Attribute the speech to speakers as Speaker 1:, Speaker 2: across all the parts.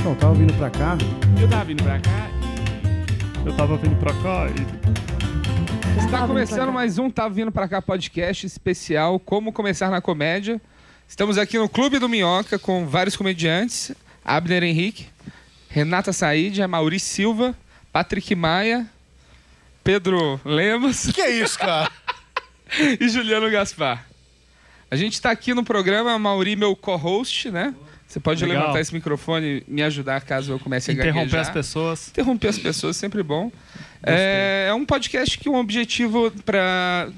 Speaker 1: Então, tava vindo pra cá.
Speaker 2: Eu tava vindo pra cá.
Speaker 3: Eu tava vindo pra cá e.
Speaker 2: Está tá começando mais um Tava Vindo Pra Cá podcast especial Como Começar na Comédia. Estamos aqui no Clube do Minhoca com vários comediantes. Abner Henrique, Renata Said, Maurício Silva, Patrick Maia, Pedro Lemos
Speaker 4: Que é isso, cara?
Speaker 2: e Juliano Gaspar. A gente está aqui no programa, Mauri, meu co-host, né? Você pode
Speaker 3: Legal.
Speaker 2: levantar esse microfone e me ajudar caso eu comece a
Speaker 3: Interromper
Speaker 2: gaguejar.
Speaker 3: as pessoas.
Speaker 2: Interromper as pessoas sempre bom. É, é um podcast que um objetivo para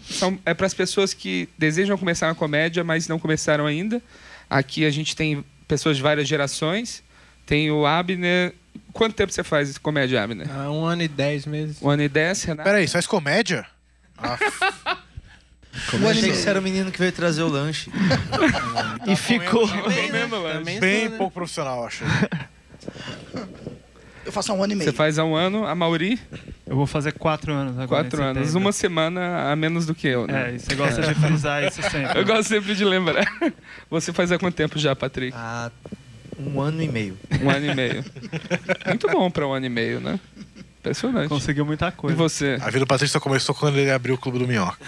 Speaker 2: é para as pessoas que desejam começar na comédia, mas não começaram ainda. Aqui a gente tem pessoas de várias gerações. Tem o Abner. Quanto tempo você faz comédia, Abner?
Speaker 5: Ah, um ano e dez meses.
Speaker 2: Um ano e dez, Renato?
Speaker 4: Peraí, você faz comédia? Ah,
Speaker 5: Eu
Speaker 6: Achei que você era o menino que veio trazer o lanche.
Speaker 3: E ficou.
Speaker 5: Também, né?
Speaker 2: mesmo,
Speaker 5: Também
Speaker 4: bem
Speaker 5: sou, né?
Speaker 4: pouco profissional, acho.
Speaker 6: Eu faço há um ano e
Speaker 2: Você
Speaker 6: meio.
Speaker 2: faz há um ano, a Mauri,
Speaker 3: Eu vou fazer quatro anos agora.
Speaker 2: quatro
Speaker 3: em
Speaker 2: anos.
Speaker 3: setembro.
Speaker 2: Uma semana a menos do que eu, né?
Speaker 3: É, e você gosta de frisar isso sempre.
Speaker 2: Eu gosto sempre de lembrar. Você faz há quanto tempo já, Patrick?
Speaker 6: Há um ano e meio.
Speaker 2: Um ano e meio. Muito bom pra um ano e meio, né? Impressionante.
Speaker 3: Conseguiu muita
Speaker 2: E
Speaker 3: coisa.
Speaker 2: você?
Speaker 4: A vida do Patrícia só começou quando ele abriu o Clube do Minhoca.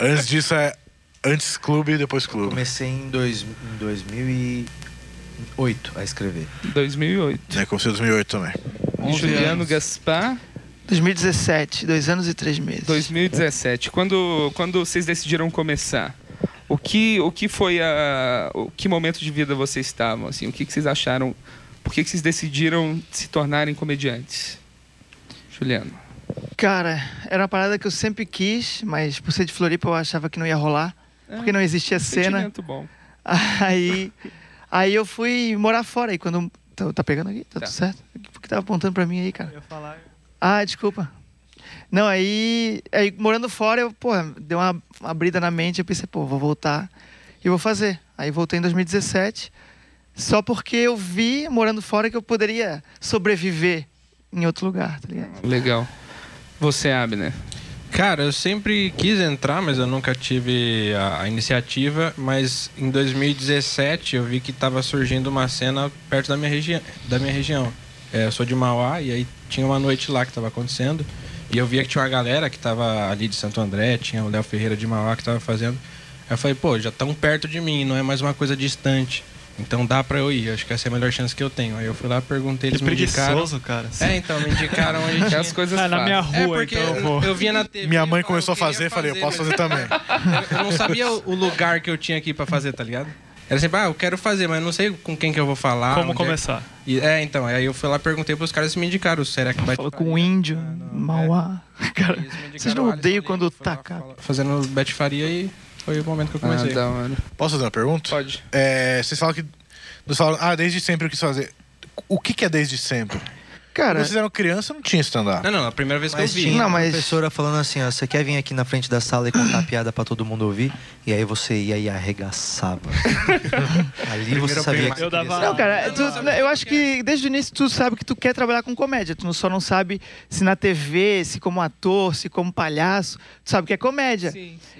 Speaker 4: Antes disso é antes clube, depois clube.
Speaker 6: Comecei em, dois, em 2008 a escrever.
Speaker 2: 2008.
Speaker 4: É, comecei em 2008 também.
Speaker 2: E Juliano Gaspar,
Speaker 7: 2017, dois anos e três meses.
Speaker 2: 2017. Quando, quando vocês decidiram começar, o que, o que foi a. O que momento de vida vocês estavam? Assim, o que, que vocês acharam? Por que, que vocês decidiram se tornarem comediantes? Juliano.
Speaker 7: Cara, era uma parada que eu sempre quis, mas por ser de Floripa eu achava que não ia rolar, É,
Speaker 2: Ah,
Speaker 7: porque não existia cena.
Speaker 2: Sentimento bom.
Speaker 7: Aí, aí eu fui morar fora. E quando. Tá, tá pegando aqui? Tá,
Speaker 2: Tá.
Speaker 7: tudo certo? Por que tava apontando pra mim aí, cara?
Speaker 3: Eu ia falar.
Speaker 7: Ah, desculpa. Não, aí, aí morando fora, eu, pô, deu uma abrida na mente, eu pensei, pô, vou voltar e vou fazer. Aí voltei em 2017, só porque eu vi, morando fora, que eu poderia sobreviver em outro lugar, tá ligado?
Speaker 2: Legal. Você, Abner.
Speaker 5: Cara, eu sempre quis entrar, mas eu nunca tive a, a iniciativa. Mas em 2017 eu vi que tava surgindo uma cena perto da minha, regi da minha região. É, eu sou de Mauá e aí tinha uma noite lá que tava acontecendo. E eu via que tinha uma galera que tava ali de Santo André, tinha o Léo Ferreira de Mauá que tava fazendo. Aí eu falei, pô, já tão perto de mim, não é mais uma coisa distante. Então dá pra eu ir, acho que essa é a melhor chance que eu tenho. Aí eu fui lá, perguntei, eles
Speaker 3: Que
Speaker 5: me indicaram.
Speaker 3: preguiçoso, cara.
Speaker 5: É, então, me indicaram onde
Speaker 2: É
Speaker 5: tinha
Speaker 2: as coisas
Speaker 3: Ah, na
Speaker 2: fáceis.
Speaker 3: minha rua,
Speaker 5: é porque
Speaker 3: então eu vou.
Speaker 5: eu, eu via na TV.
Speaker 4: Minha
Speaker 5: eu
Speaker 4: mãe
Speaker 5: falava,
Speaker 4: começou a
Speaker 5: queria né?"
Speaker 4: fazer, falei, eu posso
Speaker 5: mas
Speaker 4: fazer também.
Speaker 5: Eu, eu não sabia o o lugar que eu tinha aqui pra fazer, tá ligado? Era sempre, ah, eu quero fazer, mas eu não sei com quem que eu vou falar.
Speaker 3: Como
Speaker 5: onde
Speaker 3: começar?
Speaker 5: É, que- e- é, então, aí eu fui lá perguntei pros caras se me indicaram, será que vai
Speaker 7: Falou com um índio, Mauá. Cara, vocês não odeiam quando tá, cara.
Speaker 5: Fazendo Betfaria e foi o momento que eu
Speaker 2: Ah,
Speaker 5: comecei.
Speaker 6: então.
Speaker 2: da hora.
Speaker 4: Posso fazer uma pergunta?
Speaker 2: Pode.
Speaker 4: É, vocês falam que. Vocês falam, ah, desde sempre eu quis fazer. O que, que é desde sempre?
Speaker 7: Cara,
Speaker 4: Quando vocês eram criança, não tinha stand-up.
Speaker 5: Não, não, a primeira vez que
Speaker 6: Mas
Speaker 5: eu vi.
Speaker 6: tinha
Speaker 7: Não,
Speaker 6: uma
Speaker 7: mas-
Speaker 6: professora falando assim, ó, você quer vir aqui na frente da sala e contar piada pra todo mundo ouvir? E aí você ia e arregaçava. Ali você
Speaker 5: eu
Speaker 6: sabia
Speaker 5: peguei-
Speaker 6: que
Speaker 3: eu
Speaker 6: você queria
Speaker 3: dava-
Speaker 6: ser.
Speaker 7: Não, cara, é tu- né, eu acho que desde o início tu sabe que tu quer trabalhar com comédia. Tu só não sabe se na TV, se como ator, se como palhaço. Tu sabe que é comédia.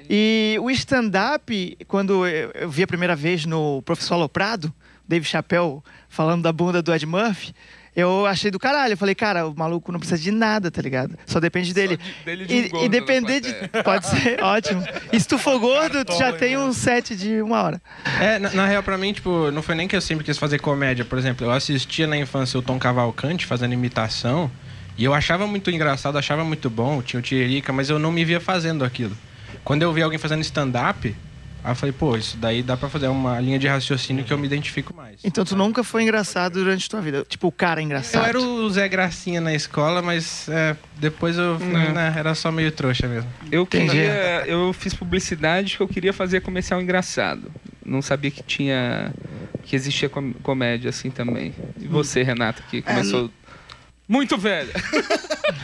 Speaker 7: E o stand-up, quando eu, eu vi a primeira vez no Professor Aloprado, Dave Chappelle falando da bunda do Ed Murphy, eu achei do caralho. Eu falei, cara, o maluco não precisa de nada, tá ligado? Só depende dele.
Speaker 2: de- dele de um
Speaker 7: e,
Speaker 2: gordo
Speaker 7: e
Speaker 2: na
Speaker 7: depender de. Pode ser, ótimo. E se tu for gordo, tu já
Speaker 2: né?
Speaker 7: tem um set de uma hora.
Speaker 5: É, na, na real, pra mim, tipo, não foi nem que eu sempre quis fazer comédia. Por exemplo, eu assistia na infância o Tom Cavalcante fazendo imitação e eu achava muito engraçado, achava muito bom, tinha o Tiririca, mas eu não me via fazendo aquilo. Quando eu vi alguém fazendo stand-up, aí eu falei, pô, isso daí dá pra fazer uma linha de raciocínio que eu me identifico mais.
Speaker 7: Então tu nunca foi engraçado durante tua vida. Tipo, o cara engraçado.
Speaker 5: Eu era o Zé Gracinha na escola, mas é, depois eu né, era só meio trouxa mesmo.
Speaker 2: Eu
Speaker 7: Entendi.
Speaker 2: queria. Eu fiz publicidade que eu queria fazer comercial engraçado. Não sabia que tinha. que existia com- comédia assim também. E você, Renata, que começou. Muito velha.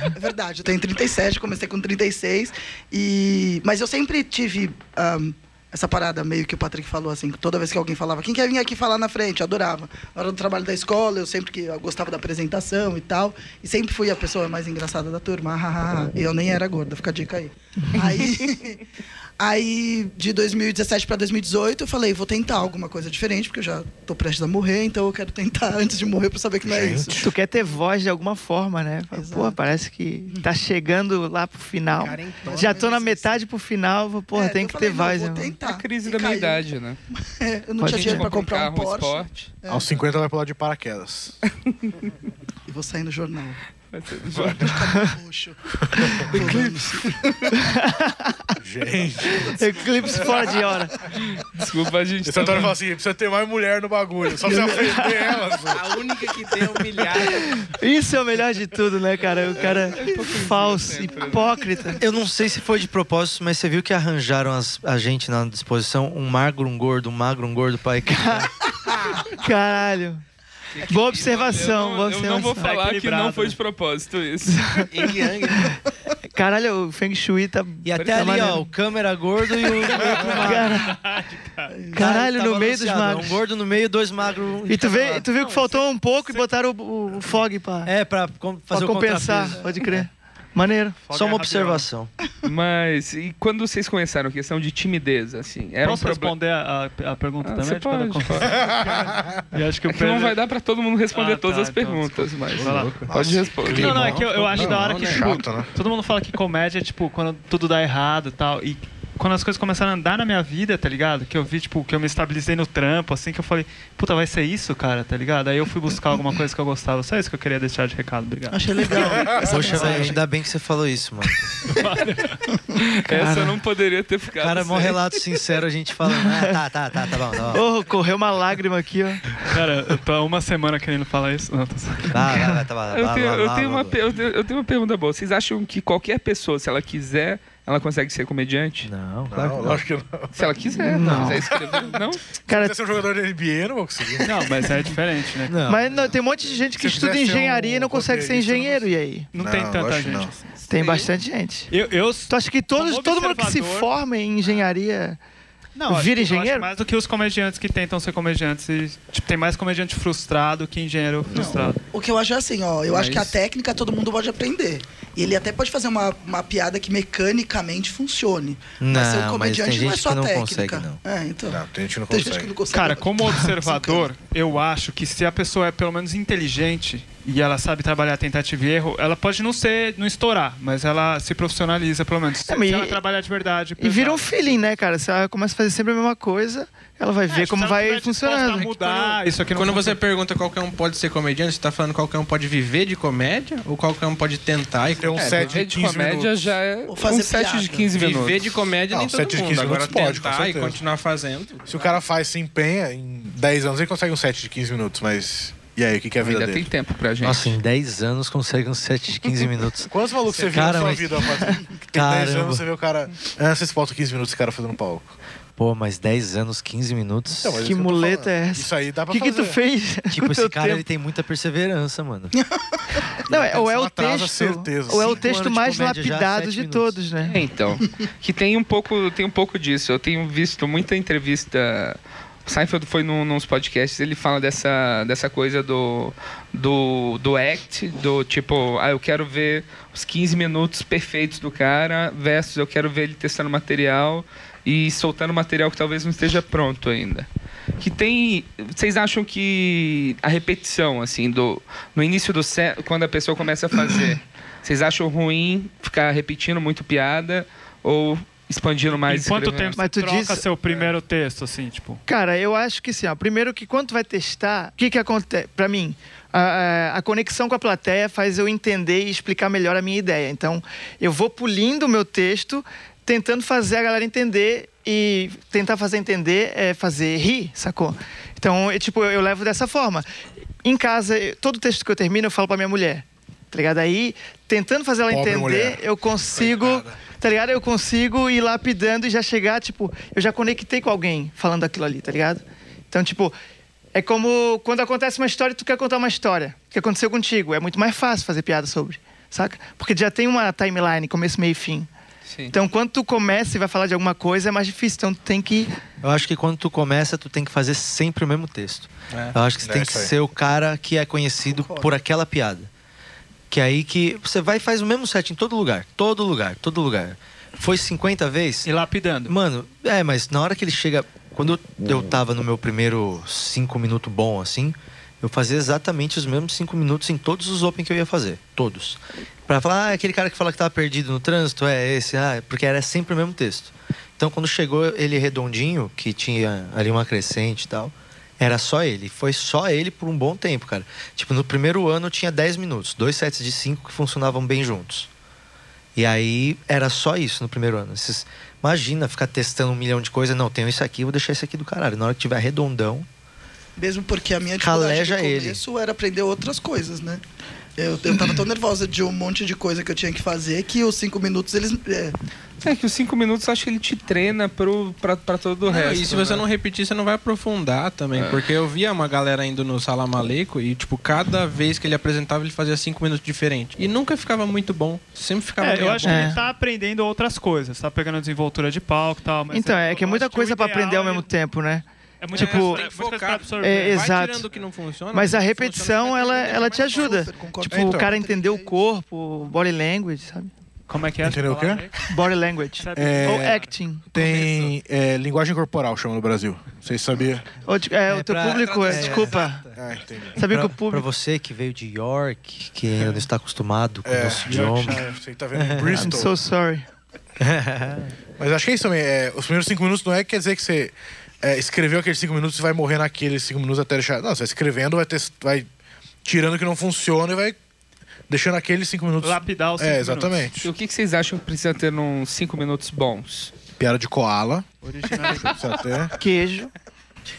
Speaker 8: É verdade, eu tenho 37, comecei com 36. E... Mas eu sempre tive ahm, essa parada meio que o Patrick falou, assim, que toda vez que alguém falava, quem quer vir aqui falar na frente? Eu adorava. Na hora do trabalho da escola, eu sempre que eu gostava da apresentação e tal. E sempre fui a pessoa mais engraçada da turma. ah, ah, ah, ah. E eu nem era gorda, fica a dica aí. Aí, Aí, de 2017 para 2018, eu falei, vou tentar alguma coisa diferente, porque eu já tô prestes a morrer, então eu quero tentar antes de morrer para saber que não é isso.
Speaker 7: Tu quer ter voz de alguma forma, né? Fala,
Speaker 8: Exato.
Speaker 7: Pô, parece que tá chegando lá pro final.
Speaker 5: Quarentona.
Speaker 7: Já tô na metade pro final, vou, porra,
Speaker 8: É,
Speaker 7: tem
Speaker 8: eu
Speaker 7: que
Speaker 8: falei,
Speaker 7: ter
Speaker 8: não,
Speaker 7: voz.
Speaker 8: vou
Speaker 7: né?
Speaker 8: tentar.
Speaker 2: A crise
Speaker 8: Ah, E
Speaker 2: da minha
Speaker 8: caiu.
Speaker 2: idade, né?
Speaker 8: É, eu não
Speaker 7: Pode
Speaker 8: tinha
Speaker 7: ser.
Speaker 8: dinheiro para comprar um
Speaker 2: carro,
Speaker 8: Porsche.
Speaker 2: esporte.
Speaker 4: Aos 50 vai pular de paraquedas.
Speaker 8: E vou sair no jornal.
Speaker 2: Vai ser-
Speaker 8: Poxa. assim.
Speaker 4: Gente.
Speaker 7: Eclipse fora de hora.
Speaker 2: Desculpa, a gente. tá
Speaker 4: Esse Antônio fala assim: precisa ter mais mulher no bagulho. Só precisa prender elas.
Speaker 5: A única que tem é humilhada.
Speaker 7: Isso é o melhor de tudo, né, cara? O cara falso,
Speaker 2: sempre, né?
Speaker 7: hipócrita.
Speaker 6: Eu não sei se foi de propósito, mas você viu que arranjaram as- a gente na disposição um magro, um gordo, um magro, um gordo, pai.
Speaker 7: Caralho. Boa observação, é um
Speaker 2: eu
Speaker 7: boa
Speaker 2: não, eu não
Speaker 7: observação.
Speaker 2: vou
Speaker 3: Tá
Speaker 2: falar que
Speaker 3: equilibrado,
Speaker 2: não foi
Speaker 3: né?
Speaker 2: de propósito isso.
Speaker 5: Yang Yang.
Speaker 7: Caralho, o Feng Shui tá.
Speaker 6: E até
Speaker 7: tá
Speaker 6: ali, ó,
Speaker 7: maneiro.
Speaker 6: o câmera gordo e
Speaker 7: um
Speaker 6: o.
Speaker 7: Cara- Caralho,
Speaker 6: Tava
Speaker 7: no meio dos
Speaker 6: anunciado,
Speaker 7: magros.
Speaker 6: Um gordo no meio, dois magros.
Speaker 7: E tu, vê, tu viu que faltou um pouco e botaram o, o- o Fog pra,
Speaker 6: É, pra com-
Speaker 7: pra
Speaker 6: fazer o
Speaker 7: compensar,
Speaker 6: contrapeso.
Speaker 7: pode crer. Maneiro.
Speaker 3: Foga
Speaker 6: Só
Speaker 3: é rabiola.
Speaker 6: uma observação.
Speaker 2: Mas e quando vocês começaram a questão de timidez, assim, era
Speaker 3: Posso
Speaker 2: um problema.
Speaker 3: responder a, a- a pergunta
Speaker 2: Ah, você
Speaker 3: também? Tipo, De cada
Speaker 2: pode,
Speaker 3: convidado? E acho que
Speaker 2: É
Speaker 3: o
Speaker 2: que não
Speaker 3: Pedro-
Speaker 2: vai dar pra todo mundo responder
Speaker 3: Ah,
Speaker 2: todas
Speaker 3: tá,
Speaker 2: as
Speaker 3: então,
Speaker 2: perguntas, mas
Speaker 3: Vai lá.
Speaker 2: pode responder.
Speaker 3: Não, não, é que eu, eu acho da hora que, tipo,
Speaker 4: Chato, né?
Speaker 3: todo mundo fala que comédia é, tipo, quando tudo dá errado e tal. E quando as coisas começaram a andar na minha vida, tá ligado? Que eu vi, tipo, que eu me estabilizei no trampo, assim, que eu falei, puta, vai ser isso, cara, tá ligado? Aí eu fui buscar alguma coisa que eu gostava. Só isso que eu queria deixar de recado, obrigado.
Speaker 8: Achei legal.
Speaker 6: Poxa, velho, ainda bem que você falou isso, mano.
Speaker 2: Essa eu não poderia ter ficado.
Speaker 6: Cara, mó
Speaker 2: sem.
Speaker 6: relato sincero, a gente fala. Ah, tá, tá, tá, tá bom, tá bom.
Speaker 7: Oh, correu uma lágrima aqui, ó.
Speaker 3: Cara, eu tô há uma semana querendo falar isso. Não, tô só-
Speaker 6: Vai, vai, vai, tá bom.
Speaker 2: Eu
Speaker 6: vai,
Speaker 2: tenho,
Speaker 6: vai,
Speaker 2: eu,
Speaker 6: vai,
Speaker 2: tenho uma,
Speaker 6: vai, vai.
Speaker 2: pe- eu tenho- eu tenho uma pergunta boa. Vocês acham que qualquer pessoa, se ela quiser, ela consegue ser comediante?
Speaker 6: Não, claro
Speaker 4: Não,
Speaker 6: que
Speaker 4: lógico que eu não.
Speaker 2: Se ela quiser,
Speaker 7: Não.
Speaker 2: não. Quiser escrever, não?
Speaker 7: Cara,
Speaker 4: Se ser um jogador da NBA, eu não vou conseguir.
Speaker 3: não, mas é diferente, né?
Speaker 6: não. não.
Speaker 7: mas não, tem um monte de gente que
Speaker 4: Se
Speaker 7: estuda
Speaker 4: tivesse
Speaker 7: engenharia e não
Speaker 4: um
Speaker 7: consegue ser
Speaker 4: roteirista,
Speaker 7: engenheiro, e aí?
Speaker 3: Não, Tá- tem
Speaker 4: Não,
Speaker 3: tanta
Speaker 4: lógico que
Speaker 3: gente.
Speaker 4: não.
Speaker 3: assim.
Speaker 7: Tem
Speaker 2: Sim.
Speaker 7: bastante gente.
Speaker 3: Eu, eu
Speaker 7: Tu acha que todos,
Speaker 3: Como
Speaker 7: todo mundo que se
Speaker 3: observador-
Speaker 7: forma em engenharia.
Speaker 3: Não, acho-
Speaker 7: Vira
Speaker 3: eu acho
Speaker 7: engenheiro?
Speaker 3: Mais do que os comediantes que tentam ser comediantes. e, tipo, tem mais comediante frustrado que engenheiro frustrado.
Speaker 8: O que eu acho é assim, ó. Eu acho que a
Speaker 2: Mas-
Speaker 8: técnica todo mundo pode aprender. E ele até pode fazer uma, uma piada que mecanicamente funcione. mas ser um
Speaker 6: Não, mas tem
Speaker 8: comediante não é
Speaker 6: gente
Speaker 8: só
Speaker 6: que não
Speaker 8: técnica.
Speaker 6: consegue, não.
Speaker 8: É, então.
Speaker 4: Não, tem gente que não
Speaker 8: Tem gente que
Speaker 4: consegue.
Speaker 8: não consegue.
Speaker 3: Cara, como observador, eu acho que se a pessoa é pelo menos inteligente e ela sabe trabalhar tentativa e erro, ela pode não ser, não estourar, mas ela se profissionaliza pelo menos. Se,
Speaker 7: É, mas
Speaker 3: se
Speaker 7: e-
Speaker 3: ela trabalhar de verdade.
Speaker 7: E vira um
Speaker 3: pesado.
Speaker 7: feeling, né, cara? Se ela começa a fazer sempre a mesma coisa, ela vai
Speaker 3: É,
Speaker 7: ver
Speaker 3: se
Speaker 7: como
Speaker 3: ela não
Speaker 7: vai
Speaker 3: tiver disposta a
Speaker 7: funcionando.
Speaker 3: Mudar, isso aqui não
Speaker 5: Quando você
Speaker 3: funciona.
Speaker 5: pergunta qualquer um pode ser comediante, você tá falando qualquer um pode viver de comédia ou qualquer um pode tentar e
Speaker 4: Tem um
Speaker 2: É,
Speaker 4: set de
Speaker 2: viver de
Speaker 4: 15
Speaker 2: comédia
Speaker 4: minutos.
Speaker 2: já é
Speaker 8: Ou fazer
Speaker 2: um set de
Speaker 8: piada.
Speaker 2: 15 minutos.
Speaker 5: viver de comédia
Speaker 4: Não,
Speaker 5: nem todo
Speaker 4: sete,
Speaker 5: mundo.
Speaker 4: 15
Speaker 5: Agora
Speaker 4: minutos pode, com
Speaker 5: tentar e
Speaker 4: certeza.
Speaker 5: continuar fazendo.
Speaker 4: Se o cara faz, se empenha, em 10 anos ele consegue um set de 15 minutos, mas. E aí, o que, que é a vida
Speaker 2: Ainda tem
Speaker 4: dele?
Speaker 2: tempo pra gente.
Speaker 6: Nossa, em 10 anos consegue um set de 15 minutos.
Speaker 4: Quantos malucos você viu na
Speaker 6: Cara,
Speaker 4: sua
Speaker 6: mas-
Speaker 4: vida, rapaz? Que Tem 10
Speaker 6: Caramba.
Speaker 4: anos você vê o cara. Ah, vocês faltam 15 minutos esse cara fazendo palco.
Speaker 6: Pô, mas 10 anos, 15 minutos.
Speaker 4: Então, mas
Speaker 7: Que
Speaker 4: isso eu tô
Speaker 7: muleta
Speaker 4: falando.
Speaker 7: é essa?
Speaker 4: Isso aí dá
Speaker 7: O
Speaker 4: pra
Speaker 7: que, que
Speaker 4: fazer.
Speaker 7: tu fez? com
Speaker 6: Tipo, esse
Speaker 7: teu
Speaker 6: cara
Speaker 7: tempo?
Speaker 6: ele tá tem muita perseverança, mano.
Speaker 7: Não, é, ou é
Speaker 4: Não
Speaker 7: o
Speaker 4: atrasa,
Speaker 7: texto.
Speaker 4: certeza.
Speaker 7: ou é o
Speaker 6: Cinco
Speaker 7: texto
Speaker 6: anos de
Speaker 7: mais
Speaker 6: comédia já,
Speaker 7: lapidado
Speaker 6: sete
Speaker 7: de
Speaker 6: minutos.
Speaker 7: todos, né?
Speaker 2: É, então. que tem um pouco, tem um pouco disso. Eu tenho visto muita entrevista. O Seinfeld foi num, nos podcasts, ele fala dessa, dessa coisa do, do, do act, do tipo, ah, eu quero ver os 15 minutos perfeitos do cara, versus eu quero ver ele testando material e soltando material que talvez não esteja pronto ainda. Que tem. Vocês acham que a repetição, assim, do, no início do set, quando a pessoa começa a fazer, vocês acham ruim ficar repetindo muito piada ou expandindo mais?
Speaker 3: Em quanto
Speaker 2: escrevendo?
Speaker 5: né?
Speaker 3: tempo
Speaker 7: Mas
Speaker 3: você
Speaker 7: tu É.
Speaker 3: troca
Speaker 7: disse-
Speaker 3: seu primeiro texto, assim, tipo...
Speaker 7: Cara, eu acho que sim. Ó, primeiro que quando tu vai testar, o que que acontece? Pra mim, a, a- a conexão com a plateia faz eu entender e explicar melhor a minha ideia. Então, eu vou pulindo o meu texto, tentando fazer a galera entender e tentar fazer entender é fazer rir, sacou? Então, é, tipo, eu, eu levo dessa forma. Em casa, eu- todo texto que eu termino, eu falo pra minha mulher. Tá ligado? Aí, tentando fazer ela
Speaker 4: Pobre
Speaker 7: entender,
Speaker 4: mulher.
Speaker 7: eu consigo, tá ligado? Eu consigo ir lapidando e já chegar, tipo, eu já conectei com alguém falando aquilo ali, tá ligado? Então, tipo, é como quando acontece uma história e tu quer contar uma história que aconteceu contigo. É muito mais fácil fazer piada sobre, saca? Porque já tem uma timeline, começo, meio e fim.
Speaker 2: Sim.
Speaker 7: Então, quando tu começa e vai falar de alguma coisa, é mais difícil. Então, tu tem que.
Speaker 6: Eu acho que quando tu começa, tu tem que fazer sempre o mesmo texto. Eu acho que você
Speaker 4: É
Speaker 6: tem
Speaker 4: isso
Speaker 6: que
Speaker 4: aí.
Speaker 6: ser o cara que é conhecido por aquela é piada. Que aí que você vai e faz o mesmo set em todo lugar, todo lugar, todo lugar. Foi 50 vezes?
Speaker 3: E lapidando.
Speaker 6: Mano, é, mas na hora que ele chega. Quando eu tava no meu primeiro cinco minutos bom, assim, eu fazia exatamente os mesmos cinco minutos em todos os Open que eu ia fazer. Todos. Pra falar, ah, aquele cara que fala que tava perdido no trânsito, é esse, ah, porque era sempre o mesmo texto. Então quando chegou ele redondinho, que tinha ali uma crescente e tal, era só ele. Foi só ele por um bom tempo, cara. Tipo, no primeiro ano tinha 10 minutos, dois sets de cinco que funcionavam bem juntos. E aí era só isso no primeiro ano. Esses- imagina ficar testando um milhão de coisas. Não, tenho isso aqui, vou deixar isso aqui do caralho. Na hora que tiver redondão,
Speaker 8: Mesmo porque a minha dificuldade
Speaker 6: Caleja
Speaker 8: no
Speaker 6: ele.
Speaker 8: começo era aprender outras coisas, né? Eu, eu tava tão nervosa de um monte de coisa que eu tinha que fazer que os cinco minutos eles. é,
Speaker 2: É que os cinco minutos acho que ele te treina pro, pra, pra todo o
Speaker 5: É,
Speaker 2: resto.
Speaker 5: e se você
Speaker 2: né?
Speaker 5: não repetir, você não vai aprofundar também. Porque eu via uma galera indo no Salam Aleico e, tipo, cada vez que ele apresentava, ele fazia cinco minutos diferente. E nunca ficava muito bom. Sempre ficava
Speaker 3: É,
Speaker 5: meio
Speaker 3: eu acho
Speaker 5: bom.
Speaker 3: que
Speaker 7: É.
Speaker 3: ele tá aprendendo outras coisas, tá pegando desenvoltura de palco e tal. Mas
Speaker 7: Então, é
Speaker 3: eu
Speaker 7: que é muita
Speaker 3: acho o
Speaker 7: coisa pra
Speaker 3: ideal
Speaker 7: aprender ao
Speaker 3: é-
Speaker 7: mesmo tempo, né?
Speaker 3: É muita
Speaker 5: É,
Speaker 3: coisa-
Speaker 5: tem
Speaker 3: é
Speaker 5: que
Speaker 3: muita coisa pra
Speaker 5: focar.
Speaker 3: absorver.
Speaker 7: É,
Speaker 5: Vai
Speaker 7: exato.
Speaker 5: tirando o que não funciona, né?
Speaker 7: Mas a
Speaker 5: o que funciona,
Speaker 7: repetição,
Speaker 5: vai
Speaker 7: ela,
Speaker 5: aprendendo.
Speaker 7: ela te ajuda.
Speaker 8: super, concordo.
Speaker 7: Tipo,
Speaker 4: É, então.
Speaker 7: o cara entender o corpo, o body language, sabe?
Speaker 3: Como é que é?
Speaker 4: Entendeu o quê?
Speaker 7: Body language.
Speaker 4: É.
Speaker 7: Ou acting.
Speaker 4: Tem é, linguagem corporal, chama no Brasil. Vocês sabiam?
Speaker 7: Ou, tipo, é,
Speaker 6: É
Speaker 7: o teu
Speaker 6: pra-
Speaker 7: público, é,
Speaker 6: é,
Speaker 7: desculpa.
Speaker 4: Ah, entendi.
Speaker 7: Sabia que
Speaker 6: Pra,
Speaker 7: o
Speaker 6: pra
Speaker 7: público.
Speaker 6: você que veio de York, que ainda não está acostumado com o
Speaker 4: É,
Speaker 6: nosso idioma.
Speaker 4: Yorkshire, Você que tá vendo em
Speaker 7: I'm
Speaker 4: Bristol.
Speaker 7: so sorry.
Speaker 4: Mas acho que é isso também. é, os primeiros cinco minutos não é que quer dizer que você é, escreveu aqueles cinco minutos e vai morrer naqueles cinco minutos até deixar. Não, você vai escrevendo, vai, test- vai tirando o que não funciona e vai deixando aqueles cinco minutos.
Speaker 3: Lapidar os
Speaker 4: é,
Speaker 3: cinco minutos.
Speaker 4: exatamente.
Speaker 2: E o que, que vocês acham que precisa ter num cinco minutos bons?
Speaker 4: Piada de koala.
Speaker 3: Originalidade.
Speaker 4: Isso até.
Speaker 7: Queijo.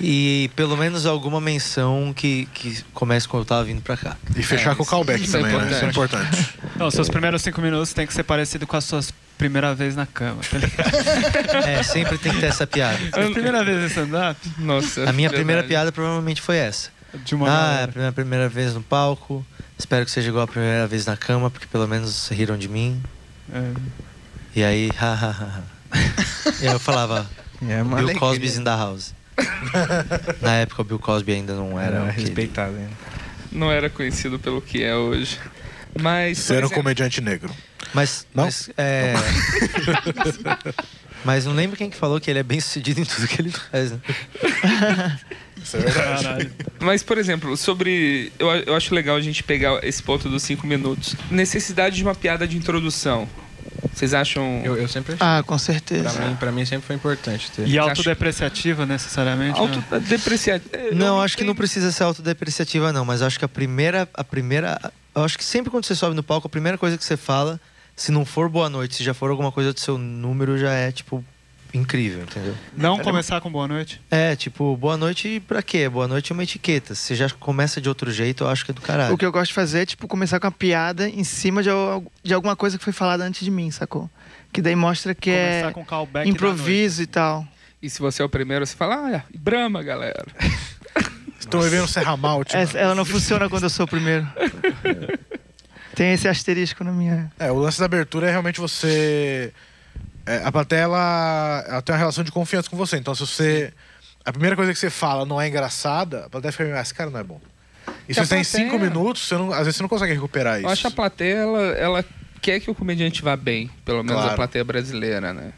Speaker 6: E pelo menos alguma menção que, que comece quando eu tava vindo pra cá.
Speaker 4: E fechar
Speaker 2: É,
Speaker 4: com o callback
Speaker 2: isso é
Speaker 4: também, né? Isso é importante.
Speaker 3: Não, seus primeiros cinco minutos tem que ser parecido com as suas primeira vez na cama. Tá ligado?
Speaker 6: É, sempre tem que ter essa piada.
Speaker 3: Sua primeira vez em stand-up?
Speaker 2: Nossa.
Speaker 6: A minha primeira
Speaker 2: é verdade.
Speaker 6: piada provavelmente foi essa.
Speaker 3: De uma
Speaker 6: Ah, é a
Speaker 3: galera.
Speaker 6: primeira, primeira vez no palco. Espero que seja igual a primeira vez na cama, porque pelo menos riram de mim.
Speaker 3: É.
Speaker 6: E aí, hahaha. e aí eu falava,
Speaker 5: É uma
Speaker 6: Bill
Speaker 5: alegria.
Speaker 6: Cosby's in the house. Na época o Bill Cosby ainda não era.
Speaker 5: Era
Speaker 6: um o que ele-
Speaker 5: respeitado ainda.
Speaker 2: Não era conhecido pelo que é hoje. Mas.
Speaker 4: Ser um
Speaker 2: por exemplo,
Speaker 4: comediante negro.
Speaker 6: Mas.
Speaker 4: Não?
Speaker 6: Mas, é... mas não lembro quem que falou que ele é bem sucedido em tudo que ele faz. né?
Speaker 4: Isso é verdade.
Speaker 3: Caralho.
Speaker 2: mas, por exemplo, sobre. Eu, eu acho legal a gente pegar esse ponto dos cinco minutos. Necessidade de uma piada de introdução. Vocês acham.
Speaker 5: Eu, eu sempre achei.
Speaker 7: Ah, com
Speaker 5: Pra
Speaker 7: certeza.
Speaker 5: mim, pra mim sempre foi importante ter.
Speaker 3: E autodepreciativa, necessariamente? né?
Speaker 2: Autodepreciativo.
Speaker 6: Ah. Não, acho que não precisa ser autodepreciativa, não, mas acho que a primeira. A primeira. Eu acho que sempre quando você sobe no palco, a primeira coisa que você fala, se não for boa noite, se já for alguma coisa do seu número, já é, tipo, incrível, entendeu?
Speaker 3: Não começar com boa noite?
Speaker 6: É, tipo, boa noite pra quê? Boa noite é uma etiqueta. Se já começa de outro jeito, eu acho que é do caralho.
Speaker 7: O que eu gosto de fazer é, tipo, começar com uma piada em cima de, al- de alguma coisa que foi falada antes de mim, sacou? Que daí mostra que
Speaker 3: começar
Speaker 7: é
Speaker 3: com callback da
Speaker 7: improviso e tal.
Speaker 2: E se você é o primeiro, você fala, ah, Brahma, galera.
Speaker 4: Estão vivendo um Serra Malte.
Speaker 7: Essa-
Speaker 4: mano.
Speaker 7: ela não funciona quando eu sou o primeiro. Tem esse asterisco na minha.
Speaker 4: É, o lance da abertura é realmente você. é, a plateia ela, ela tem uma relação de confiança com você. Então, se você. A primeira coisa que você fala não é engraçada, a plateia fica meio, ah, esse cara não é bom. E se
Speaker 2: a
Speaker 4: você tem
Speaker 2: plateia-
Speaker 4: cinco minutos, você não- às vezes você não consegue recuperar
Speaker 2: Eu
Speaker 4: É isso.
Speaker 2: acho que a plateia, ela, ela quer que o comediante vá bem. Pelo menos
Speaker 4: Claro.
Speaker 2: a plateia brasileira, né?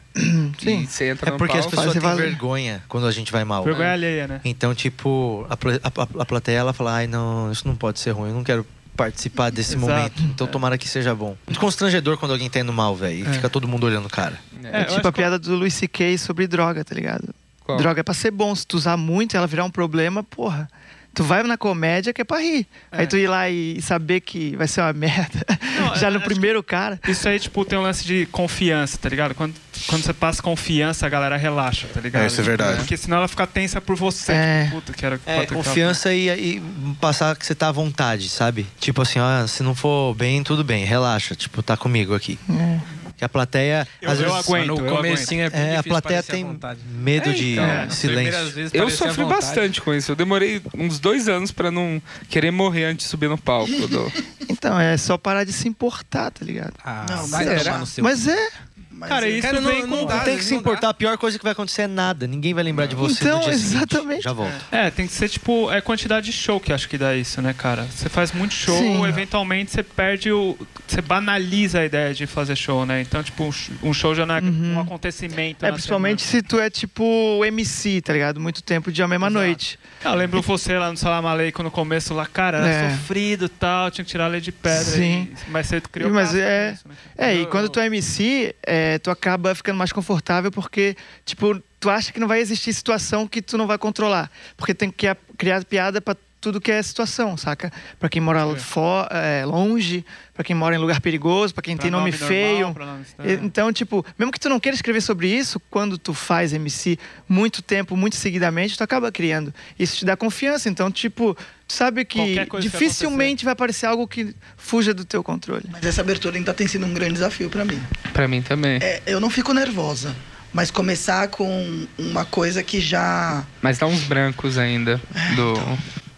Speaker 7: Sim.
Speaker 2: E você entra
Speaker 6: É
Speaker 2: no
Speaker 6: porque as
Speaker 2: palco,
Speaker 6: pessoas
Speaker 7: Fazer
Speaker 6: têm
Speaker 7: valer.
Speaker 6: vergonha quando a gente vai mal.
Speaker 3: Vergonha alheia, né?
Speaker 6: Então, tipo, a, pla- a- a- a plateia ela fala: ai, não, isso não pode ser ruim, eu não quero participar desse
Speaker 3: Exato.
Speaker 6: momento. Então,
Speaker 5: É.
Speaker 6: tomara que seja bom. Muito constrangedor quando alguém tá indo mal, velho, e fica todo mundo olhando o cara.
Speaker 2: né?
Speaker 7: É,
Speaker 3: eu acho
Speaker 7: tipo a
Speaker 3: que-
Speaker 7: piada do Luis C.K. sobre droga, tá ligado?
Speaker 2: Qual?
Speaker 7: Droga é pra ser bom. Se tu usar muito e ela virar um problema, porra. Tu vai na comédia que é pra rir. Aí tu ir lá e saber que vai ser uma merda.
Speaker 3: Não,
Speaker 7: Já
Speaker 3: eu
Speaker 7: no
Speaker 3: acho
Speaker 7: primeiro cara.
Speaker 3: Isso aí, tipo, tem um lance de confiança, tá ligado? Quando, quando você passa confiança, a galera relaxa, tá ligado?
Speaker 4: É, isso é
Speaker 3: Tipo,
Speaker 4: verdade.
Speaker 3: Porque senão ela fica tensa por você.
Speaker 7: É.
Speaker 3: Tipo, puta, que era
Speaker 6: É, confiança e, e passar que você tá à vontade, sabe? Tipo assim, ó, se não for bem, tudo bem, relaxa, tipo, tá comigo aqui.
Speaker 5: É.
Speaker 6: Que a plateia.
Speaker 3: Eu-
Speaker 6: às
Speaker 3: eu
Speaker 6: vezes,
Speaker 3: aguento,
Speaker 5: Mas
Speaker 3: eu
Speaker 5: no comecinho é, bem
Speaker 6: é, a
Speaker 5: difícil
Speaker 6: plateia
Speaker 5: parecer à
Speaker 6: tem
Speaker 5: vontade.
Speaker 6: medo de
Speaker 2: então,
Speaker 5: É, nas primeiras
Speaker 6: silêncio.
Speaker 5: vezes
Speaker 2: Eu
Speaker 5: parecia à
Speaker 2: sofri
Speaker 5: vontade.
Speaker 2: bastante com isso. Eu demorei uns dois anos pra não querer morrer antes de subir no palco. do-
Speaker 7: Então, é só parar de se importar, tá ligado?
Speaker 5: Ah,
Speaker 8: Não,
Speaker 5: vai
Speaker 8: mas-
Speaker 5: tomar no seu
Speaker 7: Mas é.
Speaker 8: Mas
Speaker 3: Cara,
Speaker 8: é-
Speaker 3: isso
Speaker 5: Cara, não-
Speaker 3: vem
Speaker 5: não
Speaker 3: com.
Speaker 5: dá.
Speaker 6: Não tem que se
Speaker 5: não dá.
Speaker 6: importar. A pior coisa que vai acontecer é nada. Ninguém vai lembrar de você.
Speaker 7: Então,
Speaker 6: no dia seguinte.
Speaker 7: exatamente.
Speaker 6: Já volto.
Speaker 3: É, tem que ser tipo. É quantidade de show que acho que dá isso, né, cara? Você faz muito show,
Speaker 7: Sim.
Speaker 3: eventualmente você perde o. Você banaliza a ideia de fazer show, né? Então, tipo, um sh- um show já não é um acontecimento.
Speaker 7: Uhum. É,
Speaker 3: na
Speaker 7: principalmente se tu é tipo o MC, tá ligado? Muito tempo de uma mesma
Speaker 3: Exato.
Speaker 7: noite.
Speaker 3: Eu é, "Ah, lembro você lá no Salamaleico no começo, lá, cara, era
Speaker 7: É.
Speaker 3: sofrido e tal, tinha que tirar a lei de pedra.
Speaker 7: Sim.
Speaker 3: e- mas você criou
Speaker 7: Mas
Speaker 3: casca
Speaker 7: é-
Speaker 3: com isso, né?
Speaker 7: É, e
Speaker 5: Eu-
Speaker 7: quando tu é MC, é, tu acaba ficando mais confortável porque, tipo, tu acha que não vai existir situação que tu não vai controlar. Porque tem que a- criar piada pra tudo que é situação, saca? Pra quem mora fo- é, longe, pra quem mora em lugar perigoso, pra quem
Speaker 3: Pra
Speaker 7: tem nome,
Speaker 3: normal,
Speaker 7: feio.
Speaker 3: pra nome estranho.
Speaker 7: E- Então, tipo, mesmo que tu não queira escrever sobre isso, quando tu faz MC muito tempo, muito seguidamente, tu acaba criando. Isso te dá confiança. Então, tipo, tu sabe que
Speaker 3: Qualquer coisa que
Speaker 7: dificilmente vai aparecer algo que fuja do teu controle.
Speaker 8: Mas essa abertura ainda tem sido um grande desafio pra mim.
Speaker 2: Pra mim também.
Speaker 8: É, eu não fico nervosa, mas começar com uma coisa que já.
Speaker 2: Mas dá uns brancos ainda
Speaker 5: É,
Speaker 2: do.
Speaker 5: então.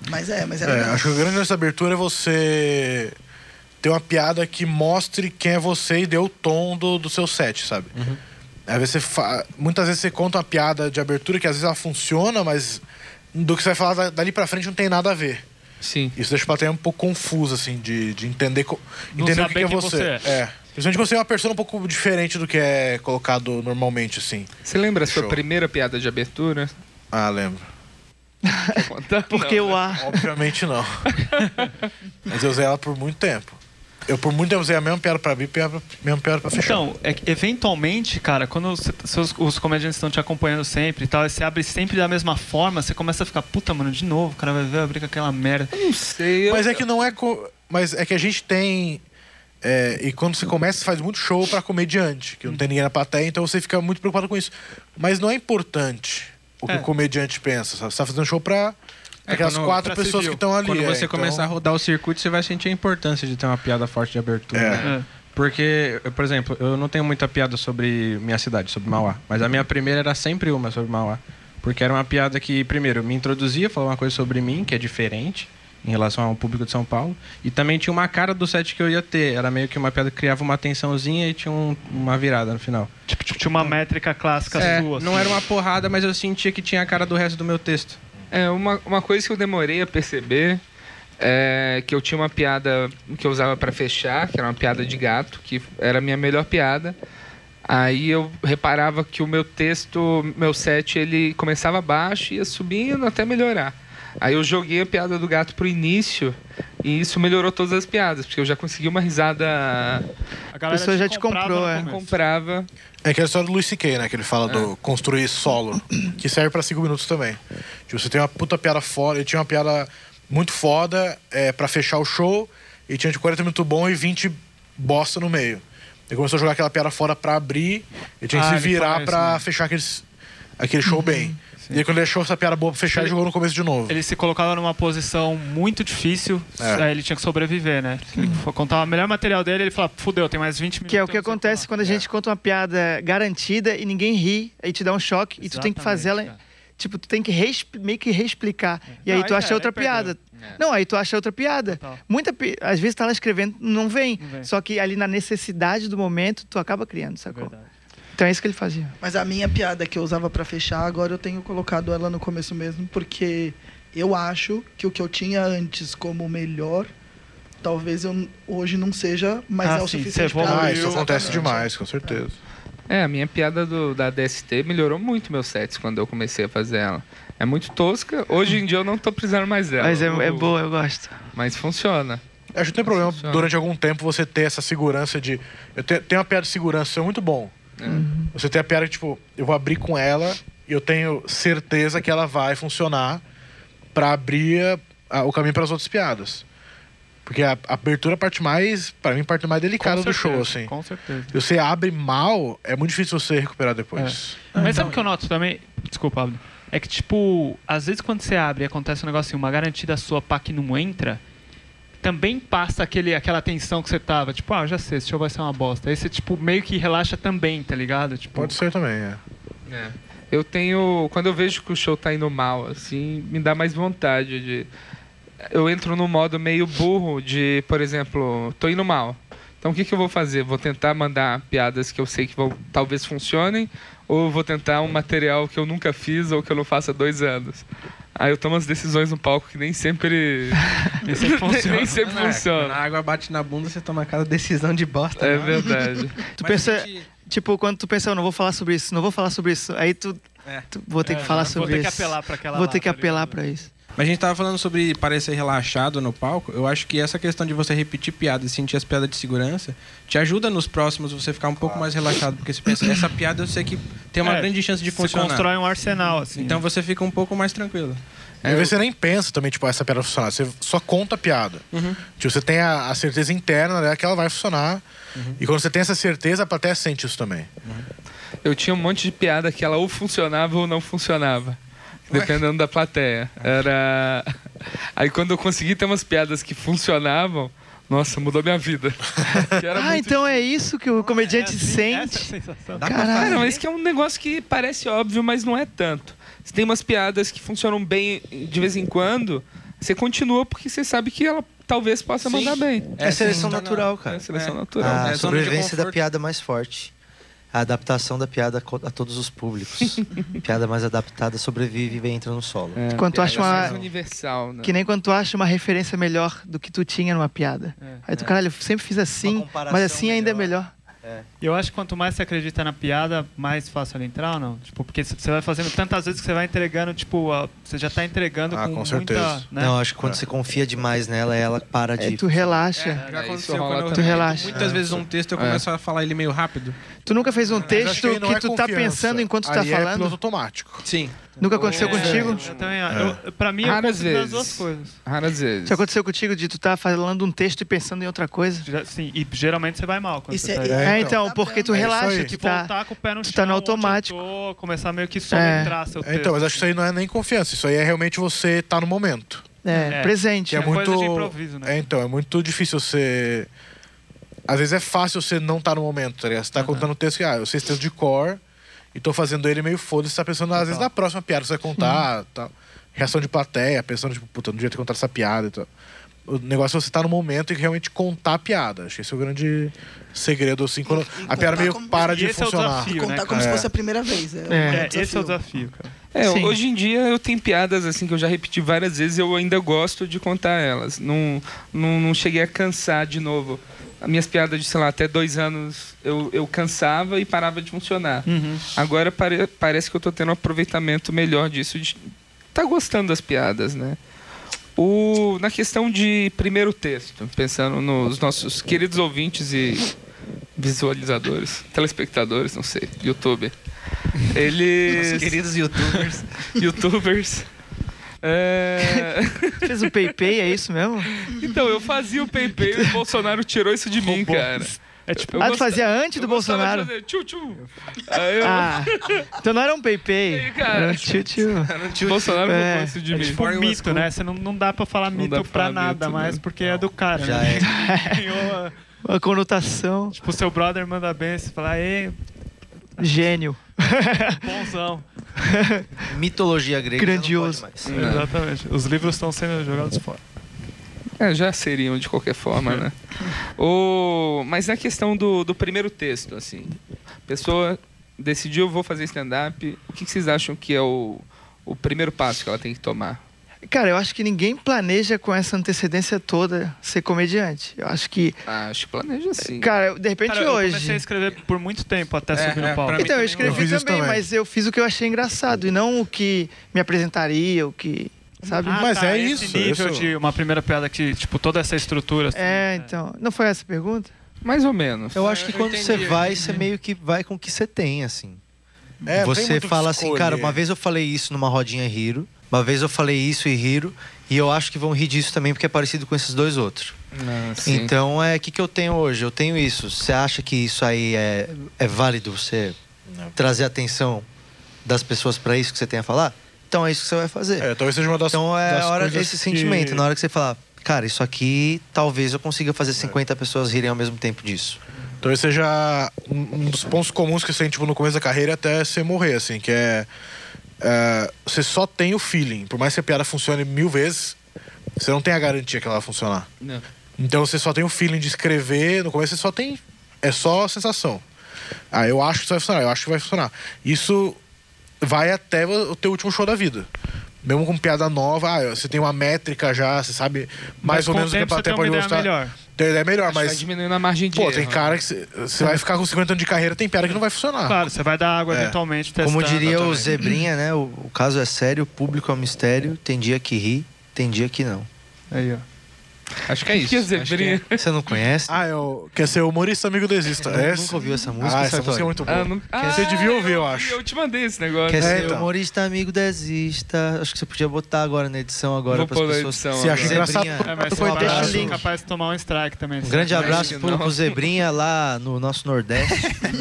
Speaker 8: Mas é, mas é.
Speaker 4: É,
Speaker 8: legal.
Speaker 4: acho que o grande dessa abertura é você ter uma piada que mostre quem é você e dê o tom do, do seu set, sabe?
Speaker 2: Uhum.
Speaker 4: Às vezes você fa- Muitas vezes você conta uma piada de abertura que às vezes ela funciona, mas do que você vai falar da- dali pra frente não tem nada a ver.
Speaker 2: Sim.
Speaker 4: Isso deixa o plateia um pouco confuso, assim, de, de entender, co-
Speaker 3: Não
Speaker 4: entender o
Speaker 3: saber
Speaker 4: que, que é
Speaker 3: quem
Speaker 4: você.
Speaker 3: você é.
Speaker 4: É. Principalmente quando você é uma pessoa um pouco diferente do que é colocado normalmente, assim.
Speaker 2: Você lembra a sua
Speaker 4: Show.
Speaker 2: primeira piada de abertura?
Speaker 4: Ah, lembro.
Speaker 2: Quer contar?
Speaker 7: Porque
Speaker 3: é
Speaker 2: Não,
Speaker 7: o ar.
Speaker 4: Obviamente não. Mas eu usei ela por muito tempo. Eu por muito tempo usei a mesma piada pra abrir e a mesma piada pra fechar.
Speaker 3: Então, é que, eventualmente, cara, quando os, seus- os comediantes estão te acompanhando sempre e tal, e você abre sempre da mesma forma, você começa a ficar, puta, mano, de novo, o cara vai ver, abrir com aquela merda.
Speaker 2: Não sei. eu-
Speaker 4: Mas é que não é... co- Mas é que a gente tem... é, e quando você começa, você faz muito show pra comediante, que não tem ninguém na plateia, então você fica muito preocupado com isso. Mas não é importante o que
Speaker 3: É.
Speaker 4: o comediante pensa. sabe? Você tá fazendo show pra
Speaker 5: É,
Speaker 4: aquelas
Speaker 5: quando-
Speaker 3: pra
Speaker 4: quatro pessoas
Speaker 3: civil.
Speaker 4: que estão ali.
Speaker 5: Quando
Speaker 4: é,
Speaker 5: você
Speaker 4: então-
Speaker 5: começar a rodar o circuito, você vai sentir a importância de ter uma piada forte de abertura.
Speaker 4: É.
Speaker 5: né?
Speaker 3: É.
Speaker 5: Porque, eu, por exemplo, eu não tenho muita piada sobre minha cidade, sobre Mauá. Mas a minha primeira era sempre uma sobre Mauá. Porque era uma piada que, primeiro, me introduzia, falava uma coisa sobre mim, que é diferente em relação ao público de São Paulo. E também tinha uma cara do set que eu ia ter. Era meio que uma piada que criava uma tensãozinha e tinha um- uma virada no final.
Speaker 3: Tipo, tipo, tinha uma
Speaker 7: Então.
Speaker 3: métrica clássica
Speaker 5: É,
Speaker 3: sua.
Speaker 5: não
Speaker 3: assim.
Speaker 5: era uma porrada, mas eu sentia que tinha a cara do resto do meu texto.
Speaker 2: É, uma, uma coisa que eu demorei a perceber é que eu tinha uma piada que eu usava pra fechar, que era uma piada de gato, que era a minha melhor piada. Aí eu reparava que o meu texto, meu set, ele começava baixo e ia subindo até melhorar. Aí eu joguei a piada do gato pro início e isso melhorou todas as piadas, porque eu já consegui uma risada
Speaker 3: A galera
Speaker 7: um- pessoa já te
Speaker 3: comprava
Speaker 7: comprou,
Speaker 3: no
Speaker 7: é.
Speaker 3: começo.
Speaker 2: comprava.
Speaker 4: É aquela história do Luis C.K., né? Que ele fala
Speaker 3: É.
Speaker 4: do construir solo, que serve pra cinco minutos também. Tipo, você tem uma puta piada foda, ele tinha uma piada muito foda é, pra fechar o show, e tinha de 40 minutos bom e 20 bosta no meio. Ele começou a jogar aquela piada fora pra abrir, e tinha que
Speaker 3: Ah,
Speaker 4: se
Speaker 3: ele
Speaker 4: virar
Speaker 3: fala isso,
Speaker 4: pra
Speaker 3: né? Uhum.
Speaker 4: fechar aqueles, aquele show bem. E aí, quando ele achou essa piada boa pra fechar, ele
Speaker 3: Ele-
Speaker 4: jogou no começo de novo.
Speaker 3: Ele se colocava numa posição muito difícil,
Speaker 4: É.
Speaker 3: aí ele tinha que sobreviver, né? Ele foi contar o melhor material dele, ele falava, fudeu, tem mais 20 minutos.
Speaker 7: Que é o que
Speaker 3: eu não sei
Speaker 7: acontece quando a gente conta uma piada garantida e ninguém ri, aí te dá um choque
Speaker 3: falar."
Speaker 7: e tu tem que fazer ela.
Speaker 3: Exatamente, cara. É.
Speaker 7: Tipo, tu tem que reexpli- meio que reexplicar. E aí
Speaker 3: Não, aí
Speaker 7: tu acha
Speaker 3: já-
Speaker 7: outra
Speaker 3: aí perdeu. É.
Speaker 7: piada. Não, aí tu acha outra piada.
Speaker 3: Total.
Speaker 7: Muita pi- Às vezes tá lá escrevendo, não vem.
Speaker 3: Não vem.
Speaker 7: Só que ali na necessidade do momento, tu acaba criando, sacou?
Speaker 3: Verdade.
Speaker 7: Então é isso que ele fazia.
Speaker 8: Mas a minha piada que eu usava pra fechar, agora eu tenho colocado ela no começo mesmo, porque eu acho que o que eu tinha antes como melhor, talvez eu n- hoje não seja, mas
Speaker 3: Ah,
Speaker 8: é o
Speaker 3: sim,
Speaker 8: suficiente
Speaker 3: você
Speaker 8: pra
Speaker 4: Ah,
Speaker 3: evoluiu.
Speaker 4: isso acontece
Speaker 8: Exatamente.
Speaker 4: demais, com certeza.
Speaker 2: É, a minha piada do- da DST melhorou muito meus sets quando eu comecei a fazer ela. É muito tosca. Hoje em dia eu não tô precisando mais dela.
Speaker 7: Mas é,
Speaker 2: Eu-
Speaker 7: é boa, eu gosto.
Speaker 2: Mas funciona.
Speaker 4: Acho que não É, tem problema
Speaker 2: Funciona.
Speaker 4: durante algum tempo você ter essa segurança de. Eu te- tenho uma piada de segurança, isso é muito bom.
Speaker 2: É.
Speaker 3: Uhum.
Speaker 4: Você tem a piada que, tipo, eu vou abrir com ela e eu tenho certeza que ela vai funcionar pra abrir a- a- o caminho pras outras piadas. Porque a, a abertura é a parte mais, pra mim, a parte mais
Speaker 3: Com
Speaker 4: delicada do
Speaker 3: certeza,
Speaker 4: show, assim.
Speaker 3: Com certeza.
Speaker 4: Se você abre mal, é muito difícil você recuperar depois.
Speaker 3: Mas sabe o que eu noto também? Desculpa, Pablo. É que, tipo, às vezes quando você abre e acontece um negócio assim, uma garantida sua pá que não entra, também passa aquele, aquela tensão que você tava. Tipo, ah, eu já sei, esse show vai ser uma bosta. Aí você, tipo, meio que relaxa também, tá ligado? Tipo,
Speaker 4: Pode ser também, é.
Speaker 2: Eu tenho. Quando eu vejo que o show tá indo mal, assim, me dá mais vontade de. Eu entro num modo meio burro de, por exemplo, tô indo mal. Então o que, que eu vou fazer? Vou tentar mandar piadas que eu sei que vão, talvez funcionem, ou vou tentar um material que eu nunca fiz ou que eu não faço há dois anos. Aí eu tomo as decisões no palco que nem sempre.
Speaker 3: Nem sempre funciona.
Speaker 2: nem sempre
Speaker 5: Não, é, Quando
Speaker 2: funciona.
Speaker 5: a água bate na bunda, você toma cada decisão de bosta.
Speaker 2: É
Speaker 5: né?
Speaker 2: verdade.
Speaker 5: Mas
Speaker 7: Tu
Speaker 5: a
Speaker 7: pensa-
Speaker 5: gente-
Speaker 7: Tipo, quando tu pensa, eu não vou falar sobre isso, não vou falar sobre isso. Aí tu.
Speaker 5: É.
Speaker 7: tu- vou ter que falar sobre
Speaker 3: Vou ter
Speaker 7: isso.
Speaker 3: que apelar pra aquela
Speaker 7: Vou
Speaker 3: lá,
Speaker 7: ter que
Speaker 3: tá
Speaker 7: apelar
Speaker 3: ligado?
Speaker 7: pra isso.
Speaker 5: Mas a gente tava falando sobre parecer relaxado no palco. Eu acho que essa questão de você repetir piada e sentir as piadas de segurança te ajuda nos próximos você ficar um pouco mais relaxado. Porque você pensa, essa piada eu sei que tem uma
Speaker 3: É,
Speaker 5: grande chance de
Speaker 3: Você
Speaker 5: funcionar.
Speaker 3: constrói um arsenal, assim.
Speaker 5: Então você fica um pouco mais tranquilo.
Speaker 4: E
Speaker 7: É,
Speaker 4: às vezes você nem pensa também, tipo, ah, essa piada vai funcionar. Você só conta a piada.
Speaker 7: Uhum.
Speaker 4: Tipo, você tem a, a certeza interna dela que ela vai funcionar.
Speaker 7: Uhum.
Speaker 4: E quando você tem essa certeza, a plateia sente isso também.
Speaker 2: Eu tinha um monte de piada que ela ou funcionava ou não funcionava. Dependendo da plateia. Era. Aí quando eu consegui ter umas piadas que funcionavam, nossa, mudou minha vida. Que era
Speaker 7: ah,
Speaker 2: muito-
Speaker 7: então é isso que o comediante
Speaker 3: Essa é a
Speaker 7: sente.
Speaker 3: sensação.
Speaker 5: tá.
Speaker 2: Cara, mas que é um negócio que parece óbvio, mas não é tanto. Você tem umas piadas que funcionam bem de vez em quando, você continua porque você sabe que ela talvez possa
Speaker 5: Sim.
Speaker 2: mandar bem.
Speaker 6: É, seleção
Speaker 5: sim, tá na-
Speaker 6: natural,
Speaker 2: É
Speaker 6: cara.
Speaker 2: a seleção
Speaker 5: É.
Speaker 2: natural.
Speaker 5: Ah,
Speaker 6: A
Speaker 5: é zona de
Speaker 6: sobrevivência da
Speaker 5: conforto.
Speaker 6: piada mais forte. A adaptação da piada co- a todos os públicos. piada mais adaptada sobrevive e entra no solo.
Speaker 2: É.
Speaker 7: Quando tu acha
Speaker 2: Piada
Speaker 7: uma-
Speaker 2: mais universal, né?
Speaker 7: Que nem quando tu acha uma referência melhor do que tu tinha numa piada. Aí tu, caralho, eu sempre fiz
Speaker 6: Uma
Speaker 7: assim,
Speaker 6: comparação
Speaker 7: mas assim ainda é
Speaker 6: melhor.
Speaker 7: melhor.
Speaker 3: E Eu acho que quanto mais você acredita na piada, mais fácil ela entrar ou não? Tipo, porque c- você vai fazendo tantas vezes que você vai entregando, tipo, a- você já tá entregando
Speaker 4: Ah,
Speaker 3: com,
Speaker 4: com
Speaker 3: muita,
Speaker 4: certeza.
Speaker 3: né?
Speaker 6: Não, acho que quando você confia demais nela, ela para de.
Speaker 7: Aí tu
Speaker 5: Já
Speaker 7: relaxa.
Speaker 2: É, isso
Speaker 5: aconteceu
Speaker 2: rola
Speaker 5: quando eu
Speaker 2: também.
Speaker 5: repito
Speaker 7: Relaxa.
Speaker 5: Muitas vezes um texto eu começo a falar ele meio rápido.
Speaker 7: Tu nunca fez um
Speaker 4: Mas acho
Speaker 7: texto
Speaker 4: aí
Speaker 7: que,
Speaker 4: não é
Speaker 7: tu tá
Speaker 4: confiança.
Speaker 7: pensando enquanto tu tá
Speaker 4: Aí É piloto
Speaker 7: falando?
Speaker 4: automático.
Speaker 5: Sim.
Speaker 7: Nunca aconteceu
Speaker 3: É,
Speaker 7: contigo?
Speaker 3: Eu também, eu, pra mim, eu
Speaker 2: Raras
Speaker 3: consigo as
Speaker 2: vezes.
Speaker 3: duas coisas.
Speaker 2: Raras vezes.
Speaker 7: Já aconteceu contigo de tu tá falando um texto e pensando em outra coisa?
Speaker 3: Já- Sim, e geralmente você vai mal quando
Speaker 8: Isso
Speaker 3: você
Speaker 8: é-
Speaker 3: tá
Speaker 4: É,
Speaker 7: É,
Speaker 4: então.
Speaker 7: então, porque tu
Speaker 4: É isso
Speaker 7: relaxa,
Speaker 4: aí.
Speaker 7: tu
Speaker 3: Tipo,
Speaker 7: tá...
Speaker 3: voltar com o pé no
Speaker 7: tu
Speaker 3: chão.
Speaker 7: tá no
Speaker 3: onde eu
Speaker 7: automático.
Speaker 3: tô, começar meio que só
Speaker 7: É.
Speaker 3: entrar seu
Speaker 4: É,
Speaker 3: texto.
Speaker 4: Então, mas acho que isso aí não é nem confiança. Isso aí é realmente você tá no momento.
Speaker 7: É,
Speaker 3: É.
Speaker 7: presente.
Speaker 4: Que é,
Speaker 3: É
Speaker 4: muito.
Speaker 3: coisa de improviso, né?
Speaker 4: É, então, é muito difícil você. Às vezes é fácil você não estar no momento, tá ligado? Você tá contando o texto que, ah, eu sei esse texto de cor e tô fazendo ele meio foda, você tá pensando, às vezes, na próxima piada que você vai contar, tal. Reação de plateia, pensando, tipo, puta, não devia ter contado essa piada e tal. O negócio é você estar no momento e realmente contar a piada. Acho que esse é o grande segredo, assim, quando
Speaker 8: E
Speaker 4: a piada
Speaker 8: contar
Speaker 4: meio
Speaker 8: como-
Speaker 4: para
Speaker 3: e
Speaker 4: de
Speaker 3: esse é o
Speaker 4: funcionar.
Speaker 3: desafio. né,
Speaker 8: Contar como
Speaker 4: cara?
Speaker 8: se
Speaker 4: É.
Speaker 8: fosse a primeira vez. É, um
Speaker 7: É,
Speaker 3: É,
Speaker 8: grande
Speaker 3: esse é o
Speaker 8: desafio.
Speaker 3: desafio, cara.
Speaker 2: É,
Speaker 7: Sim.
Speaker 2: hoje em dia eu tenho piadas assim que eu já repeti várias vezes e eu ainda gosto de contar elas. Não, não, não cheguei a cansar de novo. As minhas piadas de, sei lá, até dois anos eu, eu cansava e parava de funcionar. Agora pare- parece que eu tô tendo um aproveitamento melhor disso. De, tá gostando das piadas, né? O, na questão de primeiro texto, pensando nos nossos queridos ouvintes e visualizadores, telespectadores, não sei, YouTube. Eles.
Speaker 6: queridos youtubers.
Speaker 2: youtubers. É,
Speaker 7: Fez o PayPay, é isso mesmo?
Speaker 2: Então, eu fazia o PayPay e o Bolsonaro tirou isso de mim, cara.
Speaker 3: É tipo,
Speaker 2: Eu
Speaker 7: ah, tu
Speaker 2: gosto-
Speaker 7: fazia antes
Speaker 2: eu
Speaker 7: do
Speaker 2: gostava
Speaker 7: Bolsonaro?
Speaker 2: de fazer Tchu, tchu. Aí eu,
Speaker 7: Ah, então não era um
Speaker 2: E aí,
Speaker 7: PayPay.
Speaker 2: cara?
Speaker 7: Era um tio-tio.
Speaker 2: o Bolsonaro
Speaker 7: É,
Speaker 2: roubou isso de
Speaker 3: é
Speaker 2: mim.
Speaker 3: tipo um mito, né? Você não, não dá pra falar
Speaker 2: Não
Speaker 3: mito
Speaker 2: dá pra
Speaker 3: pra,
Speaker 2: falar
Speaker 3: nada
Speaker 2: mito,
Speaker 3: mais,
Speaker 2: né?
Speaker 3: porque é do cara,
Speaker 6: Já
Speaker 3: né?
Speaker 6: é.
Speaker 3: Ganhou a-
Speaker 7: Uma conotação.
Speaker 3: Tipo, seu brother manda bem, você fala, ei,
Speaker 7: Gênio.
Speaker 3: bonzão.
Speaker 6: Mitologia grega. já não pode
Speaker 7: Grandioso.
Speaker 6: mais.
Speaker 2: Não.
Speaker 3: Exatamente. Os livros estão sendo jogados fora.
Speaker 2: É, já seriam de qualquer forma, né? O... Mas na questão do, do primeiro texto, assim, a pessoa decidiu, vou fazer stand-up, o que, que vocês acham que é o, o primeiro passo que ela tem que tomar?
Speaker 7: Cara, eu acho que ninguém planeja com essa antecedência toda ser comediante. Eu acho que.
Speaker 2: Ah, acho que planeja sim.
Speaker 7: Cara, de repente
Speaker 3: Cara, Eu comecei a
Speaker 7: hoje.
Speaker 3: escrever por muito tempo até
Speaker 5: É,
Speaker 3: subir
Speaker 5: é,
Speaker 3: no palco.
Speaker 5: pra mim-
Speaker 7: Então, eu
Speaker 5: também
Speaker 7: escrevi
Speaker 4: eu fiz isso
Speaker 7: também,
Speaker 4: também.
Speaker 7: mas eu fiz o que eu achei engraçado e não o que me apresentaria, o que. Sabe?
Speaker 3: Ah,
Speaker 4: Mas é
Speaker 3: esse
Speaker 4: isso,
Speaker 3: nível
Speaker 4: isso-
Speaker 3: de uma primeira piada que, tipo, toda essa estrutura. assim,
Speaker 7: É, então. Não foi essa a pergunta?
Speaker 2: Mais ou menos.
Speaker 6: Eu acho que
Speaker 5: Eu
Speaker 6: quando
Speaker 5: entendi,
Speaker 6: você
Speaker 5: eu
Speaker 6: vai, você meio que vai com o que você tem, assim.
Speaker 4: É, não tem
Speaker 6: você
Speaker 4: muito o que
Speaker 6: fala assim,
Speaker 4: escolher.
Speaker 6: cara, uma vez eu falei isso numa rodinha Hiro, uma vez eu falei isso e Hiro, e eu acho que vão rir disso também porque é parecido com esses dois outros.
Speaker 2: Ah, sim.
Speaker 6: Então, é o que, que eu tenho hoje? Eu tenho isso. Você acha que isso aí é, é válido você trazer atenção das pessoas pra isso que você tem a falar? Então é isso que você vai fazer.
Speaker 4: É, talvez seja uma das
Speaker 6: Então é
Speaker 4: das
Speaker 6: a hora
Speaker 4: coisas
Speaker 6: desse
Speaker 4: que-
Speaker 6: sentimento, na hora que você falar, cara, isso aqui talvez eu consiga
Speaker 4: É.
Speaker 6: fazer 50 pessoas rirem ao mesmo tempo disso.
Speaker 4: Talvez seja um um dos pontos comuns que você tem, tipo, no começo da carreira até você morrer, assim, que é, é, Você só tem o feeling. Por mais que a piada funcione mil vezes, você não tem a garantia que ela vai funcionar.
Speaker 2: Não.
Speaker 4: Então você só tem o feeling de escrever, no começo você só tem. É só a sensação. Ah, eu acho que isso vai funcionar, eu acho que vai funcionar. Isso vai até o teu último show da vida. Mesmo com piada nova, ah, você tem uma métrica já, você sabe
Speaker 3: Mas
Speaker 4: mais ou
Speaker 3: com
Speaker 4: menos
Speaker 3: o
Speaker 4: o que a
Speaker 3: tempo você tem
Speaker 4: plateia
Speaker 3: uma
Speaker 4: pode
Speaker 3: ideia
Speaker 4: gostar.
Speaker 3: melhor.
Speaker 4: Tem uma ideia melhor,
Speaker 2: Mas...
Speaker 4: mas.
Speaker 2: Vai tá diminuindo a margem de
Speaker 4: Pô,
Speaker 2: erro,
Speaker 4: tem
Speaker 2: né?
Speaker 4: cara que você- você vai ficar com 50 anos de carreira, tem piada que não vai funcionar.
Speaker 3: Claro, você vai dar água
Speaker 4: Ah. É.
Speaker 3: eventualmente testando.
Speaker 6: Como diria o
Speaker 3: também.
Speaker 6: Zebrinha, né? O, o caso é sério, o público é um mistério. Tem dia que ri, tem dia que não.
Speaker 3: Aí, ó.
Speaker 5: Acho que é isso.
Speaker 2: Que
Speaker 5: Acho
Speaker 2: zebrinha.
Speaker 6: Você não conhece?
Speaker 4: Ah, eu... quer ser humorista amigo desista.
Speaker 6: Nunca
Speaker 4: Essa-
Speaker 6: ouviu essa música,
Speaker 4: Ah, essa
Speaker 6: Sartori?
Speaker 4: música é muito boa.
Speaker 2: Ah, não...
Speaker 4: Você
Speaker 2: Ah,
Speaker 4: devia ouvir, eu acho.
Speaker 2: Eu te mandei esse negócio.
Speaker 6: Quer
Speaker 4: É,
Speaker 6: ser
Speaker 4: então.
Speaker 6: humorista, amigo, desista. Acho que você podia botar agora na edição agora
Speaker 2: Vou
Speaker 6: para
Speaker 2: pôr
Speaker 6: as
Speaker 2: na
Speaker 6: pessoas.
Speaker 2: edição né?
Speaker 4: Se
Speaker 2: agora.
Speaker 4: acha engraçado.
Speaker 6: Zebrinha.
Speaker 3: É, mas
Speaker 6: Um
Speaker 3: você
Speaker 6: abraço.
Speaker 3: tá
Speaker 6: Deixa o link.
Speaker 3: capaz de tomar um strike também.
Speaker 6: Um grande
Speaker 2: Mas
Speaker 6: abraço
Speaker 2: que
Speaker 6: pro,
Speaker 2: não.
Speaker 6: pro Zebrinha lá no nosso Nordeste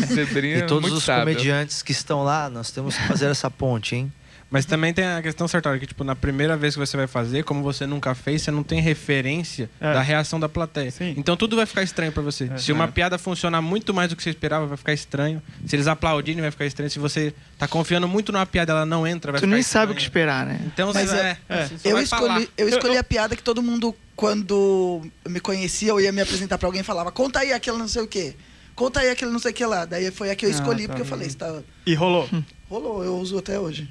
Speaker 2: Zebrinha
Speaker 6: e todos
Speaker 2: muito
Speaker 6: os
Speaker 2: sábio.
Speaker 6: comediantes que estão lá. Nós temos que fazer essa ponte, hein?
Speaker 5: Mas também tem a questão, Sartori, que tipo, na primeira vez que você vai fazer, como você nunca fez, você não tem referência
Speaker 3: É.
Speaker 5: da reação da plateia.
Speaker 3: Sim.
Speaker 5: Então tudo vai ficar estranho pra você.
Speaker 3: É,
Speaker 5: Se uma
Speaker 3: é.
Speaker 5: piada funcionar muito mais do que você esperava, vai ficar estranho. Se eles aplaudirem, vai ficar estranho. Se você tá confiando muito numa piada, ela não entra, vai
Speaker 7: Tu
Speaker 5: ficar
Speaker 7: nem sabe o que
Speaker 5: estranho.
Speaker 7: esperar, né?
Speaker 5: Então
Speaker 8: Mas
Speaker 5: você
Speaker 8: eu-
Speaker 5: vai- é, você só
Speaker 8: Eu
Speaker 5: vai falar.
Speaker 8: escolhi, eu escolhi a piada que todo mundo, quando me conhecia ou ia me apresentar pra alguém, falava: conta aí aquela não sei o quê. Conta aí aquele não sei o que lá. Daí foi a que eu
Speaker 3: Ah,
Speaker 8: escolhi,
Speaker 3: tá
Speaker 8: porque eu
Speaker 3: bem.
Speaker 8: falei: está
Speaker 3: E rolou.
Speaker 8: Hum. rolou, eu uso até hoje.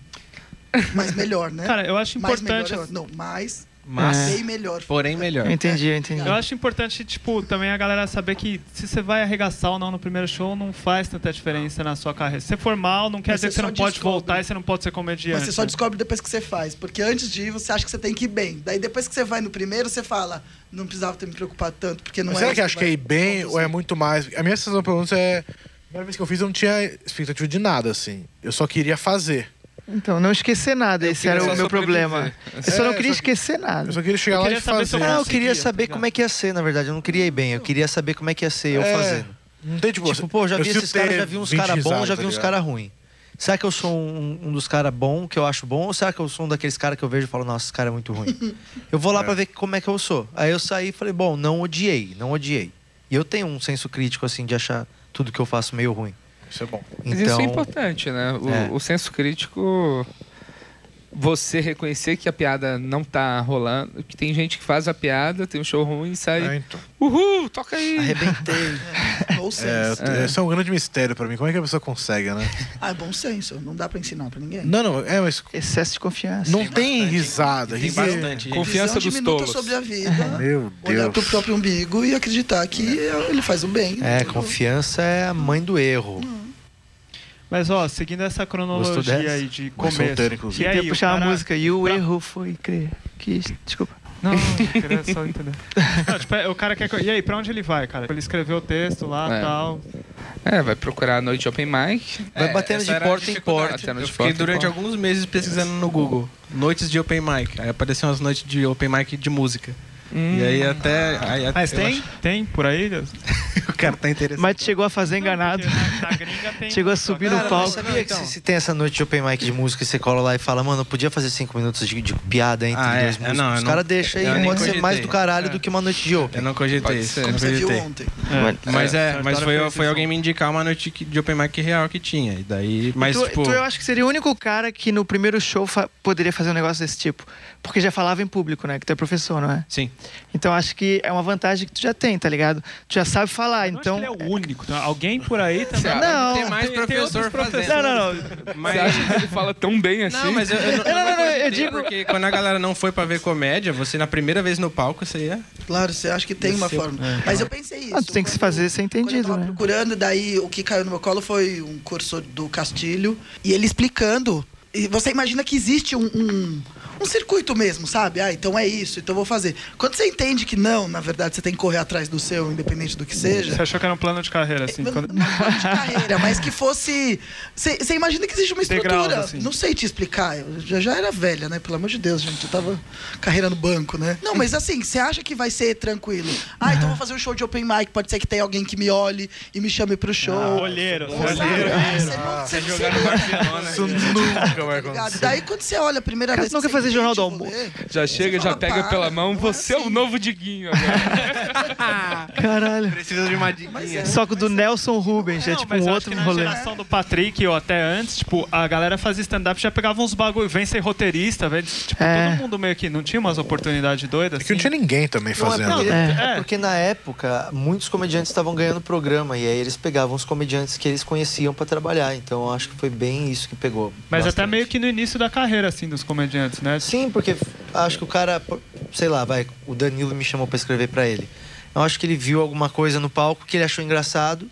Speaker 8: Mas melhor, né?
Speaker 3: Cara, eu acho
Speaker 8: mais
Speaker 3: importante.
Speaker 8: melhor, eu- não, mais, é
Speaker 5: Mas,
Speaker 8: bem melhor.
Speaker 5: porém, melhor.
Speaker 7: Eu entendi, eu entendi.
Speaker 3: Eu acho importante, tipo, também a galera saber que se você vai arregaçar ou não no primeiro show, não faz tanta diferença na sua carreira. Se você for mal, não quer
Speaker 8: Mas
Speaker 3: dizer que
Speaker 8: você
Speaker 3: você
Speaker 8: só
Speaker 3: não pode
Speaker 8: descobre.
Speaker 3: voltar e você não pode ser comediante. né?
Speaker 8: Mas você só descobre depois que você faz. Porque antes de ir, você acha que você tem que ir bem. Daí depois que você vai no primeiro, você fala, não precisava ter me preocupado tanto, porque não
Speaker 4: Mas
Speaker 8: é.
Speaker 4: será
Speaker 8: isso
Speaker 4: que acho que é
Speaker 8: vai
Speaker 4: ir bem ou é
Speaker 8: acontecer.
Speaker 4: muito mais? A minha sensação, pelo menos, é. A primeira vez que eu fiz, eu não tinha expectativa de nada, assim. Eu só queria fazer.
Speaker 7: Então, não esquecer nada, esse era
Speaker 2: só
Speaker 7: o meu
Speaker 2: sobreviver.
Speaker 7: problema. Eu só não
Speaker 4: É, só
Speaker 7: queria
Speaker 4: que-
Speaker 7: esquecer nada.
Speaker 4: Eu só queria chegar
Speaker 3: Eu
Speaker 4: lá
Speaker 3: queria
Speaker 4: e
Speaker 3: saber se
Speaker 4: fazer.
Speaker 3: eu
Speaker 6: Ah, eu
Speaker 3: Você
Speaker 6: queria
Speaker 3: queria,
Speaker 6: saber
Speaker 3: tá
Speaker 6: como é que ia ser, na verdade. Eu não queria ir bem. Eu queria saber como é que ia ser eu
Speaker 4: É.
Speaker 6: fazendo.
Speaker 4: Não tem, tipo,
Speaker 6: Tipo, pô, já
Speaker 4: eu
Speaker 6: vi
Speaker 4: sinto
Speaker 6: esses caras,
Speaker 4: ter
Speaker 6: já vi uns
Speaker 4: 20
Speaker 6: caras bons,
Speaker 4: risadas,
Speaker 6: já
Speaker 4: tá
Speaker 6: vi uns
Speaker 4: ligado?
Speaker 6: caras ruins. Será que eu sou um, um dos caras bons que eu acho bom? Ou será que eu sou um daqueles caras que eu vejo e falo, nossa, esse cara é muito ruim? eu vou lá pra ver como é que eu sou. Aí eu saí e falei, bom, não odiei, não odiei. E eu tenho um senso crítico, assim, de achar tudo que eu faço meio ruim.
Speaker 4: Isso é bom.
Speaker 2: Mas
Speaker 6: Então,
Speaker 2: isso é importante, né? O,
Speaker 6: É.
Speaker 2: o senso crítico. Você reconhecer que a piada não tá rolando, que tem gente que faz a piada, tem um show ruim e sai.
Speaker 4: É, então.
Speaker 2: Uhul, toca aí!
Speaker 6: arrebentei.
Speaker 8: Bom
Speaker 4: É,
Speaker 8: senso.
Speaker 4: eu- Isso é um grande mistério pra mim. Como é que a pessoa consegue, né?
Speaker 8: Ah, é bom senso. Não dá pra ensinar pra ninguém.
Speaker 4: Não, não, é, mas
Speaker 7: Excesso de confiança.
Speaker 4: não tem risada.
Speaker 5: Tem
Speaker 4: risada-
Speaker 5: bastante. gente.
Speaker 2: Confiança
Speaker 8: Visão
Speaker 2: dos
Speaker 8: diminuta
Speaker 2: tolos.
Speaker 8: sobre a
Speaker 7: É.
Speaker 8: vida.
Speaker 4: Meu
Speaker 8: Olhar pro
Speaker 4: Deus.
Speaker 8: próprio umbigo e acreditar que ele faz o bem.
Speaker 2: né?
Speaker 6: É,
Speaker 8: Entendeu?
Speaker 6: confiança é a mãe do erro.
Speaker 2: Hum.
Speaker 3: Mas, ó, seguindo essa
Speaker 6: Gostou
Speaker 3: cronologia
Speaker 6: dessa?
Speaker 3: aí de
Speaker 4: Foi
Speaker 3: começo.
Speaker 4: solteiro, inclusive.
Speaker 3: E
Speaker 7: Eu
Speaker 3: aí,
Speaker 7: ia
Speaker 3: o
Speaker 7: puxar a
Speaker 3: cara-
Speaker 7: música e o
Speaker 3: Pra-
Speaker 7: erro foi crer. Que... Desculpa.
Speaker 3: Não, queria só entender. Não, tipo, é, o cara quer. co- E aí, pra onde ele vai, cara? Ele escreveu o texto lá e
Speaker 2: É.
Speaker 3: tal.
Speaker 2: É, vai procurar a noite open mic.
Speaker 6: Vai
Speaker 5: É,
Speaker 6: batendo
Speaker 5: essa
Speaker 6: de
Speaker 5: era a
Speaker 6: porta em
Speaker 5: dificuldade.
Speaker 6: porta.
Speaker 2: Batendo
Speaker 5: Eu
Speaker 2: de
Speaker 5: fiquei
Speaker 2: porta em
Speaker 5: durante
Speaker 2: porta.
Speaker 5: alguns meses pesquisando no Google. Noites de Open Mic. Aí apareceu umas noites de Open Mic de música.
Speaker 3: Hum.
Speaker 5: E aí até... aí
Speaker 3: Mas
Speaker 5: eu
Speaker 3: tem? Tem por aí? Deus?
Speaker 5: acho que O cara tá interessado.
Speaker 7: Mas chegou a fazer enganado.
Speaker 3: Porque Na, na gringa tem. né?
Speaker 7: Chegou a subir no
Speaker 5: Cara,
Speaker 7: palco.
Speaker 5: mas
Speaker 6: Sabia que
Speaker 5: então.
Speaker 6: se, se tem essa noite de open mic de música e você cola lá e fala, mano, eu podia fazer cinco minutos de, de piada entre
Speaker 5: Ah, é.
Speaker 6: dois
Speaker 5: É,
Speaker 6: músicos.
Speaker 5: não, eu
Speaker 6: Os
Speaker 5: não-
Speaker 6: caras deixam aí,
Speaker 5: eu nem
Speaker 6: pode ser mais
Speaker 5: cogitei. É.
Speaker 6: do caralho do que uma noite de open.
Speaker 5: Eu não cogitei
Speaker 2: Pode
Speaker 5: isso.
Speaker 2: ser.
Speaker 5: eu
Speaker 8: Como
Speaker 5: Não
Speaker 8: você viu
Speaker 5: cogitei.
Speaker 8: ontem.
Speaker 3: É.
Speaker 5: Mas é,
Speaker 3: Sartori
Speaker 5: mas foi,
Speaker 3: fez
Speaker 5: foi
Speaker 3: isso.
Speaker 5: alguém me indicar uma noite que- de Open Mic real que tinha. E daí, mas
Speaker 7: tu,
Speaker 5: tipo...
Speaker 7: tu é eu acho que seria o único cara que no primeiro show fa- poderia fazer um negócio desse tipo. Porque já falava em público, né? Que tu é professor, não é?
Speaker 5: Sim.
Speaker 7: Então acho que é uma vantagem que tu já tem, tá ligado? Tu já sabe falar,
Speaker 3: Eu não acho
Speaker 7: então. Ah,
Speaker 3: que ele é o único. tá? Alguém por aí também.
Speaker 2: Você
Speaker 7: Não,
Speaker 5: tem mais
Speaker 3: tem
Speaker 5: professor
Speaker 3: outros
Speaker 5: fazendo.
Speaker 3: professores.
Speaker 7: não, não.
Speaker 5: Mas...
Speaker 2: acha que ele fala tão bem assim?
Speaker 5: Não, mas eu, eu, não- eu,
Speaker 7: Não, não, não, eu
Speaker 5: cogitei,
Speaker 7: digo-
Speaker 5: Porque quando a galera não foi pra ver comédia, você na primeira vez no palco, você ia...
Speaker 8: Claro, você acha que tem uma forma. Mas eu pensei isso.
Speaker 7: um- Ah, tu tem que se fazer ser
Speaker 8: Quando eu
Speaker 7: entendido,
Speaker 8: tava
Speaker 7: né?
Speaker 8: procurando, daí o que caiu no meu colo foi um curso do Castilho e ele explicando. E você imagina que existe um, um, um circuito mesmo, sabe? Ah, então é isso, então eu vou fazer. Quando você entende que não, na verdade, você tem que correr atrás do seu, independente do que seja.
Speaker 3: Você achou que era um plano de carreira, assim?
Speaker 8: Não,
Speaker 3: quando-
Speaker 8: não plano de carreira, mas que fosse. Você imagina que existe uma estrutura.
Speaker 3: Degraus, assim.
Speaker 8: Não sei te explicar. Eu já, já era velha, né? Pelo amor de Deus, gente. Eu tava carreira no banco, né? Não, mas assim, você acha que vai ser tranquilo? Ah, então vou fazer um show de open mic. Pode ser que tenha alguém que me olhe e me chame pro show.
Speaker 3: Ah, olheiro,
Speaker 8: Ou,
Speaker 3: você é
Speaker 8: sabe?
Speaker 3: olheiro.
Speaker 8: É, Você não, você não se liga,
Speaker 4: Isso nunca vai
Speaker 8: tá ligado?
Speaker 4: acontecer.
Speaker 8: Daí quando você olha a primeira
Speaker 7: Cara,
Speaker 8: vez.
Speaker 7: tu não
Speaker 8: que tipo,
Speaker 7: quer
Speaker 8: você
Speaker 7: fazer fazer jornal do
Speaker 8: Gente,
Speaker 7: almoço.
Speaker 8: rolê.
Speaker 2: Já chega, já
Speaker 8: fala,
Speaker 2: pega
Speaker 8: para,
Speaker 2: pela mão.
Speaker 8: não é
Speaker 2: Você é o
Speaker 8: assim.
Speaker 2: novo Diguinho agora.
Speaker 7: Caralho.
Speaker 1: Precisa de uma
Speaker 8: Mas
Speaker 1: diquinha.
Speaker 8: é,
Speaker 7: Só que o do Nelson Rubens, é
Speaker 3: Não,
Speaker 7: tipo
Speaker 3: mas
Speaker 7: um
Speaker 3: eu
Speaker 7: outro
Speaker 3: acho que
Speaker 7: rolê.
Speaker 3: Na geração do Patrick, ou até antes, tipo, a galera fazia stand-up já pegava uns bagulho, vem ser roteirista, velho. Tipo,
Speaker 7: É.
Speaker 3: todo mundo meio que não tinha umas oportunidades doidas.
Speaker 4: É que não tinha
Speaker 3: assim.
Speaker 4: ninguém também
Speaker 6: Não, é
Speaker 4: fazendo.
Speaker 6: porque,
Speaker 3: É.
Speaker 6: é porque na época muitos comediantes estavam ganhando programa e aí eles pegavam os comediantes que eles conheciam pra trabalhar. Então eu acho que foi bem isso que pegou.
Speaker 3: Mas até
Speaker 6: bastante.
Speaker 3: meio que no início da carreira, assim, dos comediantes, né?
Speaker 6: Sim, porque acho que o cara, pô, sei lá, vai, o Danilo me chamou pra escrever pra ele. Eu acho que ele viu alguma coisa no palco que ele achou engraçado.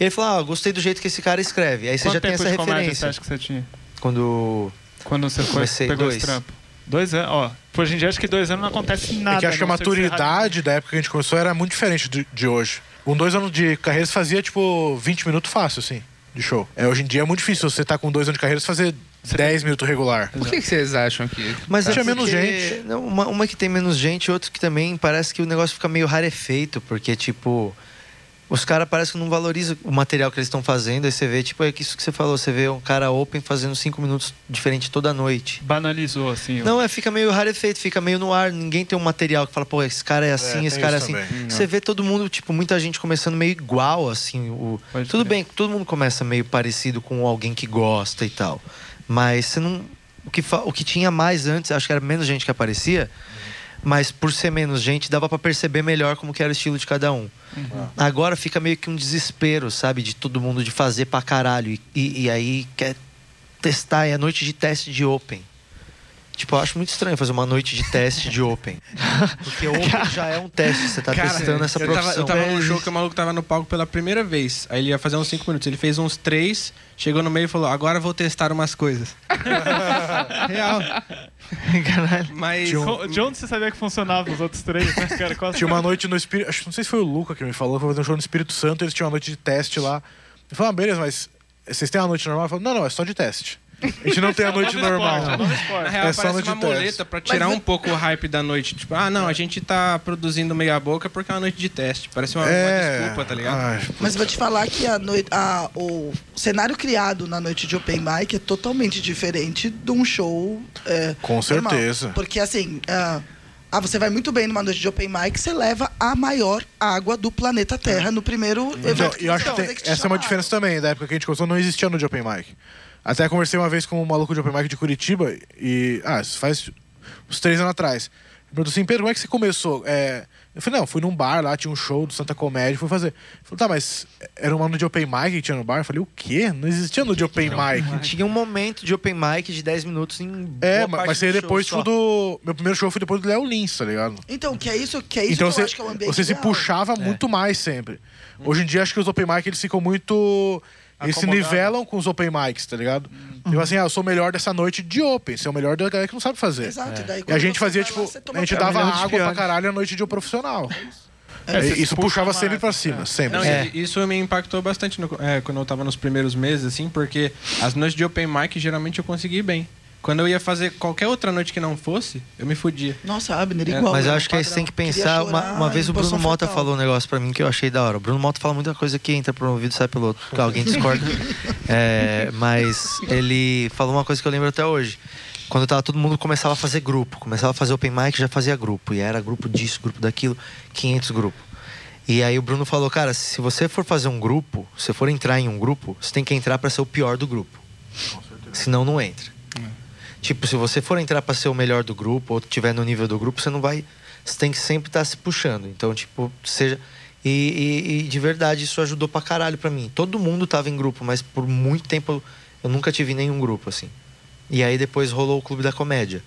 Speaker 6: E ele falou: "Ah, gostei do jeito que esse cara escreve". Aí você
Speaker 3: Quanto
Speaker 6: já tem
Speaker 3: tempo
Speaker 6: essa
Speaker 3: de comédia você
Speaker 6: referência.
Speaker 3: acha que você tinha?
Speaker 6: Quando
Speaker 3: Quando você foi,
Speaker 6: Comecei
Speaker 3: pegou
Speaker 6: dois.
Speaker 3: esse trampo? Dois anos, ó. Hoje em dia acho que dois anos não acontece nada.
Speaker 4: É que acho que a
Speaker 3: não sei você
Speaker 4: maturidade da época que a gente começou era muito diferente de, de hoje. Com dois anos de carreira, você fazia, tipo, 20 minutos fácil, assim, de show. É, hoje em dia é muito difícil você tá com dois anos de carreira você fazer 10 minutos regular.
Speaker 2: Por que, que vocês acham que.
Speaker 6: Mas
Speaker 4: Tinha
Speaker 6: é
Speaker 4: menos
Speaker 6: porque-
Speaker 4: gente.
Speaker 6: não, uma, uma que tem menos gente, outra que também parece que o negócio fica meio rarefeito, porque, tipo, os caras parecem que não valorizam o material que eles estão fazendo. Aí você vê, tipo, é que isso que você falou, você vê um cara open fazendo cinco minutos diferente toda noite.
Speaker 3: Banalizou, assim.
Speaker 6: Não, é, fica meio rarefeito, fica meio no ar. Ninguém tem um material que fala, pô, esse cara é assim,
Speaker 4: tem
Speaker 6: esse cara é
Speaker 4: isso
Speaker 6: assim.
Speaker 4: também.
Speaker 6: Você vê todo mundo, tipo, muita gente começando meio igual, assim. O...
Speaker 3: Pode
Speaker 6: Tudo
Speaker 3: crer.
Speaker 6: bem, que todo mundo começa meio parecido com alguém que gosta e tal. Mas você não. O que, fa- o que tinha mais antes, acho que era menos gente que aparecia, mas por ser menos gente, dava pra perceber melhor como que era o estilo de cada um.
Speaker 3: Uhum.
Speaker 6: Agora fica meio que um desespero, sabe, de todo mundo de fazer pra caralho. E, e- e aí quer testar, é a noite de teste de Open. Tipo, eu acho muito estranho fazer uma noite de teste de Open. Porque Open já é um teste, você tá
Speaker 5: Cara,
Speaker 6: testando essa
Speaker 5: eu tava,
Speaker 6: profissão.
Speaker 5: eu tava num show que o maluco tava no palco pela primeira vez. Aí ele ia fazer uns 5 minutos. Ele fez uns 3, chegou no meio e falou: Agora eu vou testar umas coisas. Real.
Speaker 7: Caralho.
Speaker 5: Mas.
Speaker 3: Co- De onde você sabia que funcionava os outros três, né, cara? Quase-
Speaker 4: Tinha uma noite no Espírito. Acho que não sei se foi o Luca que me falou, foi fazer um show no Espírito Santo, eles tinham uma noite de teste lá. Eu falei, ah, beleza, mas vocês têm uma noite normal? Eu falei, não, não, é só de teste. A gente não tem a noite
Speaker 3: Novo esporte,
Speaker 4: normal.
Speaker 3: novo esporte.
Speaker 5: Na real,
Speaker 4: É só
Speaker 5: parece
Speaker 4: no de
Speaker 5: uma
Speaker 4: teste.
Speaker 5: muleta pra tirar um pouco o hype da noite. Tipo, ah, não, a gente tá produzindo meia boca porque é uma noite de teste. Parece uma, uma
Speaker 4: É.
Speaker 5: desculpa, tá ligado?
Speaker 4: Ai,
Speaker 8: Mas vou te falar que a noite, a- o cenário criado na noite de Open Mic é totalmente diferente de um show. é,
Speaker 4: Com
Speaker 8: normal.
Speaker 4: certeza.
Speaker 8: Porque assim. ah, ah, você vai muito bem numa noite de Open Mic, você leva a maior água do planeta Terra no primeiro
Speaker 4: Então,
Speaker 8: evento.
Speaker 4: eu acho que,
Speaker 8: você
Speaker 4: tem-
Speaker 8: vai fazer te
Speaker 4: essa é uma
Speaker 8: chamaram.
Speaker 4: diferença também. Da época que a gente começou, não existia no de Open Mic. Até conversei uma vez com um maluco de Open Mic de Curitiba e. Ah, isso faz uns três anos atrás. Ele perguntou assim: Pedro, como é que você começou? É, Eu falei: Não, fui num bar lá, tinha um show do Santa Comédia, fui fazer. Ele falou: Tá, mas era uma no de Open Mic que tinha no bar? Eu falei: O quê? Não existia no de Open Mic.
Speaker 6: Tinha um momento de Open Mic de 10 minutos em. boa
Speaker 4: É, ma-
Speaker 6: parte
Speaker 4: mas aí
Speaker 6: do show
Speaker 4: depois
Speaker 6: só.
Speaker 4: foi do. Meu primeiro show foi depois do Léo Lins, tá ligado?
Speaker 8: Então, que é isso que, é isso
Speaker 4: Então
Speaker 8: que
Speaker 4: você,
Speaker 8: eu acho que é o ambiente.
Speaker 4: você se
Speaker 8: ideal.
Speaker 4: puxava muito mais sempre. Hoje em dia, acho que os open mic eles ficam muito. Eles se
Speaker 5: Acomodados.
Speaker 4: nivelam com os open mics, tá ligado? Tipo assim, ah, eu sou o melhor dessa noite de open, você é o melhor da galera que não sabe fazer.
Speaker 6: É.
Speaker 8: Exato. Daí,
Speaker 4: E a
Speaker 8: quando
Speaker 4: gente
Speaker 8: você
Speaker 4: fazia,
Speaker 8: vai
Speaker 4: tipo,
Speaker 8: lá, você toma
Speaker 4: a gente
Speaker 8: aquela-
Speaker 4: dava
Speaker 7: melhor dos
Speaker 4: água pra
Speaker 7: piores.
Speaker 4: caralho a noite de um profissional.
Speaker 3: É, você
Speaker 4: E isso
Speaker 3: puxa
Speaker 4: puxava
Speaker 3: uma-
Speaker 4: sempre pra cima, sempre.
Speaker 5: Não, e- Isso me impactou bastante no- é, quando eu tava nos primeiros meses, assim, porque as noites de open mic geralmente eu consegui bem. Quando eu ia fazer qualquer outra noite que não fosse, eu me fudia.
Speaker 8: Nossa, Abner,
Speaker 5: É,
Speaker 8: igual.
Speaker 6: Mas eu
Speaker 8: né?
Speaker 6: acho que aí você tem que
Speaker 8: Queria
Speaker 6: pensar. Uma,
Speaker 8: chorar
Speaker 6: uma vez
Speaker 8: em
Speaker 6: o Bruno
Speaker 8: posição
Speaker 6: Mota
Speaker 8: fetal.
Speaker 6: falou um negócio pra mim que eu achei da hora. O Bruno Mota fala muita coisa que entra por um ouvido e sai pelo outro. Alguém discorda. É, mas ele falou uma coisa que eu lembro até hoje. Quando tava todo mundo começava a fazer grupo, começava a fazer open mic, já fazia grupo. E era grupo disso, grupo daquilo, 500 grupos. E aí o Bruno falou, cara, se você for fazer um grupo, se for entrar em um grupo, você tem que entrar pra ser o pior do grupo. Senão não entra. Tipo, se você for entrar pra ser o melhor do grupo ou tiver no nível do grupo, você não vai. Você tem que sempre estar se puxando. Então, tipo, seja. E, e- e de verdade, isso ajudou pra caralho pra mim. Todo mundo tava em grupo, mas por muito tempo eu nunca tive nenhum grupo, assim. E aí depois rolou o Clube da Comédia.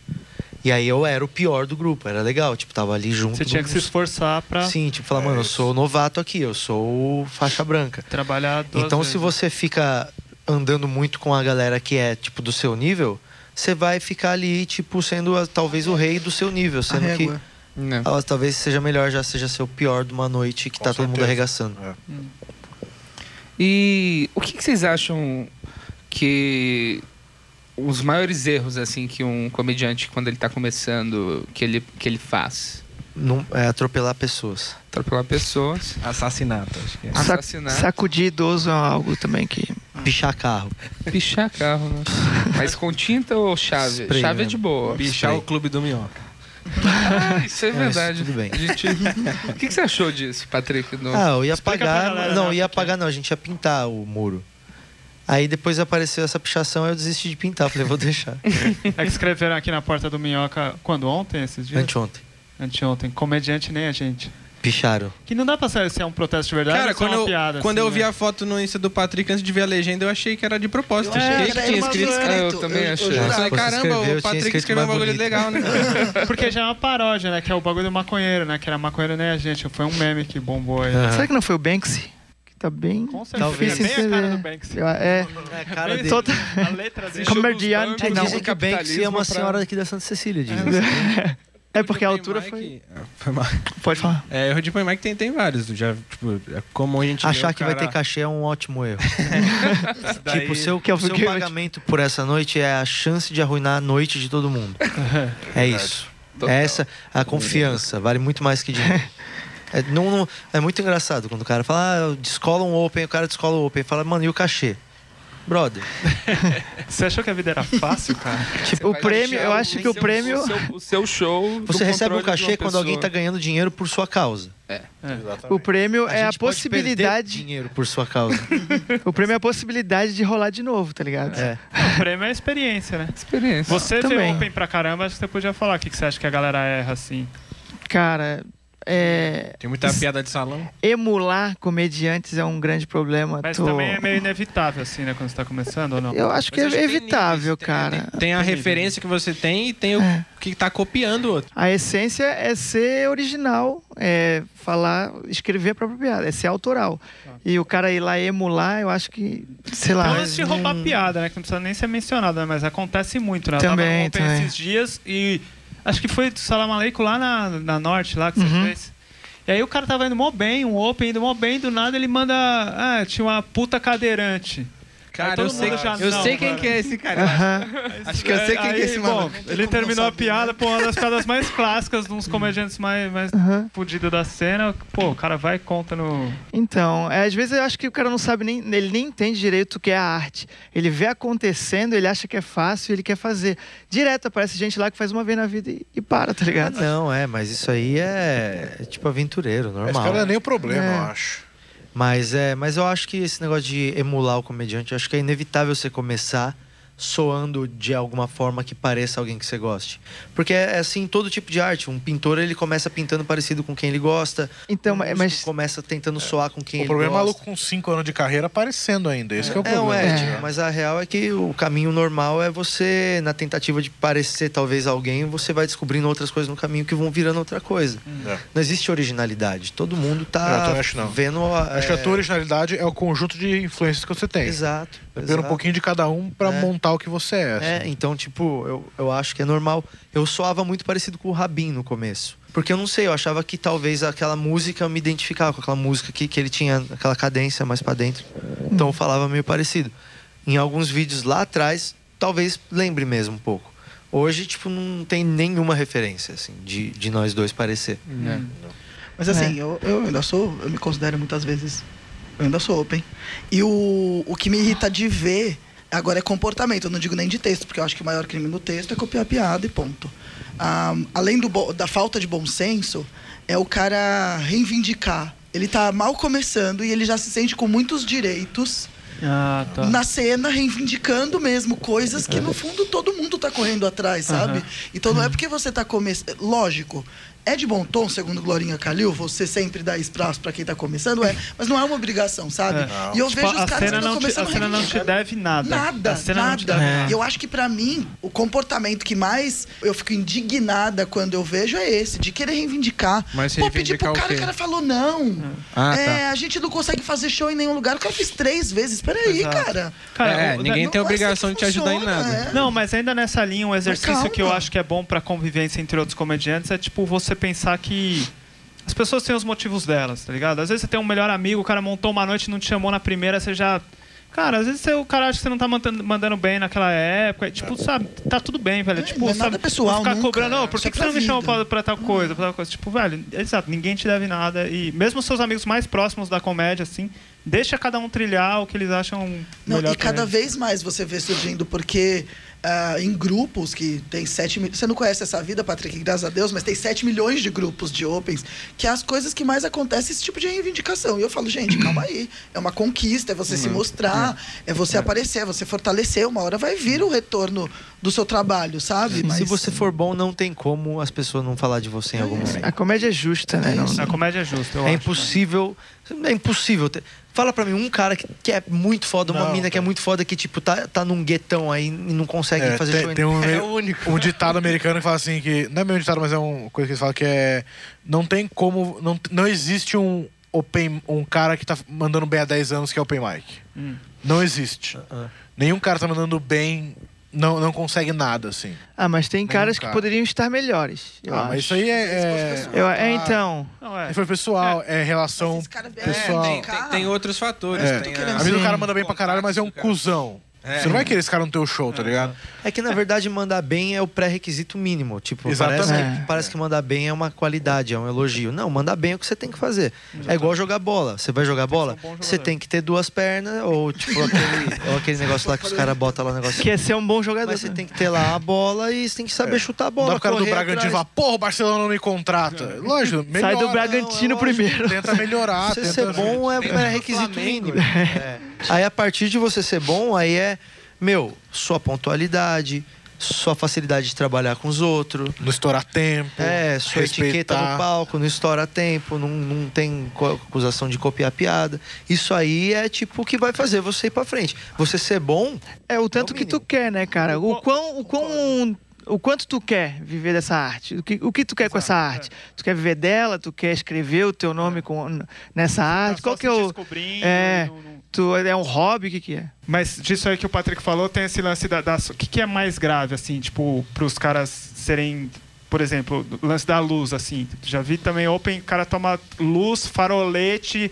Speaker 6: E aí eu era o pior do grupo, era legal. Tipo, tava ali junto.
Speaker 3: Você tinha que se
Speaker 6: no-
Speaker 3: esforçar É pra
Speaker 6: Sim, tipo, falar, mano, eu sou o novato aqui, eu sou o faixa branca.
Speaker 3: trabalhar duas
Speaker 6: Então,
Speaker 3: vezes.
Speaker 6: se você fica andando muito com a galera que é, tipo, do seu nível, você vai ficar ali, tipo, sendo a- talvez o rei do seu nível,
Speaker 8: A
Speaker 6: sendo que
Speaker 8: régua.
Speaker 2: Não.
Speaker 6: ela talvez seja melhor, já seja seu pior de uma noite que
Speaker 4: Com
Speaker 6: tá todo mundo
Speaker 4: certeza.
Speaker 6: arregaçando.
Speaker 4: É.
Speaker 2: E o que, que vocês acham que os maiores erros assim que um comediante quando ele tá começando que ele que ele faz?
Speaker 6: Não, é atropelar pessoas.
Speaker 2: Atropelar pessoas,
Speaker 5: Assassinato, acho que é.
Speaker 7: Sac-
Speaker 2: assassinar.
Speaker 7: Sacudir idoso é algo também que
Speaker 6: pichar carro.
Speaker 2: Pichar carro, né? Mas com tinta ou chave?
Speaker 6: Spray,
Speaker 2: chave é
Speaker 6: né?
Speaker 2: de boa.
Speaker 5: Bichar o clube do minhoca.
Speaker 2: Ah, isso é
Speaker 6: isso,
Speaker 2: verdade.
Speaker 6: tudo bem.
Speaker 2: A gente- O que, que você achou disso, Patrick? No-
Speaker 6: Ah, eu ia
Speaker 3: Explica pra
Speaker 6: apagar.
Speaker 3: galera,
Speaker 6: não,
Speaker 3: né,
Speaker 6: ia
Speaker 3: porque-
Speaker 6: apagar, não. A gente ia pintar o muro. Aí depois apareceu essa pichação, aí eu desisti de pintar. Falei, vou deixar.
Speaker 3: É que escreveram aqui na porta do Minhoca, quando? Ontem, esses dias?
Speaker 6: Anteontem.
Speaker 3: Anteontem. Comediante nem a gente.
Speaker 6: Picharam.
Speaker 3: Que não dá pra saber se é um protesto de verdade
Speaker 5: Cara,
Speaker 3: ou se é
Speaker 5: quando
Speaker 3: uma
Speaker 5: eu,
Speaker 3: piada.
Speaker 5: quando
Speaker 3: assim,
Speaker 5: eu vi
Speaker 3: né?
Speaker 5: a foto no Insta do Patrick antes de ver a legenda, eu achei que era de propósito.
Speaker 2: É,
Speaker 5: achei
Speaker 2: que
Speaker 5: que
Speaker 2: era
Speaker 5: tinha
Speaker 2: uma
Speaker 5: escrito.
Speaker 2: zoeira. Eu também
Speaker 8: eu
Speaker 2: achei.
Speaker 5: Eu
Speaker 8: jurava.
Speaker 5: falei,
Speaker 6: Se fosse
Speaker 5: caramba,
Speaker 6: escrever, eu
Speaker 5: o
Speaker 6: tinha
Speaker 5: Patrick
Speaker 6: escrito
Speaker 5: escreveu um
Speaker 6: mais
Speaker 5: bagulho
Speaker 6: bonito.
Speaker 5: legal, né?
Speaker 3: Porque já é uma paródia, né? Que é o bagulho do maconheiro, né? Que era maconheiro nem a gente. Foi um meme que bombou aí.
Speaker 6: É.
Speaker 7: Será que não foi o Banksy? Que tá bem.
Speaker 3: Com certeza.
Speaker 6: Talvez.
Speaker 3: É bem a cara do
Speaker 7: entender.
Speaker 3: Banks.
Speaker 7: Eu- É,
Speaker 6: É,
Speaker 3: Bem
Speaker 6: cara
Speaker 3: toda- A letra dele.
Speaker 2: Deixou nos
Speaker 7: Comediante,
Speaker 2: bancos
Speaker 6: É,
Speaker 7: não.
Speaker 2: o
Speaker 6: dizem que Banksy é
Speaker 2: capitalismo pra-
Speaker 6: uma senhora aqui da Santa Cecília, dizem.
Speaker 7: é porque a
Speaker 5: Põe
Speaker 7: altura
Speaker 5: Mike-
Speaker 7: foi.
Speaker 5: Ah, Foi mal.
Speaker 7: Pode falar.
Speaker 5: É, erro de Põe Mike tem, tem vários. Já, tipo, é comum a gente. ver
Speaker 6: Achar
Speaker 5: o
Speaker 6: que vai ter
Speaker 5: cara-
Speaker 6: cachê é um ótimo erro. Tipo, o seu,
Speaker 7: Que é o
Speaker 6: o seu
Speaker 7: que eu-
Speaker 6: pagamento por essa noite é a chance de arruinar a noite de todo mundo. é isso.
Speaker 2: Total.
Speaker 6: É essa a confiança. Vale muito mais que dinheiro. É, não- não- é muito engraçado quando o cara fala, ah, descola um open, o cara descola um open. Fala, mano, e o cachê? Brother,
Speaker 3: Você achou que a vida era fácil, cara?
Speaker 2: Você
Speaker 7: Tipo, o
Speaker 2: vai
Speaker 7: prêmio,
Speaker 2: deixar
Speaker 7: eu acho que o
Speaker 2: seu-
Speaker 7: prêmio.
Speaker 2: O seu, o seu show. do
Speaker 6: você recebe um
Speaker 2: controle de
Speaker 6: cachê
Speaker 2: uma
Speaker 6: quando alguém tá
Speaker 2: pessoa.
Speaker 6: ganhando dinheiro por sua causa.
Speaker 7: O prêmio é a
Speaker 6: gente pode perder
Speaker 7: possibilidade.
Speaker 6: dinheiro por sua causa.
Speaker 7: O prêmio é a possibilidade de rolar de novo, tá ligado?
Speaker 6: É.
Speaker 3: O prêmio é a experiência, né?
Speaker 2: Experiência.
Speaker 3: Você vê
Speaker 7: Também.
Speaker 3: open pra caramba, acho que você podia falar o que que você acha que a galera erra, assim.
Speaker 7: Cara, é,
Speaker 5: Tem muita piada de salão.
Speaker 7: emular comediantes é um grande problema.
Speaker 3: Mas
Speaker 7: Tô-
Speaker 3: também é meio inevitável, assim, né? Quando você tá começando ou não?
Speaker 7: Eu acho que
Speaker 5: Mas acho
Speaker 7: é
Speaker 5: que tem
Speaker 7: evitável,
Speaker 5: níveis, tem-
Speaker 7: cara.
Speaker 5: Tem a referência que você tem e tem o que tá copiando o outro.
Speaker 7: A essência é ser original, é falar, escrever a própria piada, é ser autoral. E o cara ir lá emular, eu acho que, sei lá.
Speaker 3: Então, antes de roubar piada, né? Que não precisa nem ser mencionado, né? Mas acontece muito, né?
Speaker 7: Também,
Speaker 3: eu tava no Open
Speaker 7: também.
Speaker 3: esses dias e acho que foi do Salamaleico lá na, na Norte, lá que você
Speaker 7: Uhum.
Speaker 3: fez. E aí o cara tava indo mó bem, um Open indo mó bem, do nada ele manda. Ah, tinha uma puta cadeirante. Aí
Speaker 5: Cara,
Speaker 3: todo
Speaker 5: eu sei,
Speaker 3: mundo já
Speaker 5: eu
Speaker 3: não,
Speaker 5: sei quem
Speaker 3: mano.
Speaker 5: que é esse cara.
Speaker 7: Aham.
Speaker 3: Acho
Speaker 4: que eu sei quem que é esse maluco. Não tem
Speaker 3: Ele
Speaker 4: como não
Speaker 3: terminou a
Speaker 4: saber, né?
Speaker 3: piada, pô, uma das piadas mais clássicas, de uns comediantes mais, mais
Speaker 7: Aham.
Speaker 3: fudidos da cena. Pô, o cara vai e conta no.
Speaker 7: Então, é, às vezes eu acho que o cara não sabe nem, ele nem entende direito o que é a arte. Ele vê acontecendo, ele acha que é fácil, ele quer fazer. Direto aparece gente lá que faz uma vez na vida e, e para, tá
Speaker 6: Ah,
Speaker 7: ligado?
Speaker 6: não, é, mas isso aí é, é tipo aventureiro,
Speaker 4: Esse
Speaker 6: normal.
Speaker 4: cara não é nem o problema,
Speaker 7: É.
Speaker 4: eu acho.
Speaker 6: Mas é, mas eu acho que esse negócio de emular o comediante, eu acho que é inevitável você começar soando de alguma forma que pareça alguém que você goste. Porque é assim em todo tipo de arte. Um pintor ele começa pintando parecido com quem ele gosta.
Speaker 7: Então,
Speaker 6: um
Speaker 7: mas-
Speaker 6: músico começa tentando soar com
Speaker 4: o
Speaker 6: quem ele
Speaker 4: problema é
Speaker 6: gosta.
Speaker 4: maluco com 5 anos de carreira aparecendo ainda. Esse que é o
Speaker 6: É,
Speaker 4: problema.
Speaker 6: ué,
Speaker 4: tá
Speaker 6: tipo,
Speaker 4: ligado?
Speaker 6: mas a real é que o caminho normal é você, na tentativa de parecer talvez alguém, você vai descobrindo outras coisas no caminho que vão virando outra coisa.
Speaker 4: É.
Speaker 6: Não existe originalidade. Todo mundo
Speaker 4: Eu
Speaker 6: tá
Speaker 4: também acho não.
Speaker 6: vendo a.
Speaker 4: Acho que
Speaker 6: é,
Speaker 4: a tua é originalidade é o conjunto de influências que você tem.
Speaker 6: Exato.
Speaker 4: Pegando
Speaker 6: exato.
Speaker 4: um pouquinho de cada um pra
Speaker 6: É.
Speaker 4: montar o que você é. assim.
Speaker 6: É, então, tipo, eu, eu acho que é normal. Eu soava muito parecido com o Rabin no começo. Porque eu não sei, eu achava que talvez aquela música eu me identificava com aquela música que, que ele tinha aquela cadência mais pra dentro. Então eu falava meio parecido. Em alguns vídeos lá atrás, talvez lembre mesmo um pouco. Hoje, tipo, não tem nenhuma referência, assim, de, de nós dois parecer.
Speaker 8: Mas assim, eu, eu ainda sou, eu me considero muitas vezes, eu ainda sou open. E o, o que me irrita de ver agora é comportamento, eu não digo nem de texto, porque eu acho que o maior crime no texto é copiar piada e ponto. Ah, além do, bo- da falta de bom senso, é o cara reivindicar. Ele tá mal começando e ele já se sente com muitos direitos
Speaker 3: Ah, tá.
Speaker 8: na cena reivindicando mesmo coisas que no fundo todo mundo tá correndo atrás, sabe? Então não é porque você tá começando, lógico, é de bom tom, segundo Glorinha Calil, você sempre dá espaço pra quem tá começando, é, mas não é uma obrigação, sabe?
Speaker 3: É.
Speaker 8: E eu
Speaker 3: Tipo,
Speaker 8: vejo os
Speaker 3: a
Speaker 8: caras que
Speaker 3: cena
Speaker 8: estão
Speaker 3: não te, a
Speaker 8: começando
Speaker 3: cena não te
Speaker 8: reivindicando
Speaker 3: deve nada.
Speaker 8: Nada,
Speaker 3: a cena não te
Speaker 8: nada.
Speaker 3: deve nada.
Speaker 8: E eu acho que pra mim, o comportamento que mais eu fico indignada quando eu vejo é esse, de querer reivindicar.
Speaker 5: Mas
Speaker 8: Pô, pedi pro
Speaker 5: reivindicar o
Speaker 8: cara, o
Speaker 5: quê?
Speaker 8: cara falou não.
Speaker 5: Ah,
Speaker 8: é, a gente não consegue fazer show em nenhum lugar. O cara fez três vezes. Peraí,
Speaker 3: Exato.
Speaker 8: cara.
Speaker 3: Cara,
Speaker 5: É,
Speaker 3: o-
Speaker 5: ninguém
Speaker 8: não
Speaker 5: tem
Speaker 8: é assim
Speaker 5: obrigação
Speaker 8: que
Speaker 5: de te ajudar em
Speaker 8: funciona,
Speaker 5: nada.
Speaker 8: é.
Speaker 3: Não, mas ainda nessa linha, um exercício
Speaker 8: calma.
Speaker 3: que eu acho que é bom pra convivência entre outros comediantes é tipo você pensar que as pessoas têm os motivos delas, tá ligado? Às vezes você tem um melhor amigo, o cara montou uma noite e não te chamou na primeira, você já Cara, às vezes você- o cara acha que você não tá mandando, mandando bem naquela época. e, Tipo, sabe, tá tudo bem, velho.
Speaker 8: É,
Speaker 3: tipo,
Speaker 8: não é
Speaker 3: sabe,
Speaker 8: nada pessoal
Speaker 3: ficar
Speaker 8: nunca,
Speaker 3: cobrando, não, por
Speaker 8: isso é
Speaker 3: que, que você
Speaker 8: pra
Speaker 3: não me chamou
Speaker 8: vida."
Speaker 3: pra, pra tal coisa, pra tal coisa? Tipo, velho, exato, ninguém te deve nada. E mesmo seus amigos mais próximos da comédia, assim, deixa cada um trilhar o que eles acham
Speaker 8: Não,
Speaker 3: melhor
Speaker 8: e cada
Speaker 3: também.
Speaker 8: vez mais você vê surgindo, porque ah, em grupos que tem 7 milhões. Você não conhece essa vida, Patrick, graças a Deus, mas tem 7 milhões de grupos de Opens, que as coisas que mais acontecem é esse tipo de reivindicação. E eu falo, gente, calma aí. É uma conquista, é você se mostrar, é, você aparecer, é você fortalecer. Uma hora vai vir o retorno do seu trabalho, sabe?
Speaker 6: Se você for bom, não tem como as pessoas não falar de você em algum momento.
Speaker 7: A comédia é justa, né? Não-
Speaker 3: A comédia é justa, eu
Speaker 6: É
Speaker 3: acho.
Speaker 6: impossível. É impossível. ter- Fala pra mim, um cara que, que é muito foda, uma
Speaker 4: Não,
Speaker 6: mina que é
Speaker 4: cara.
Speaker 6: muito foda, que, tipo, tá, tá num guetão aí e não consegue
Speaker 4: É,
Speaker 6: fazer show.
Speaker 4: tem, tem um,
Speaker 6: é o único.
Speaker 4: um ditado americano que fala assim que não é meu ditado, mas é uma coisa que eles falam que é não tem como não, não existe um open um cara que tá mandando bem há 10 anos que é open mic. Não existe. Nenhum cara tá mandando bem não, não consegue nada assim.
Speaker 7: Ah, mas tem caras
Speaker 4: cara.
Speaker 7: que poderiam estar melhores. Eu
Speaker 4: Ah,
Speaker 7: acho.
Speaker 4: mas isso aí é, é,
Speaker 7: Eu- é, então.
Speaker 3: Não, é.
Speaker 4: é foi pessoal, é, relação
Speaker 8: Esses caras vieram
Speaker 4: pessoal.
Speaker 5: tem, tem- tem outros fatores.
Speaker 4: É.
Speaker 5: tem
Speaker 4: A vida do cara manda bem pra caralho, mas é um
Speaker 5: Cara.
Speaker 4: cuzão.
Speaker 5: É.
Speaker 4: Você não vai querer esse cara no teu show, tá ligado?
Speaker 6: É que, na verdade, mandar bem é o pré-requisito mínimo. Tipo,
Speaker 4: Exatamente.
Speaker 6: parece,
Speaker 7: É.
Speaker 6: parece que mandar bem é uma qualidade, é um elogio. Não, mandar bem é o que você tem que fazer. É igual jogar bola. Você vai jogar bola,
Speaker 3: ser um bom
Speaker 6: você
Speaker 3: jogador.
Speaker 6: tem que ter duas pernas, ou tipo aquele, ou aquele negócio lá que os caras botam lá o negócio.
Speaker 7: Quer ser um bom jogador.
Speaker 6: Mas você tem que ter lá a bola e você tem que saber chutar a
Speaker 4: Não
Speaker 6: bola.
Speaker 4: É. dá pro cara do
Speaker 6: correr
Speaker 4: Bragantino
Speaker 6: atrás.
Speaker 4: falar, porra, o Barcelona não me contrata. Lógico, melhora. né,
Speaker 7: Sai do
Speaker 6: não,
Speaker 7: Bragantino
Speaker 6: é
Speaker 7: primeiro.
Speaker 4: Tenta melhorar.
Speaker 6: Você
Speaker 4: tenta...
Speaker 6: ser bom é pré-requisito mínimo. É. Aí a partir de você ser bom, aí é, meu, sua pontualidade, sua facilidade de trabalhar com os outros.
Speaker 4: Não estourar tempo.
Speaker 6: É, sua etiqueta no palco, não estoura tempo, não, não tem co- acusação de copiar piada. Isso aí é tipo o que vai fazer você ir pra frente. Você ser bom,
Speaker 7: É o tanto
Speaker 6: É o
Speaker 7: que tu
Speaker 6: mínimo.
Speaker 7: quer, né, cara? O quão, o quão, o quanto tu quer viver dessa arte? O que, o que tu quer com essa arte? Tu quer viver dela? Tu quer escrever o teu nome com, n- nessa
Speaker 3: Tá
Speaker 7: arte?
Speaker 3: só
Speaker 7: Qual que
Speaker 3: se
Speaker 7: é o?
Speaker 3: descobrindo,
Speaker 7: É,
Speaker 3: não- não-
Speaker 7: tu é um hobby, o que que é?
Speaker 3: Mas disso aí que o Patrick falou, tem esse lance da. da- o que, que é mais grave, assim, tipo, pros caras serem. Por exemplo, o lance da luz, assim. Já vi também Open, o cara toma luz, farolete,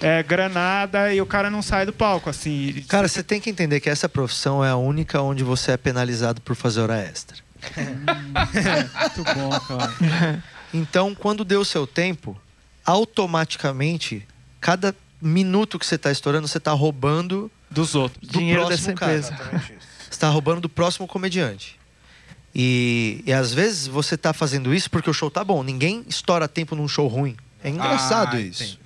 Speaker 3: é, granada e o cara não sai do palco, assim. E-
Speaker 6: cara, você tem que entender que essa profissão é a única onde você é penalizado por fazer hora extra.
Speaker 3: Hum. muito bom, cara.
Speaker 6: Então, quando deu o seu tempo, automaticamente, cada minuto que você está estourando, você está roubando
Speaker 3: Dos outros.
Speaker 6: do
Speaker 7: Dinheiro
Speaker 6: próximo
Speaker 7: dessa
Speaker 6: cara.
Speaker 7: empresa.
Speaker 6: Você está roubando do próximo comediante. E, e às vezes você está fazendo isso porque o show tá bom. Ninguém estoura tempo num show ruim. É engraçado
Speaker 5: Ah,
Speaker 6: isso.
Speaker 5: entendi.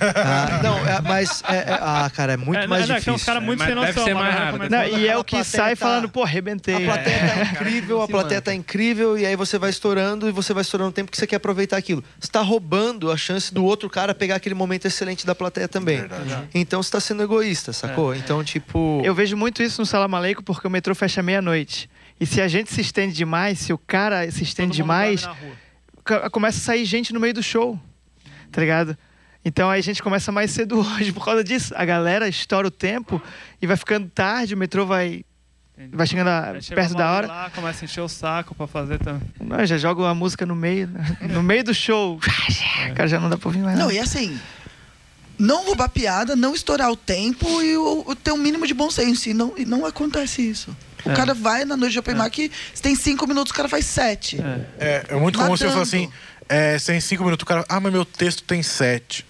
Speaker 6: Ah, não, é- mas é, é- ah, cara, é muito
Speaker 3: É, não,
Speaker 6: mais
Speaker 3: não,
Speaker 6: difícil.
Speaker 3: Tem uns caras
Speaker 5: É,
Speaker 3: muito
Speaker 5: mas
Speaker 3: sem
Speaker 5: deve
Speaker 3: noção,
Speaker 5: ser
Speaker 3: mas
Speaker 5: mais
Speaker 3: vai
Speaker 5: raro.
Speaker 3: começar-
Speaker 7: Não, e é o
Speaker 6: A
Speaker 7: que
Speaker 6: plateia
Speaker 7: sai
Speaker 6: tá-
Speaker 7: falando, pô,
Speaker 6: A
Speaker 7: arrebentei.
Speaker 6: plateia
Speaker 7: É.
Speaker 6: tá incrível, a plateia tá incrível, e aí você vai estourando e você vai estourando o tempo que você quer aproveitar aquilo. Você tá roubando a chance do outro cara pegar aquele momento excelente da plateia também. Então você tá sendo egoísta, sacou? Então, tipo.
Speaker 7: Eu vejo muito isso no Salamaleico porque o metrô fecha meia-noite. E se a gente se estende demais, se o cara se
Speaker 3: Todo
Speaker 7: estende
Speaker 3: mundo
Speaker 7: demais,
Speaker 3: dorme na rua.
Speaker 7: co- começa a sair gente no meio do show, tá ligado? Então aí a gente começa mais cedo hoje por causa disso. A galera estoura o tempo e vai ficando tarde, o metrô vai, vai chegando a-
Speaker 3: Aí chega
Speaker 7: ah, perto
Speaker 3: uma
Speaker 7: da
Speaker 3: hora
Speaker 7: hora.
Speaker 3: Lá, começa a encher o saco pra fazer também.
Speaker 7: Não, já joga uma música no meio, né? no meio do show. Cara, já não dá pra ouvir mais
Speaker 8: Não,
Speaker 7: nada.
Speaker 8: e assim. Não roubar piada, não estourar o tempo e o, o ter um mínimo de bom senso. E não, e não acontece isso. O cara vai na noite de Open Mic, se tem cinco minutos, o cara faz sete.
Speaker 4: É, é muito comum você falar
Speaker 8: Matando.
Speaker 4: assim. É, você tem cinco minutos, o cara. Ah, mas meu texto tem sete.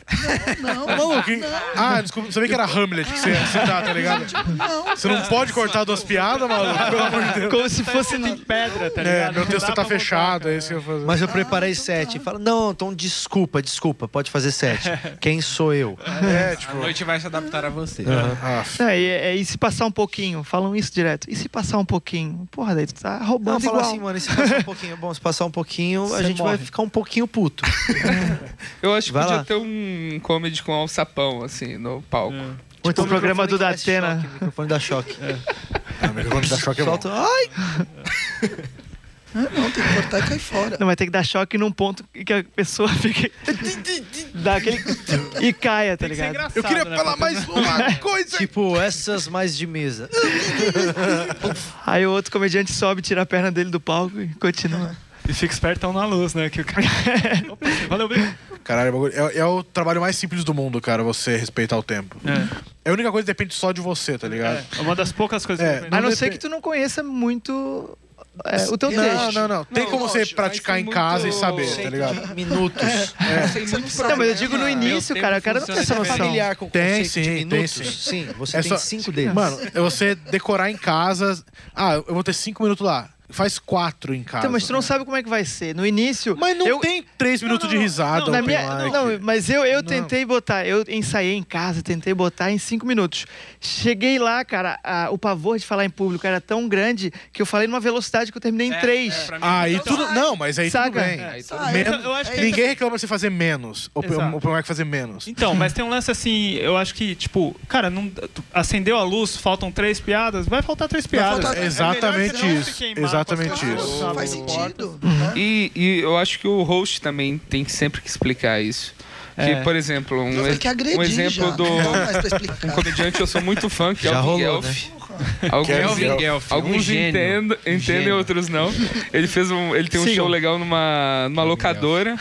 Speaker 8: Não, tipo,
Speaker 4: Maluco, que- Ah, desculpa, não sabia que era Hamlet que você, você tá, tá ligado?
Speaker 8: não. né?
Speaker 4: Você não pode cortar duas piadas, maluco, pelo amor de Deus.
Speaker 7: Como se fosse.
Speaker 3: Tem pedra, tá ligado?
Speaker 4: É, meu
Speaker 3: Não dá
Speaker 4: texto
Speaker 3: pra
Speaker 4: tá
Speaker 3: mudar,
Speaker 4: fechado,
Speaker 3: cara.
Speaker 4: é isso que eu vou fazer.
Speaker 6: Mas eu preparei sete. Fala, não, então desculpa, desculpa, pode fazer sete. Quem sou eu?
Speaker 4: É,
Speaker 5: A
Speaker 4: tipo.
Speaker 5: noite vai se adaptar a você.
Speaker 4: Ah,
Speaker 7: Não, e, é- e se passar um pouquinho? Falam isso direto. E se passar um pouquinho? Porra, daí tu tá
Speaker 6: Não,
Speaker 7: roubando
Speaker 6: fala
Speaker 7: igual.
Speaker 6: assim, mano, e se passar um pouquinho, bom, se passar um pouquinho, a
Speaker 3: Você
Speaker 6: gente vai
Speaker 3: morre.
Speaker 6: ficar um pouquinho puto.
Speaker 2: Eu acho que
Speaker 6: Vai
Speaker 2: podia
Speaker 6: lá.
Speaker 2: ter um comedy com alçapão, assim, no palco.
Speaker 7: Ou então o programa do
Speaker 6: microfone que dá
Speaker 7: Datena.
Speaker 6: choque, microfone da choque.
Speaker 4: mas quando dá choque é bom.
Speaker 6: Solta, ai,
Speaker 8: Ah, Não, tem que cortar e cair fora.
Speaker 7: Não, vai ter que dar choque num ponto que a pessoa fique. dá aquele. e caia, tá
Speaker 3: Tem que ser
Speaker 7: ligado?
Speaker 3: engraçado,
Speaker 4: Eu queria
Speaker 3: né?
Speaker 4: falar mais uma coisa.
Speaker 6: tipo, essas mais de mesa.
Speaker 7: Aí o outro comediante sobe, tira a perna dele do palco e continua.
Speaker 3: E fica espertão na luz, né? Que o cara... Opa, valeu, bem.
Speaker 4: Caralho, bagulho. É, é o trabalho mais simples do mundo, cara, você respeitar o tempo. É a única coisa que depende só de você, tá ligado?
Speaker 3: É, uma das poucas coisas
Speaker 4: É,
Speaker 3: que
Speaker 7: A
Speaker 3: eu
Speaker 7: não
Speaker 4: Não
Speaker 7: ser
Speaker 4: depende-
Speaker 7: que tu não conheça muito é, o teu
Speaker 8: Não,
Speaker 7: texto.
Speaker 4: Não, não, não. Tem
Speaker 2: Não,
Speaker 4: como você
Speaker 2: lógico,
Speaker 4: praticar
Speaker 2: mas
Speaker 4: em
Speaker 2: tem
Speaker 4: casa
Speaker 2: muito-
Speaker 4: e saber, tá ligado?
Speaker 6: Minutos.
Speaker 2: Tem muito
Speaker 7: Não,
Speaker 8: né?
Speaker 7: mas eu digo no início, cara, o cara não tem essa noção.
Speaker 6: é familiar com o
Speaker 4: Tem,
Speaker 6: conceito
Speaker 4: sim,
Speaker 6: de
Speaker 4: tem,
Speaker 6: minutos.
Speaker 4: sim.
Speaker 6: sim. você
Speaker 4: É
Speaker 6: tem
Speaker 4: só-
Speaker 6: cinco deles.
Speaker 4: Mano, é você decorar em casa. Ah, eu vou ter cinco minutos lá. Faz quatro em casa.
Speaker 7: Então, mas tu não sabe como é que vai ser. No início.
Speaker 4: Mas não
Speaker 7: eu,
Speaker 4: tem três minutos de risada.
Speaker 7: na
Speaker 4: open
Speaker 7: minha-
Speaker 4: mic.
Speaker 7: não, mas eu, eu
Speaker 4: Não.
Speaker 7: tentei botar, eu ensaiei em casa, tentei botar em cinco minutos. Cheguei lá, cara, a- o pavor de falar em público era tão grande que eu falei numa velocidade que eu terminei
Speaker 5: É,
Speaker 7: em três.
Speaker 4: Aí Ah, tudo.
Speaker 7: Então,
Speaker 4: Não, mas aí tudo
Speaker 7: Saca?
Speaker 4: bem.
Speaker 2: É,
Speaker 8: Sai. é
Speaker 4: Menos-
Speaker 3: eu acho que
Speaker 4: Ninguém reclama de você fazer menos. O
Speaker 3: Exato.
Speaker 4: problema é fazer menos.
Speaker 3: Então, mas tem um lance assim, eu acho que, tipo, cara, não, tu acendeu a luz, faltam três piadas, vai faltar três piadas.
Speaker 8: faltar-
Speaker 4: É
Speaker 3: melhor
Speaker 4: exatamente
Speaker 3: você não se
Speaker 4: isso.
Speaker 3: queimar
Speaker 4: Exatamente
Speaker 3: com as
Speaker 4: isso.
Speaker 8: Claro, faz
Speaker 3: Sabe?
Speaker 8: sentido. né?
Speaker 2: E, e eu acho que o host também tem que sempre que explicar isso. Que,
Speaker 3: É.
Speaker 2: por exemplo, um,
Speaker 8: Não tem que
Speaker 2: ex-
Speaker 8: agredir
Speaker 2: um exemplo
Speaker 8: já.
Speaker 2: do
Speaker 8: Não dá mais pra
Speaker 2: um
Speaker 8: explicar.
Speaker 2: comediante eu sou muito fã, que
Speaker 6: Já
Speaker 2: é o
Speaker 6: rolou, né?
Speaker 2: Guelph. Alguns,
Speaker 5: Kelvin Guelph, um
Speaker 2: alguns
Speaker 5: gênio.
Speaker 2: entendem, entendem
Speaker 5: Gênio.
Speaker 2: outros não. Ele fez um, ele tem um
Speaker 7: Sigam.
Speaker 2: show legal numa, numa locadora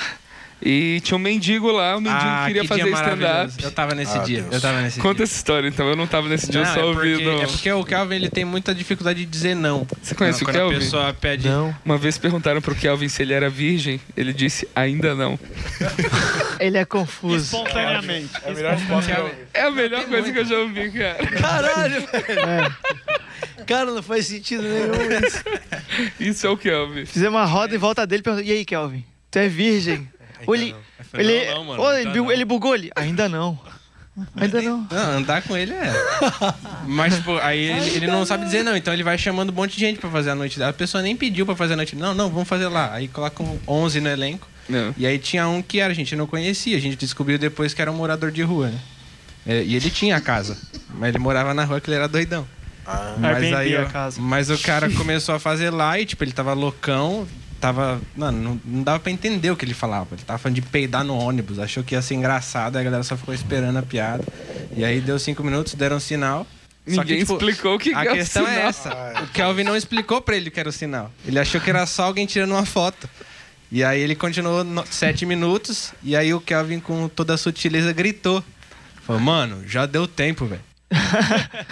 Speaker 2: e tinha um mendigo lá, o mendigo
Speaker 5: Ah,
Speaker 2: queria
Speaker 5: que
Speaker 2: fazer
Speaker 5: dia
Speaker 2: stand-up.
Speaker 5: maravilhoso. Eu tava nesse
Speaker 4: Ah,
Speaker 5: dia.
Speaker 4: Deus.
Speaker 5: Eu tava nesse
Speaker 2: Conta
Speaker 5: dia.
Speaker 2: essa história, então. Eu não tava nesse dia, eu
Speaker 5: Não,
Speaker 2: só
Speaker 5: é
Speaker 2: ouvi
Speaker 5: porque,
Speaker 2: no-
Speaker 5: é porque o Kelvin ele tem muita dificuldade de dizer não.
Speaker 2: Você conhece
Speaker 5: Quando
Speaker 2: o Kelvin?
Speaker 5: A pessoa pede.
Speaker 6: Não.
Speaker 2: Uma vez perguntaram pro Kelvin se ele era virgem, ele disse ainda não.
Speaker 7: Ele é confuso.
Speaker 3: Espontaneamente.
Speaker 2: É a melhor coisa que eu já ouvi, cara.
Speaker 6: Caralho, velho. Cara, não faz sentido nenhum isso.
Speaker 2: Isso é o Kelvin.
Speaker 7: Fizemos uma roda em volta dele e perguntamos: e aí, Kelvin? Tu é virgem? Ou ele,
Speaker 5: Eu falei,
Speaker 7: ele,
Speaker 5: não, não, mano,
Speaker 7: ou
Speaker 5: não
Speaker 7: ele,
Speaker 5: dá,
Speaker 7: bu-
Speaker 5: não.
Speaker 7: ele bugou ele? Ainda não. Ainda não.
Speaker 5: Não, "Ah, andar com ele é. Mas, tipo, aí ele, ele não sabe dizer não, então ele vai chamando um monte de gente pra fazer a noite dela. A pessoa nem pediu pra fazer a noite. Não, não, vamos fazer lá. Aí colocam 11 no elenco.
Speaker 3: Uhum.
Speaker 2: Não.
Speaker 5: E aí tinha um que era, a gente não conhecia, a gente descobriu depois que era um morador de rua, né? É, e ele tinha a casa, mas ele morava na rua que ele era doidão. Mas,
Speaker 3: Airbnb
Speaker 5: aí,
Speaker 3: a
Speaker 5: ó,
Speaker 3: casa.
Speaker 5: mas o cara começou a fazer lá e, tipo, ele tava loucão, tava. Mano, não, não dava pra entender o que ele falava. Ele tava falando de peidar no ônibus, achou que ia ser engraçado, aí a galera só ficou esperando a piada. E aí deu cinco minutos, deram um sinal. Só
Speaker 2: Ninguém
Speaker 5: tipo,
Speaker 2: explicou o que
Speaker 5: a
Speaker 2: que é o
Speaker 5: questão é
Speaker 2: sinal.
Speaker 5: essa. O Kelvin não explicou pra ele o que era o sinal. Ele achou que era só alguém tirando uma foto. E aí ele continuou no- sete minutos. E aí o Kelvin, com toda a sutileza, gritou. Falou, mano, já deu tempo, velho.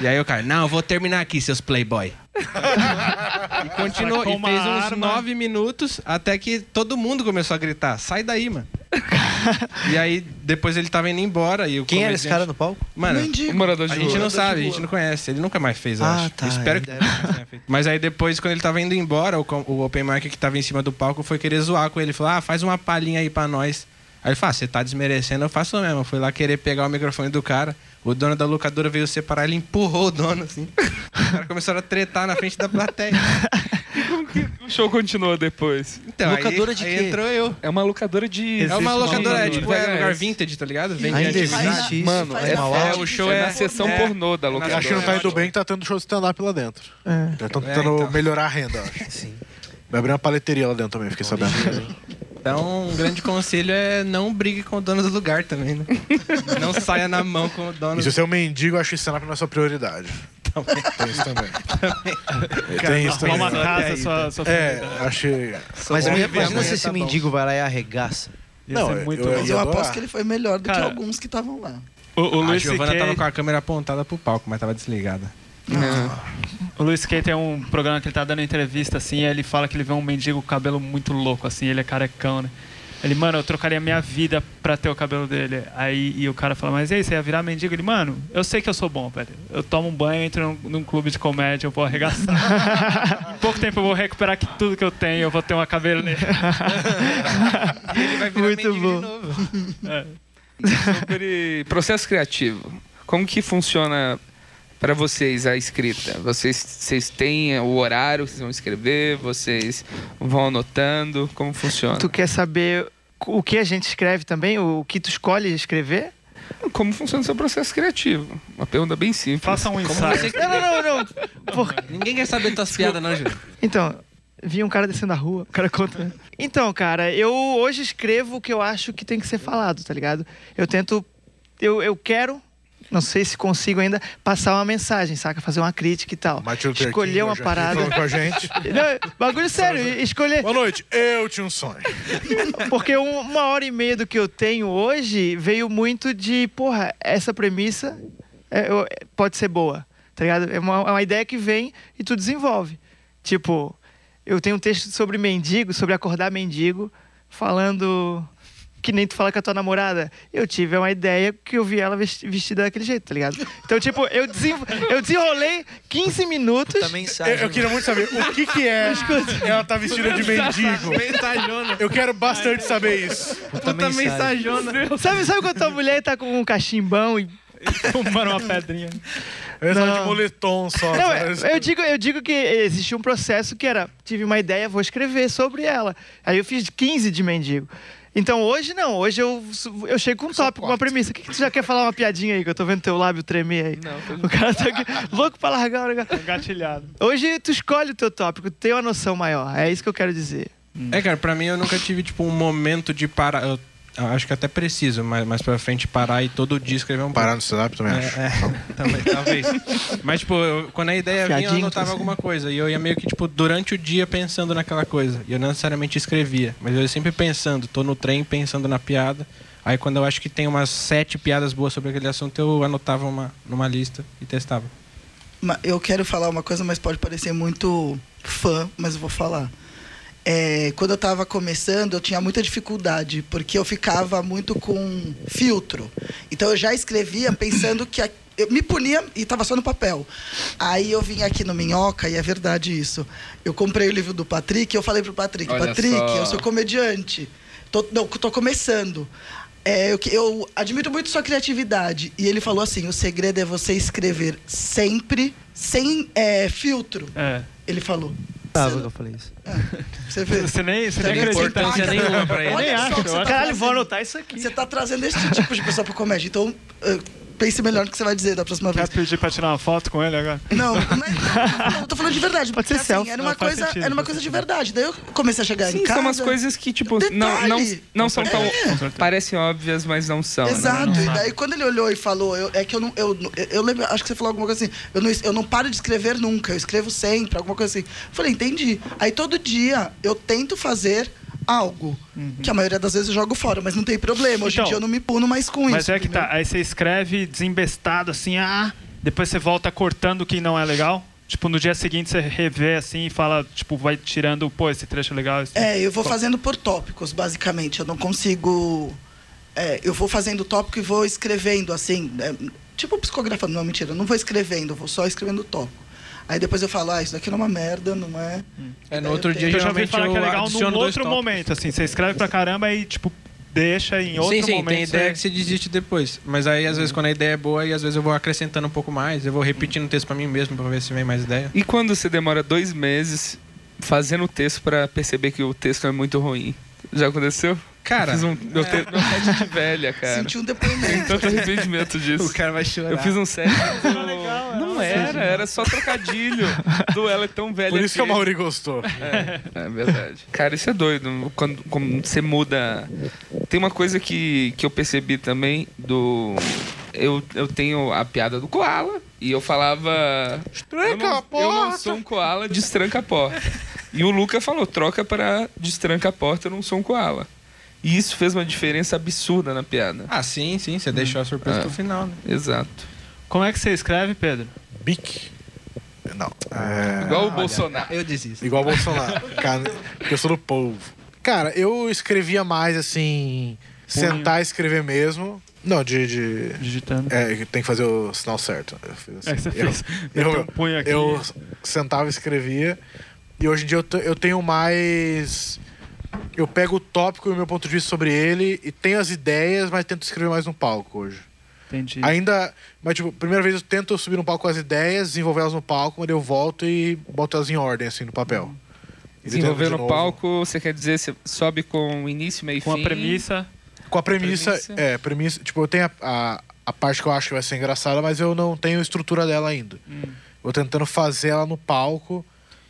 Speaker 5: e aí o cara, não, eu vou terminar aqui, seus playboy. e continuou,
Speaker 3: Sacou
Speaker 5: e
Speaker 3: uma
Speaker 5: fez uns
Speaker 3: arma.
Speaker 5: nove minutos, até que todo mundo começou a gritar, sai daí, mano. e aí, depois ele tava indo embora e o
Speaker 6: Quem era esse
Speaker 5: comediante-
Speaker 6: cara no palco?
Speaker 5: Mano,
Speaker 2: Um morador de
Speaker 5: a gente
Speaker 2: rua.
Speaker 5: não sabe, a gente não conhece. Ele nunca mais fez, eu
Speaker 6: Ah,
Speaker 5: acho.
Speaker 6: tá,
Speaker 5: Eu espero
Speaker 6: ele
Speaker 5: que nunca tenha feito. Mas aí depois, quando ele tava indo embora, o, com- o Open Mic que tava em cima do palco foi querer zoar com ele. Falou, ah, faz uma palhinha aí pra nós. Aí ele falou, ah, você tá desmerecendo, eu faço mesmo. Eu fui lá querer pegar o microfone do cara. O dono da locadora veio separar, ele empurrou o dono, assim. Os caras começaram a tretar na frente da plateia.
Speaker 2: O show continua depois.
Speaker 5: Então,
Speaker 6: Locadora
Speaker 5: aí,
Speaker 6: de
Speaker 5: aí
Speaker 6: quê?
Speaker 5: entrou eu.
Speaker 2: É uma locadora de.
Speaker 5: É uma
Speaker 3: Existe
Speaker 5: locadora, é
Speaker 2: de
Speaker 5: tipo, é
Speaker 2: VHS.
Speaker 5: lugar vintage, tá ligado? Vende
Speaker 6: Ainda
Speaker 5: antiquidade.
Speaker 6: existe isso.
Speaker 2: Mano,
Speaker 8: Faz
Speaker 2: é,
Speaker 8: uma
Speaker 2: é,
Speaker 8: arte
Speaker 2: o show
Speaker 8: de
Speaker 2: é a
Speaker 8: forma.
Speaker 2: sessão
Speaker 5: É.
Speaker 2: pornô da
Speaker 5: Acho
Speaker 2: locadora.
Speaker 4: Acho que não tá indo bem que tá tendo show de stand-up lá dentro.
Speaker 7: É.
Speaker 4: Já estão tentando
Speaker 5: então.
Speaker 4: melhorar a renda, acho.
Speaker 6: Sim.
Speaker 4: Vai abrir uma paleteria lá dentro também, fiquei sabendo.
Speaker 5: Então, um grande conselho é não brigue com o dono do lugar também, né? Não saia na mão com o dono
Speaker 4: E
Speaker 5: do
Speaker 4: se você é um mendigo, eu acho que stand-up não é sua prioridade. Tem isso também. Tem isso
Speaker 3: Arrumar tá uma
Speaker 4: também.
Speaker 3: casa, sua,
Speaker 5: então.
Speaker 3: sua
Speaker 4: É, achei.
Speaker 6: Mas
Speaker 5: Bom,
Speaker 6: imagina
Speaker 5: minha
Speaker 6: se
Speaker 5: mãe
Speaker 6: esse
Speaker 5: tá bom.
Speaker 6: mendigo vai lá e arregaça.
Speaker 3: Ia
Speaker 4: Não,
Speaker 3: ser muito
Speaker 4: eu-
Speaker 3: bom.
Speaker 8: Mas eu aposto
Speaker 4: adorar.
Speaker 8: que ele foi melhor do
Speaker 3: Cara,
Speaker 8: que alguns que estavam lá.
Speaker 3: O, o
Speaker 5: a
Speaker 3: Luiz
Speaker 5: Giovana
Speaker 3: CK
Speaker 5: tava com a câmera apontada pro palco, mas tava desligada.
Speaker 2: Não.
Speaker 3: O Luiz Kay tem um programa que ele tá dando entrevista, assim, e ele fala que ele vê um mendigo com cabelo muito louco, assim, ele é carecão, né? Ele, mano, eu trocaria minha vida pra ter o cabelo dele. Aí e o cara fala, mas e aí, você ia virar mendigo? Ele, mano, eu sei que eu sou bom, velho. Eu tomo um banho, entro num, num clube de comédia, eu vou arregaçar. em pouco tempo eu vou recuperar aqui tudo que eu tenho, eu vou ter uma cabeleira.
Speaker 5: E ele vai virar
Speaker 7: Muito
Speaker 5: mendigo
Speaker 7: bom.
Speaker 5: de novo.
Speaker 3: É.
Speaker 2: Sobre processo criativo. Como que funciona para vocês a escrita? Vocês, vocês têm o horário que vocês vão escrever? Vocês vão anotando? Como funciona?
Speaker 7: Tu quer saber o que a gente escreve também? O que tu escolhe escrever?
Speaker 2: Como funciona o seu processo criativo? Uma pergunta bem simples.
Speaker 3: Faça um
Speaker 5: Como
Speaker 3: ensaio.
Speaker 5: você...
Speaker 7: Não, não, não, não. Por-
Speaker 5: Ninguém quer saber tuas piadas, não, Júlio.
Speaker 7: Então, vi um cara descendo a rua, o cara conta. Então, cara, eu hoje escrevo o que eu acho que tem que ser falado, tá ligado? Eu tento. Eu, eu quero, não sei se consigo ainda, passar uma mensagem, saca? Fazer uma crítica e tal.
Speaker 4: Martin Luther King Então,
Speaker 7: Escolher uma
Speaker 4: hoje aqui
Speaker 7: parada.
Speaker 4: falando Com a gente.
Speaker 7: Não,
Speaker 4: então,
Speaker 7: bagulho sério, escolher.
Speaker 4: Boa noite, eu tinha um sonho.
Speaker 7: Porque um- uma hora e meia do que eu tenho hoje veio muito de, porra, essa premissa. é, eu- é, pode ser boa, tá ligado? É uma, é uma ideia que vem e tu desenvolve. Tipo, eu tenho um texto sobre mendigo, sobre acordar mendigo, falando que nem tu fala com a tua namorada. Eu tive uma ideia que eu vi ela vesti- vestida daquele jeito, tá ligado? Então, tipo, eu, desenvol- eu desenrolei 15 minutos.
Speaker 6: Puta
Speaker 4: Eu,
Speaker 6: mensagem.
Speaker 4: eu queria muito saber o que que é ela tá vestida de mendigo.
Speaker 5: Mensajona.
Speaker 4: Eu quero bastante saber isso.
Speaker 5: Puta mensajona.
Speaker 7: Sabe, sabe quando tua mulher tá com um cachimbão e
Speaker 3: Tomaram uma pedrinha.
Speaker 4: Eu ia falar
Speaker 7: Não.
Speaker 4: de moletom só.
Speaker 7: Não, é,
Speaker 4: sabe?
Speaker 7: eu digo, eu digo que existia um processo que era, tive uma ideia, vou escrever sobre ela. Aí eu fiz 15 de mendigo. Então hoje não, hoje eu, su- eu chego com um tópico, com uma premissa. O que, que tu já quer falar uma piadinha aí, que eu tô vendo teu lábio tremer aí? Não, o cara tá aqui, louco pra largar o
Speaker 3: um
Speaker 7: negócio.
Speaker 3: Engatilhado.
Speaker 7: Hoje tu escolhe o teu tópico, tu tem uma noção maior. É isso que eu quero dizer.
Speaker 5: É, cara, pra mim eu nunca tive, tipo, um momento de parar. Eu acho que até preciso, mas mais pra frente parar e todo dia escrever um
Speaker 4: Parar no stand-up também, acho.
Speaker 5: É, é. Também, talvez. Mas, tipo, eu- quando a ideia vinha, eu
Speaker 7: Afiadinho,
Speaker 5: anotava
Speaker 7: assim.
Speaker 5: alguma coisa. E eu ia meio que, tipo, durante o dia pensando naquela coisa. E eu não necessariamente escrevia. Mas eu ia sempre pensando. Tô no trem pensando na piada. Aí quando eu acho que tem umas sete piadas boas sobre aquele assunto, eu anotava uma, numa lista e testava.
Speaker 8: Ma- Eu quero falar uma coisa, mas pode parecer muito fã, mas eu vou falar. É, quando eu estava começando, eu tinha muita dificuldade, porque eu ficava muito com filtro. Então eu já escrevia pensando que. a- eu me punia e estava só no papel. Aí eu vim aqui no Minhoca, e é verdade isso. Eu comprei o livro do Patrick e eu falei pro Patrick,
Speaker 2: Olha
Speaker 8: Patrick,
Speaker 2: só.
Speaker 8: eu sou comediante. Tô, não, tô começando. É, eu, que- eu admiro muito sua criatividade. E ele falou assim: o segredo é você escrever sempre, sem é, filtro.
Speaker 3: É.
Speaker 8: Ele falou.
Speaker 6: Tava que eu falei isso.
Speaker 8: Você vê.
Speaker 3: Você nem, você
Speaker 8: Tá
Speaker 3: nem
Speaker 8: bem
Speaker 3: acredita.
Speaker 8: importante,
Speaker 3: Você nem
Speaker 8: né?
Speaker 3: lembra pra ele.
Speaker 8: Olha
Speaker 3: Nem
Speaker 8: só
Speaker 3: acha,
Speaker 8: o que
Speaker 3: eu
Speaker 8: você
Speaker 3: acho.
Speaker 8: tá
Speaker 7: Caralho, vou anotar isso aqui.
Speaker 8: Você tá trazendo esse tipo de pessoa pro comédia. Então, eh, pense melhor no que você vai dizer da próxima
Speaker 3: Quer
Speaker 8: vez.
Speaker 3: pedir pra tirar uma foto com ele agora?
Speaker 8: Não, não, é- não, eu tô falando de verdade.
Speaker 7: Pode
Speaker 8: porque, assim,
Speaker 7: ser selfie.
Speaker 8: era
Speaker 3: Não,
Speaker 8: uma,
Speaker 3: faz
Speaker 8: coisa,
Speaker 3: sentido.
Speaker 8: era uma coisa de verdade. Daí eu comecei a chegar em
Speaker 2: Sim,
Speaker 8: casa.
Speaker 2: são umas coisas que, tipo, não, não,
Speaker 8: Detalhe.
Speaker 2: não são tão.
Speaker 3: Com certeza.
Speaker 2: Parecem óbvias, mas não são. né?
Speaker 8: Exato.
Speaker 3: Uhum.
Speaker 8: e daí quando ele olhou e falou, eu- é que eu não. Eu, eu lembro, acho que você falou alguma coisa assim, eu não, es- eu não paro de escrever nunca, eu escrevo sempre, alguma coisa assim. Eu falei, entendi. Aí todo dia eu tento fazer algo. Que a maioria das vezes eu jogo fora, mas não tem problema. Hoje
Speaker 3: Uhum. Então,
Speaker 8: em dia eu não me puno mais com
Speaker 3: Mas
Speaker 8: isso. né?
Speaker 3: é que tá. Aí você escreve desembestado, assim, ah. Depois você volta cortando o que não é legal. Tipo, no dia seguinte você revê assim e fala, tipo, vai tirando, pô, esse trecho é legal. Esse...
Speaker 8: É, eu vou fazendo por tópicos, basicamente. Eu não consigo. é, eu vou fazendo tópico e vou escrevendo, assim. é, tipo psicografando, não, mentira. Eu não vou escrevendo, eu vou só escrevendo o tópico. Aí depois eu falo, ah, isso daqui não é uma merda, não é.
Speaker 5: É, no outro dia,
Speaker 3: Eu já ouvi
Speaker 5: geralmente,
Speaker 3: falar que é legal
Speaker 5: adiciono
Speaker 3: num
Speaker 5: dois
Speaker 3: outro
Speaker 5: tópicos.
Speaker 3: momento, assim. Você escreve pra caramba e, tipo, deixa em outro
Speaker 5: Sim, sim,
Speaker 3: momento. é.
Speaker 5: tem ideia
Speaker 3: você-
Speaker 5: que se desiste depois. Mas aí, às vezes, quando a ideia é boa, e às vezes eu vou acrescentando um pouco mais, eu vou repetindo o texto pra mim mesmo pra ver se vem mais ideia.
Speaker 2: E quando você demora dois meses fazendo o texto pra perceber que o texto é muito ruim? Já aconteceu?
Speaker 5: Cara,
Speaker 2: Fiz um. Meu, te... meu set de velha, cara.
Speaker 8: Senti um depoimento.
Speaker 2: Tem tanto arrependimento disso.
Speaker 5: cara vai chorar.
Speaker 2: Eu fiz um set. do- Não era, era só trocadilho do ela é tão velha.
Speaker 4: Por isso que o
Speaker 2: aqui.
Speaker 4: Mauri gostou.
Speaker 2: É verdade. Cara, isso é doido. Quando, quando você muda. Tem uma coisa que, que eu percebi também do. Eu, eu tenho a piada do koala e eu falava. eu não,
Speaker 4: a
Speaker 2: Eu não sou um koala, destranca a porta. E o Luca falou: troca para destranca a porta, eu não sou um koala. E isso fez uma diferença absurda na piada.
Speaker 5: Ah, sim, sim, você deixou a surpresa
Speaker 2: É.
Speaker 5: pro final, né?
Speaker 2: Exato.
Speaker 3: Como é que você escreve, Pedro?
Speaker 4: Bic? Não.
Speaker 7: Ah.
Speaker 4: É...
Speaker 2: Igual o Bolsonaro.
Speaker 5: Eu desisto.
Speaker 4: Igual Bolsonaro. Cara, porque eu sou do povo. Cara, eu escrevia mais assim. Sentar e escrever mesmo. Não, de. de-
Speaker 3: Digitando.
Speaker 4: É, tem que fazer o sinal certo. Eu fiz assim.
Speaker 3: É que você
Speaker 4: Eu-
Speaker 3: fez.
Speaker 4: Eu,
Speaker 3: Meteu um punho aqui.
Speaker 4: eu sentava e escrevia. E hoje em dia eu, te- eu tenho mais. Eu pego o tópico e o meu ponto de vista sobre ele e tenho as ideias, mas tento escrever mais no palco hoje.
Speaker 3: Entendi.
Speaker 4: Ainda. Mas, tipo, primeira vez eu tento subir no palco com as ideias, desenvolver elas no palco, mas daí eu volto e boto elas em ordem, assim, no papel. E
Speaker 2: Desenvolver
Speaker 4: tento de
Speaker 2: no
Speaker 4: novo.
Speaker 2: palco, você quer dizer, você sobe com início, meio e
Speaker 3: Com a
Speaker 2: fim.
Speaker 3: premissa.
Speaker 4: Com a premissa,
Speaker 2: Premissa.
Speaker 4: É, premissa. Tipo, eu tenho a, a, a parte que eu acho que vai ser engraçada, mas eu não tenho a estrutura dela ainda. Vou tentando fazer ela no palco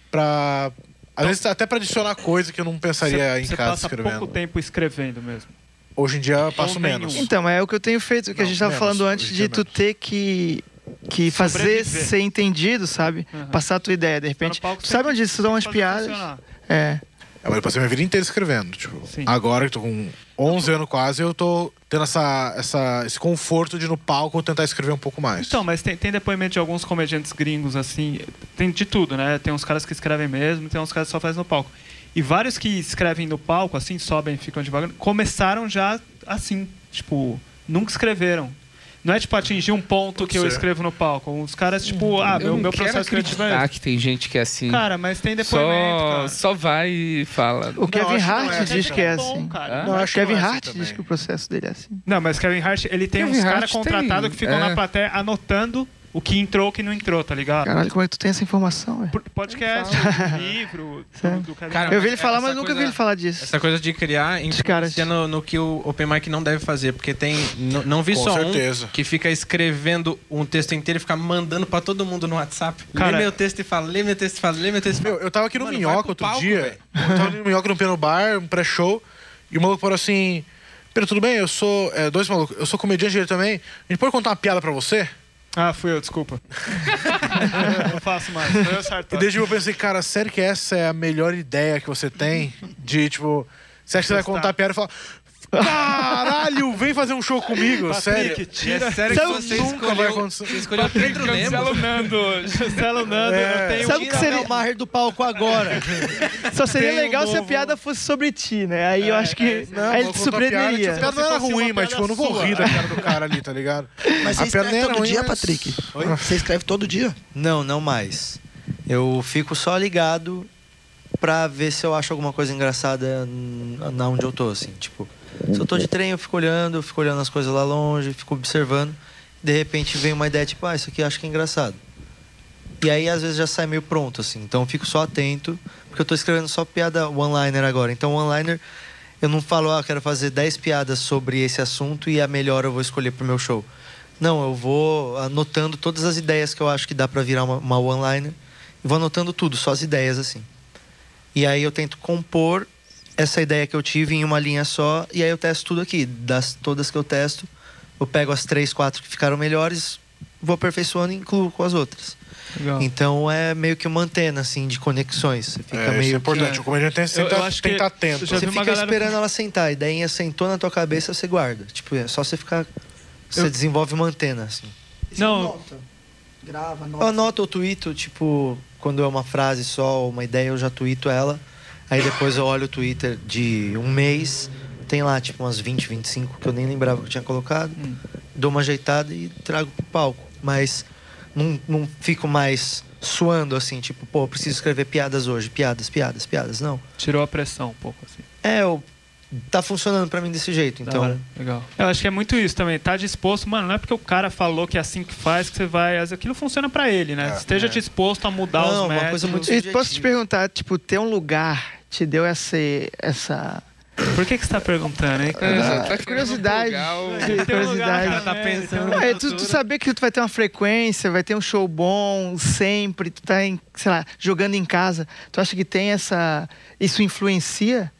Speaker 4: pra. Às vezes até pra adicionar coisa que eu não pensaria
Speaker 3: você
Speaker 4: em
Speaker 3: você
Speaker 4: casa
Speaker 3: passa
Speaker 4: escrevendo.
Speaker 3: pouco tempo escrevendo mesmo. Tá
Speaker 4: Hoje em dia eu passo
Speaker 3: Ou
Speaker 4: menos.
Speaker 3: nenhum.
Speaker 7: Então, é o que eu tenho feito, o que
Speaker 4: Hum. Não,
Speaker 7: a gente estava
Speaker 4: menos,
Speaker 7: falando antes
Speaker 4: hoje
Speaker 7: de
Speaker 4: é
Speaker 7: tu ter que, que fazer
Speaker 3: Sobreviver.
Speaker 7: ser entendido, sabe?
Speaker 3: Aham.
Speaker 7: Passar a tua ideia, de repente.
Speaker 3: Tá no palco,
Speaker 7: Tu sabe
Speaker 3: tem
Speaker 7: onde isso dão umas
Speaker 3: Fazer
Speaker 7: piadas?
Speaker 3: funcionar.
Speaker 7: É.
Speaker 4: É, mas Eu passei minha vida inteira escrevendo. Tipo,
Speaker 3: Sim.
Speaker 4: agora que eu tô com 11 anos quase, eu tô tendo essa, essa, esse conforto de ir no palco tentar escrever um pouco mais.
Speaker 3: Então, mas tem, tem depoimento de alguns comediantes gringos, assim, tem de tudo, né? Tem uns caras que escrevem mesmo, tem uns caras que só fazem no palco. E vários que escrevem no palco, assim, sobem, ficam devagar, começaram já assim, tipo, nunca escreveram. Não é tipo atingir um ponto que eu escrevo no palco. Os caras, tipo, ah, meu,
Speaker 2: Hum, não
Speaker 3: meu
Speaker 2: quero
Speaker 3: processo criativo é
Speaker 2: acreditar
Speaker 3: esse.
Speaker 2: que tem gente que é assim.
Speaker 3: Cara, mas tem depoimento,
Speaker 2: só,
Speaker 3: cara.
Speaker 2: só vai e fala.
Speaker 7: O Kevin
Speaker 4: acho que não
Speaker 7: Hart
Speaker 4: é,
Speaker 7: diz
Speaker 4: cara.
Speaker 7: que é
Speaker 3: É bom,
Speaker 7: assim.
Speaker 3: cara.
Speaker 4: Não,
Speaker 7: O
Speaker 4: acho que
Speaker 7: Kevin
Speaker 4: não é assim
Speaker 7: Hart diz
Speaker 4: também.
Speaker 7: que o processo dele é assim.
Speaker 3: Não, mas Kevin Hart, ele tem
Speaker 2: Kevin
Speaker 3: uns
Speaker 2: Hart
Speaker 3: caras
Speaker 2: tem-
Speaker 3: contratados que ficam
Speaker 2: é.
Speaker 3: na plateia anotando o que entrou o que não entrou, tá ligado?
Speaker 7: Caralho, como é que tu tem essa informação, velho?
Speaker 3: Por- Podcast, livro,
Speaker 7: Sério?
Speaker 3: tudo do Kevin
Speaker 5: Cara,
Speaker 3: Hart.
Speaker 7: Eu vi ele
Speaker 5: essa
Speaker 7: falar, mas nunca
Speaker 5: coisa-
Speaker 7: vi ele falar disso.
Speaker 5: Essa coisa de criar
Speaker 7: Os caras.
Speaker 5: influencia no, no que o Open Mic não deve fazer, porque tem. n- Não vi
Speaker 4: Com
Speaker 5: só
Speaker 4: certeza.
Speaker 5: um que fica escrevendo um texto inteiro e fica mandando pra todo mundo no WhatsApp.
Speaker 3: Cara-
Speaker 5: lê meu texto e fala, lê meu texto e fala, lê meu texto e fala.
Speaker 4: Meu, eu tava aqui no
Speaker 5: Mano, vai
Speaker 4: Minhoca
Speaker 5: pro
Speaker 4: outro
Speaker 5: palco,
Speaker 4: dia. Eu tava no Minhoca no Piano Bar, um pré-show. E o maluco falou assim: Pedro, tudo bem? Eu sou. é, dois malucos. Eu sou comediante ele também. A gente pode contar uma piada pra você?
Speaker 3: Ah, fui eu, desculpa. não faço mais. Foi eu,
Speaker 4: E
Speaker 3: Sartori.
Speaker 4: desde eu pensei, cara, sério que essa é a melhor ideia que você tem? De tipo. Você acha que você vai
Speaker 3: Testar.
Speaker 4: contar a piada e falar. Caralho, vem fazer um show comigo,
Speaker 3: Patrick,
Speaker 4: sério.
Speaker 5: E
Speaker 3: tira.
Speaker 5: é sério que
Speaker 7: Então
Speaker 5: você
Speaker 4: nunca vai
Speaker 5: escolheu,
Speaker 4: acontecer.
Speaker 5: você escolheu Pedro Lemos.
Speaker 3: Cancela o Nando,
Speaker 4: É.
Speaker 3: eu tenho
Speaker 7: Sabe o que seria-
Speaker 6: Maher do palco agora.
Speaker 7: Só seria
Speaker 3: Tem um
Speaker 7: legal se a
Speaker 3: novo-
Speaker 7: piada fosse sobre ti, né? Aí eu acho que.
Speaker 4: Não,
Speaker 7: aí
Speaker 4: vou contar a piada,
Speaker 7: ele te
Speaker 4: tipo,
Speaker 7: surpreenderia.
Speaker 4: A piada não era
Speaker 3: Se fosse
Speaker 4: ruim,
Speaker 3: uma
Speaker 4: mas tipo, eu não vou
Speaker 3: piada
Speaker 4: rir da cara do cara ali, tá ligado?
Speaker 8: Mas
Speaker 4: A
Speaker 8: você
Speaker 4: piada nem
Speaker 8: escreve
Speaker 4: era
Speaker 7: é um
Speaker 8: todo
Speaker 4: ruim,
Speaker 8: dia,
Speaker 4: mas-
Speaker 8: Patrick? Você escreve todo dia?
Speaker 6: Não, não mais. Eu fico só ligado pra ver se eu acho alguma coisa engraçada n- na onde eu tô, assim. Tipo, se eu tô de trem, eu fico olhando, eu fico olhando as coisas lá longe, fico observando. De repente vem uma ideia, tipo, ah, isso aqui eu acho que é engraçado. E aí, às vezes, já sai meio pronto, assim. Então, eu fico só atento, porque eu tô escrevendo só piada one-liner agora. Então, one-liner, eu não falo, ah, eu quero fazer 10 piadas sobre esse assunto e a melhor eu vou escolher pro meu show. Não, eu vou anotando todas as ideias que eu acho que dá pra virar uma, uma one-liner. E vou anotando tudo, só as ideias, assim. E aí eu tento compor essa ideia que eu tive em uma linha só, e aí eu testo tudo aqui. Das todas que eu testo, eu pego as três, quatro que ficaram melhores, vou aperfeiçoando e incluo com as outras.
Speaker 3: Legal.
Speaker 6: Então é meio que uma antena, assim, de conexões. Você fica
Speaker 4: É,
Speaker 6: meio.
Speaker 4: isso é
Speaker 6: que-
Speaker 4: importante. O comediante tem que
Speaker 3: Eu- eu
Speaker 4: tentar-
Speaker 3: acho
Speaker 4: tem que estar
Speaker 3: que-
Speaker 4: atento.
Speaker 3: Já
Speaker 6: Você
Speaker 3: vi uma
Speaker 6: fica
Speaker 3: galera-
Speaker 6: esperando ela sentar, e daí sentou na tua cabeça, você guarda. Tipo, é só você ficar. Você
Speaker 3: Eu-
Speaker 6: desenvolve uma antena, assim.
Speaker 8: Você
Speaker 3: Não.
Speaker 8: Anota. Grava,
Speaker 6: Eu
Speaker 8: anota.
Speaker 6: anoto, eu tweeto, tipo, quando é uma frase só, uma ideia, eu já tweeto ela. Aí depois eu olho o Twitter de um mês, tem lá, tipo, umas 20, 25 que eu nem lembrava que eu tinha colocado.
Speaker 3: Hum.
Speaker 6: Dou uma ajeitada e trago pro palco. Mas não, não fico mais suando assim, tipo, pô, eu preciso escrever piadas hoje, piadas, piadas, piadas. Não.
Speaker 3: Tirou a pressão um pouco, assim.
Speaker 6: É, eu, tá funcionando pra mim desse jeito,
Speaker 3: Da
Speaker 6: então.
Speaker 3: hora. Legal. Eu acho que é muito isso também. Tá disposto, mano, não é porque o cara falou que é assim que faz que você vai. Aquilo funciona pra ele, né? Esteja disposto a mudar
Speaker 6: Não,
Speaker 3: os
Speaker 6: uma
Speaker 3: métodos.
Speaker 6: coisa muito-
Speaker 7: E
Speaker 6: subjetivo.
Speaker 7: posso te perguntar, tipo, ter um lugar te deu essa. essa...
Speaker 3: Por que, que você tá perguntando, hein?
Speaker 2: É,
Speaker 3: cara?
Speaker 2: você tá
Speaker 7: curiosidade.
Speaker 2: querendo divulgar o-
Speaker 3: Tem um lugar,
Speaker 7: curiosidade.
Speaker 3: cara, tá pensando.
Speaker 7: Ah, é tu, tu saber que tu vai ter uma frequência, vai ter um show bom sempre, tu tá, em, sei lá, jogando em casa. Tu acha que tem essa. Isso influencia?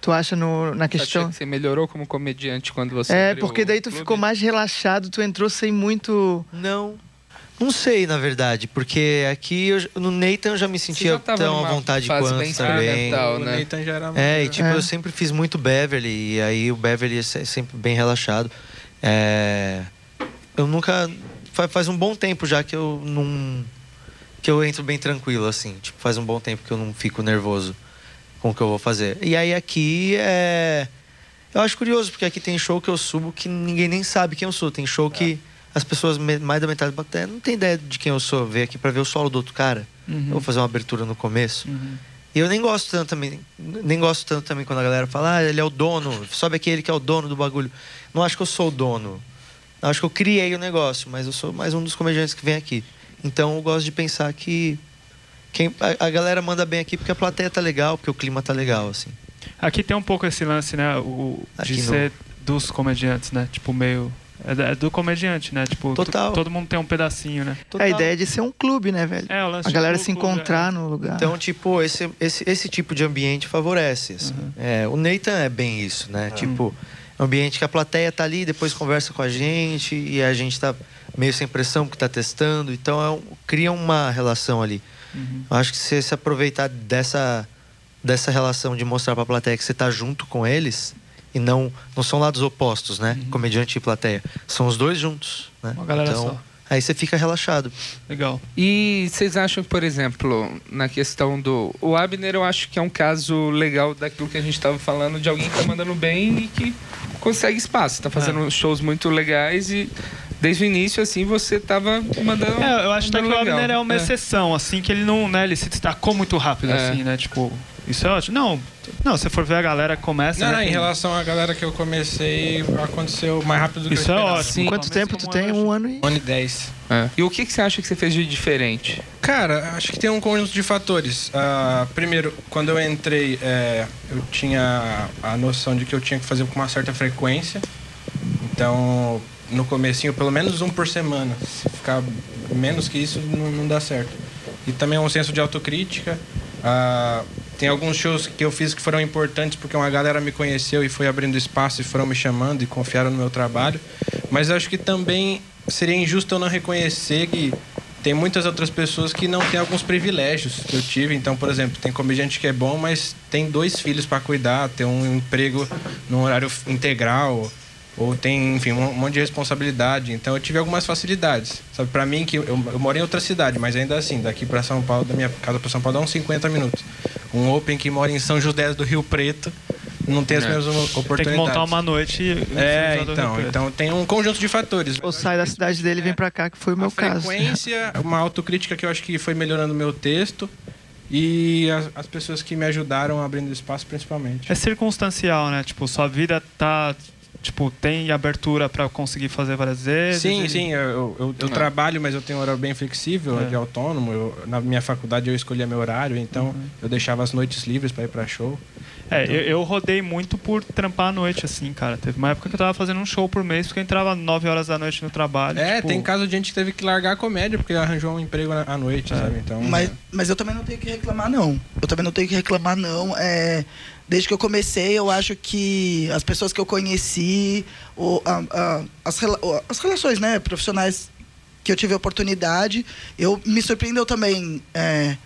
Speaker 7: Tu acha no, na
Speaker 2: Você acha
Speaker 7: questão?
Speaker 2: que Você melhorou como comediante quando você.
Speaker 7: É,
Speaker 2: abriu
Speaker 7: porque
Speaker 2: o
Speaker 7: daí tu
Speaker 2: clube?
Speaker 7: ficou mais relaxado, tu entrou sem muito.
Speaker 6: Não. Não sei, na verdade, porque aqui eu- no Nathan eu já me sentia
Speaker 2: já tava
Speaker 6: tão à
Speaker 2: numa
Speaker 6: vontade
Speaker 2: fase
Speaker 6: quanto
Speaker 2: bem
Speaker 6: também.
Speaker 2: experimental.
Speaker 5: O
Speaker 2: né?
Speaker 5: Nathan Então já era-
Speaker 6: É, e tipo,
Speaker 7: É.
Speaker 6: eu sempre fiz muito Beverly, e aí o Beverly é se- sempre bem relaxado. É, Eu nunca. fa- Faz um bom tempo já que eu não. que eu entro bem tranquilo, assim. Tipo, faz um bom tempo que eu não fico nervoso com o que eu vou fazer. E aí aqui é. Eu acho curioso, porque aqui tem show que eu subo que ninguém nem sabe quem eu sou. Tem show que as pessoas, me- mais da metade da plateia, não tem ideia de quem eu sou. Veio aqui pra ver o solo do outro cara. Eu vou fazer uma abertura no começo. E eu nem gosto tanto também, nem gosto tanto também quando a galera fala, ah, ele é o dono, sobe aqui ele que é o dono do bagulho. Não acho que eu sou o dono. Eu acho que eu criei o negócio, mas eu sou mais um dos comediantes que vem aqui. Então eu gosto de pensar que quem, a, a galera manda bem aqui porque a plateia tá legal, porque o clima tá legal, assim.
Speaker 3: Aqui tem um pouco esse lance, né? O,
Speaker 6: Aqui
Speaker 3: de
Speaker 6: no-
Speaker 3: ser dos comediantes, né? Tipo, meio. É da- é do comediante, né? Tipo, tu-
Speaker 6: Total.
Speaker 3: todo mundo tem um pedacinho, né?
Speaker 7: A ideia é de ser um clube, né, velho?
Speaker 3: É, o lance
Speaker 7: A
Speaker 3: de
Speaker 7: galera
Speaker 3: clube,
Speaker 7: se encontrar no lugar.
Speaker 6: Então, tipo, esse, esse, esse tipo de ambiente favorece. assim. É, o Nathan é bem isso, né? Tipo, é um ambiente que a plateia tá ali, depois conversa com a gente e a gente tá meio sem pressão porque tá testando. Então, é um- cria uma relação ali.
Speaker 3: Uhum.
Speaker 6: Eu acho que se você se aproveitar dessa, dessa relação de mostrar pra plateia que você tá junto com eles e não não são lados opostos, né? Comediante e plateia. São os dois juntos, né?
Speaker 3: Uhum. Uma galera
Speaker 6: então,
Speaker 3: só.
Speaker 6: aí você fica relaxado.
Speaker 3: é. Legal.
Speaker 2: E vocês acham, que, por exemplo, na questão do. O Abner, eu acho que é um caso legal daquilo que a gente estava falando, de alguém que tá mandando bem e que consegue espaço. Tá
Speaker 3: É.
Speaker 2: fazendo shows muito legais e desde o início, assim, você tava mandando.
Speaker 3: É, eu acho até que
Speaker 2: mandando
Speaker 3: o
Speaker 2: legal.
Speaker 3: Abner é uma exceção, assim, que ele não, né, ele se destacou muito rápido,
Speaker 2: É.
Speaker 3: assim, né, tipo, isso é ótimo. Não, não, se for ver a galera que começa,
Speaker 5: Não,
Speaker 3: né,
Speaker 5: não, em
Speaker 3: tem-
Speaker 5: relação à galera que eu comecei, aconteceu mais rápido do que
Speaker 3: Isso
Speaker 5: eu
Speaker 3: é
Speaker 5: esperava.
Speaker 3: ótimo.
Speaker 2: Sim.
Speaker 7: Quanto
Speaker 3: Começa
Speaker 7: tempo tu
Speaker 3: como
Speaker 7: tem?
Speaker 3: eu
Speaker 7: Um ano e...
Speaker 5: Um ano e dez.
Speaker 2: É. E o que, que você acha que você fez de diferente?
Speaker 5: Cara, acho que tem um conjunto de fatores. Ah, primeiro, quando eu entrei, é, eu tinha a noção de que eu tinha que fazer com uma certa frequência. Então, no comecinho, pelo menos um por semana. Se ficar menos que isso, não, não dá certo. E também um senso de autocrítica. Ah, tem alguns shows que eu fiz que foram importantes porque uma galera me conheceu e foi abrindo espaço e foram me chamando e confiaram no meu trabalho. Mas eu acho que também seria injusto eu não reconhecer que tem muitas outras pessoas que não têm alguns privilégios que eu tive. Então, por exemplo, tem comediante que é bom, mas tem dois filhos para cuidar, tem um emprego num horário integral, ou tem, enfim, um monte de responsabilidade. Então, eu tive algumas facilidades. Sabe, para mim, que eu, eu moro em outra cidade, mas ainda assim, daqui para São Paulo, da minha casa para São Paulo, dá uns 50 minutos. Um Open que mora em São José do Rio Preto não tem as
Speaker 2: É.
Speaker 5: mesmas
Speaker 3: Tem
Speaker 5: oportunidades.
Speaker 3: que montar uma noite. e-
Speaker 5: É,
Speaker 3: e-
Speaker 5: então, então tem um conjunto de fatores.
Speaker 7: Ou sai da cidade dele e vem pra cá, que foi o meu
Speaker 5: a
Speaker 7: caso.
Speaker 5: frequência, uma autocrítica que eu acho que foi melhorando o meu texto e as, as pessoas que me ajudaram abrindo espaço principalmente.
Speaker 3: É circunstancial, né? Tipo, sua vida tá. Tipo, tem abertura pra conseguir fazer várias vezes.
Speaker 5: Sim,
Speaker 3: e-
Speaker 5: sim, eu, eu, eu
Speaker 2: É.
Speaker 5: trabalho, mas eu tenho um horário bem flexível,
Speaker 3: É.
Speaker 5: de autônomo. Eu- na minha faculdade eu escolhia meu horário, então eu deixava as noites livres para ir para show.
Speaker 3: É, eu, eu rodei muito por trampar à noite, assim, cara. Teve uma época que eu tava fazendo um show por mês, porque eu entrava 9 horas da noite no trabalho.
Speaker 5: É,
Speaker 3: tipo,
Speaker 5: tem caso de gente que teve que largar a comédia porque arranjou um emprego na- à noite,
Speaker 3: É.
Speaker 5: sabe? Então,
Speaker 8: Mas, mas eu também não tenho que reclamar, não. Eu também não tenho que reclamar, não. É, desde que eu comecei, eu acho que as pessoas que eu conheci, o- a- a- as, rela- o- as relações né, profissionais que eu tive a oportunidade, eu me surpreendeu também. é,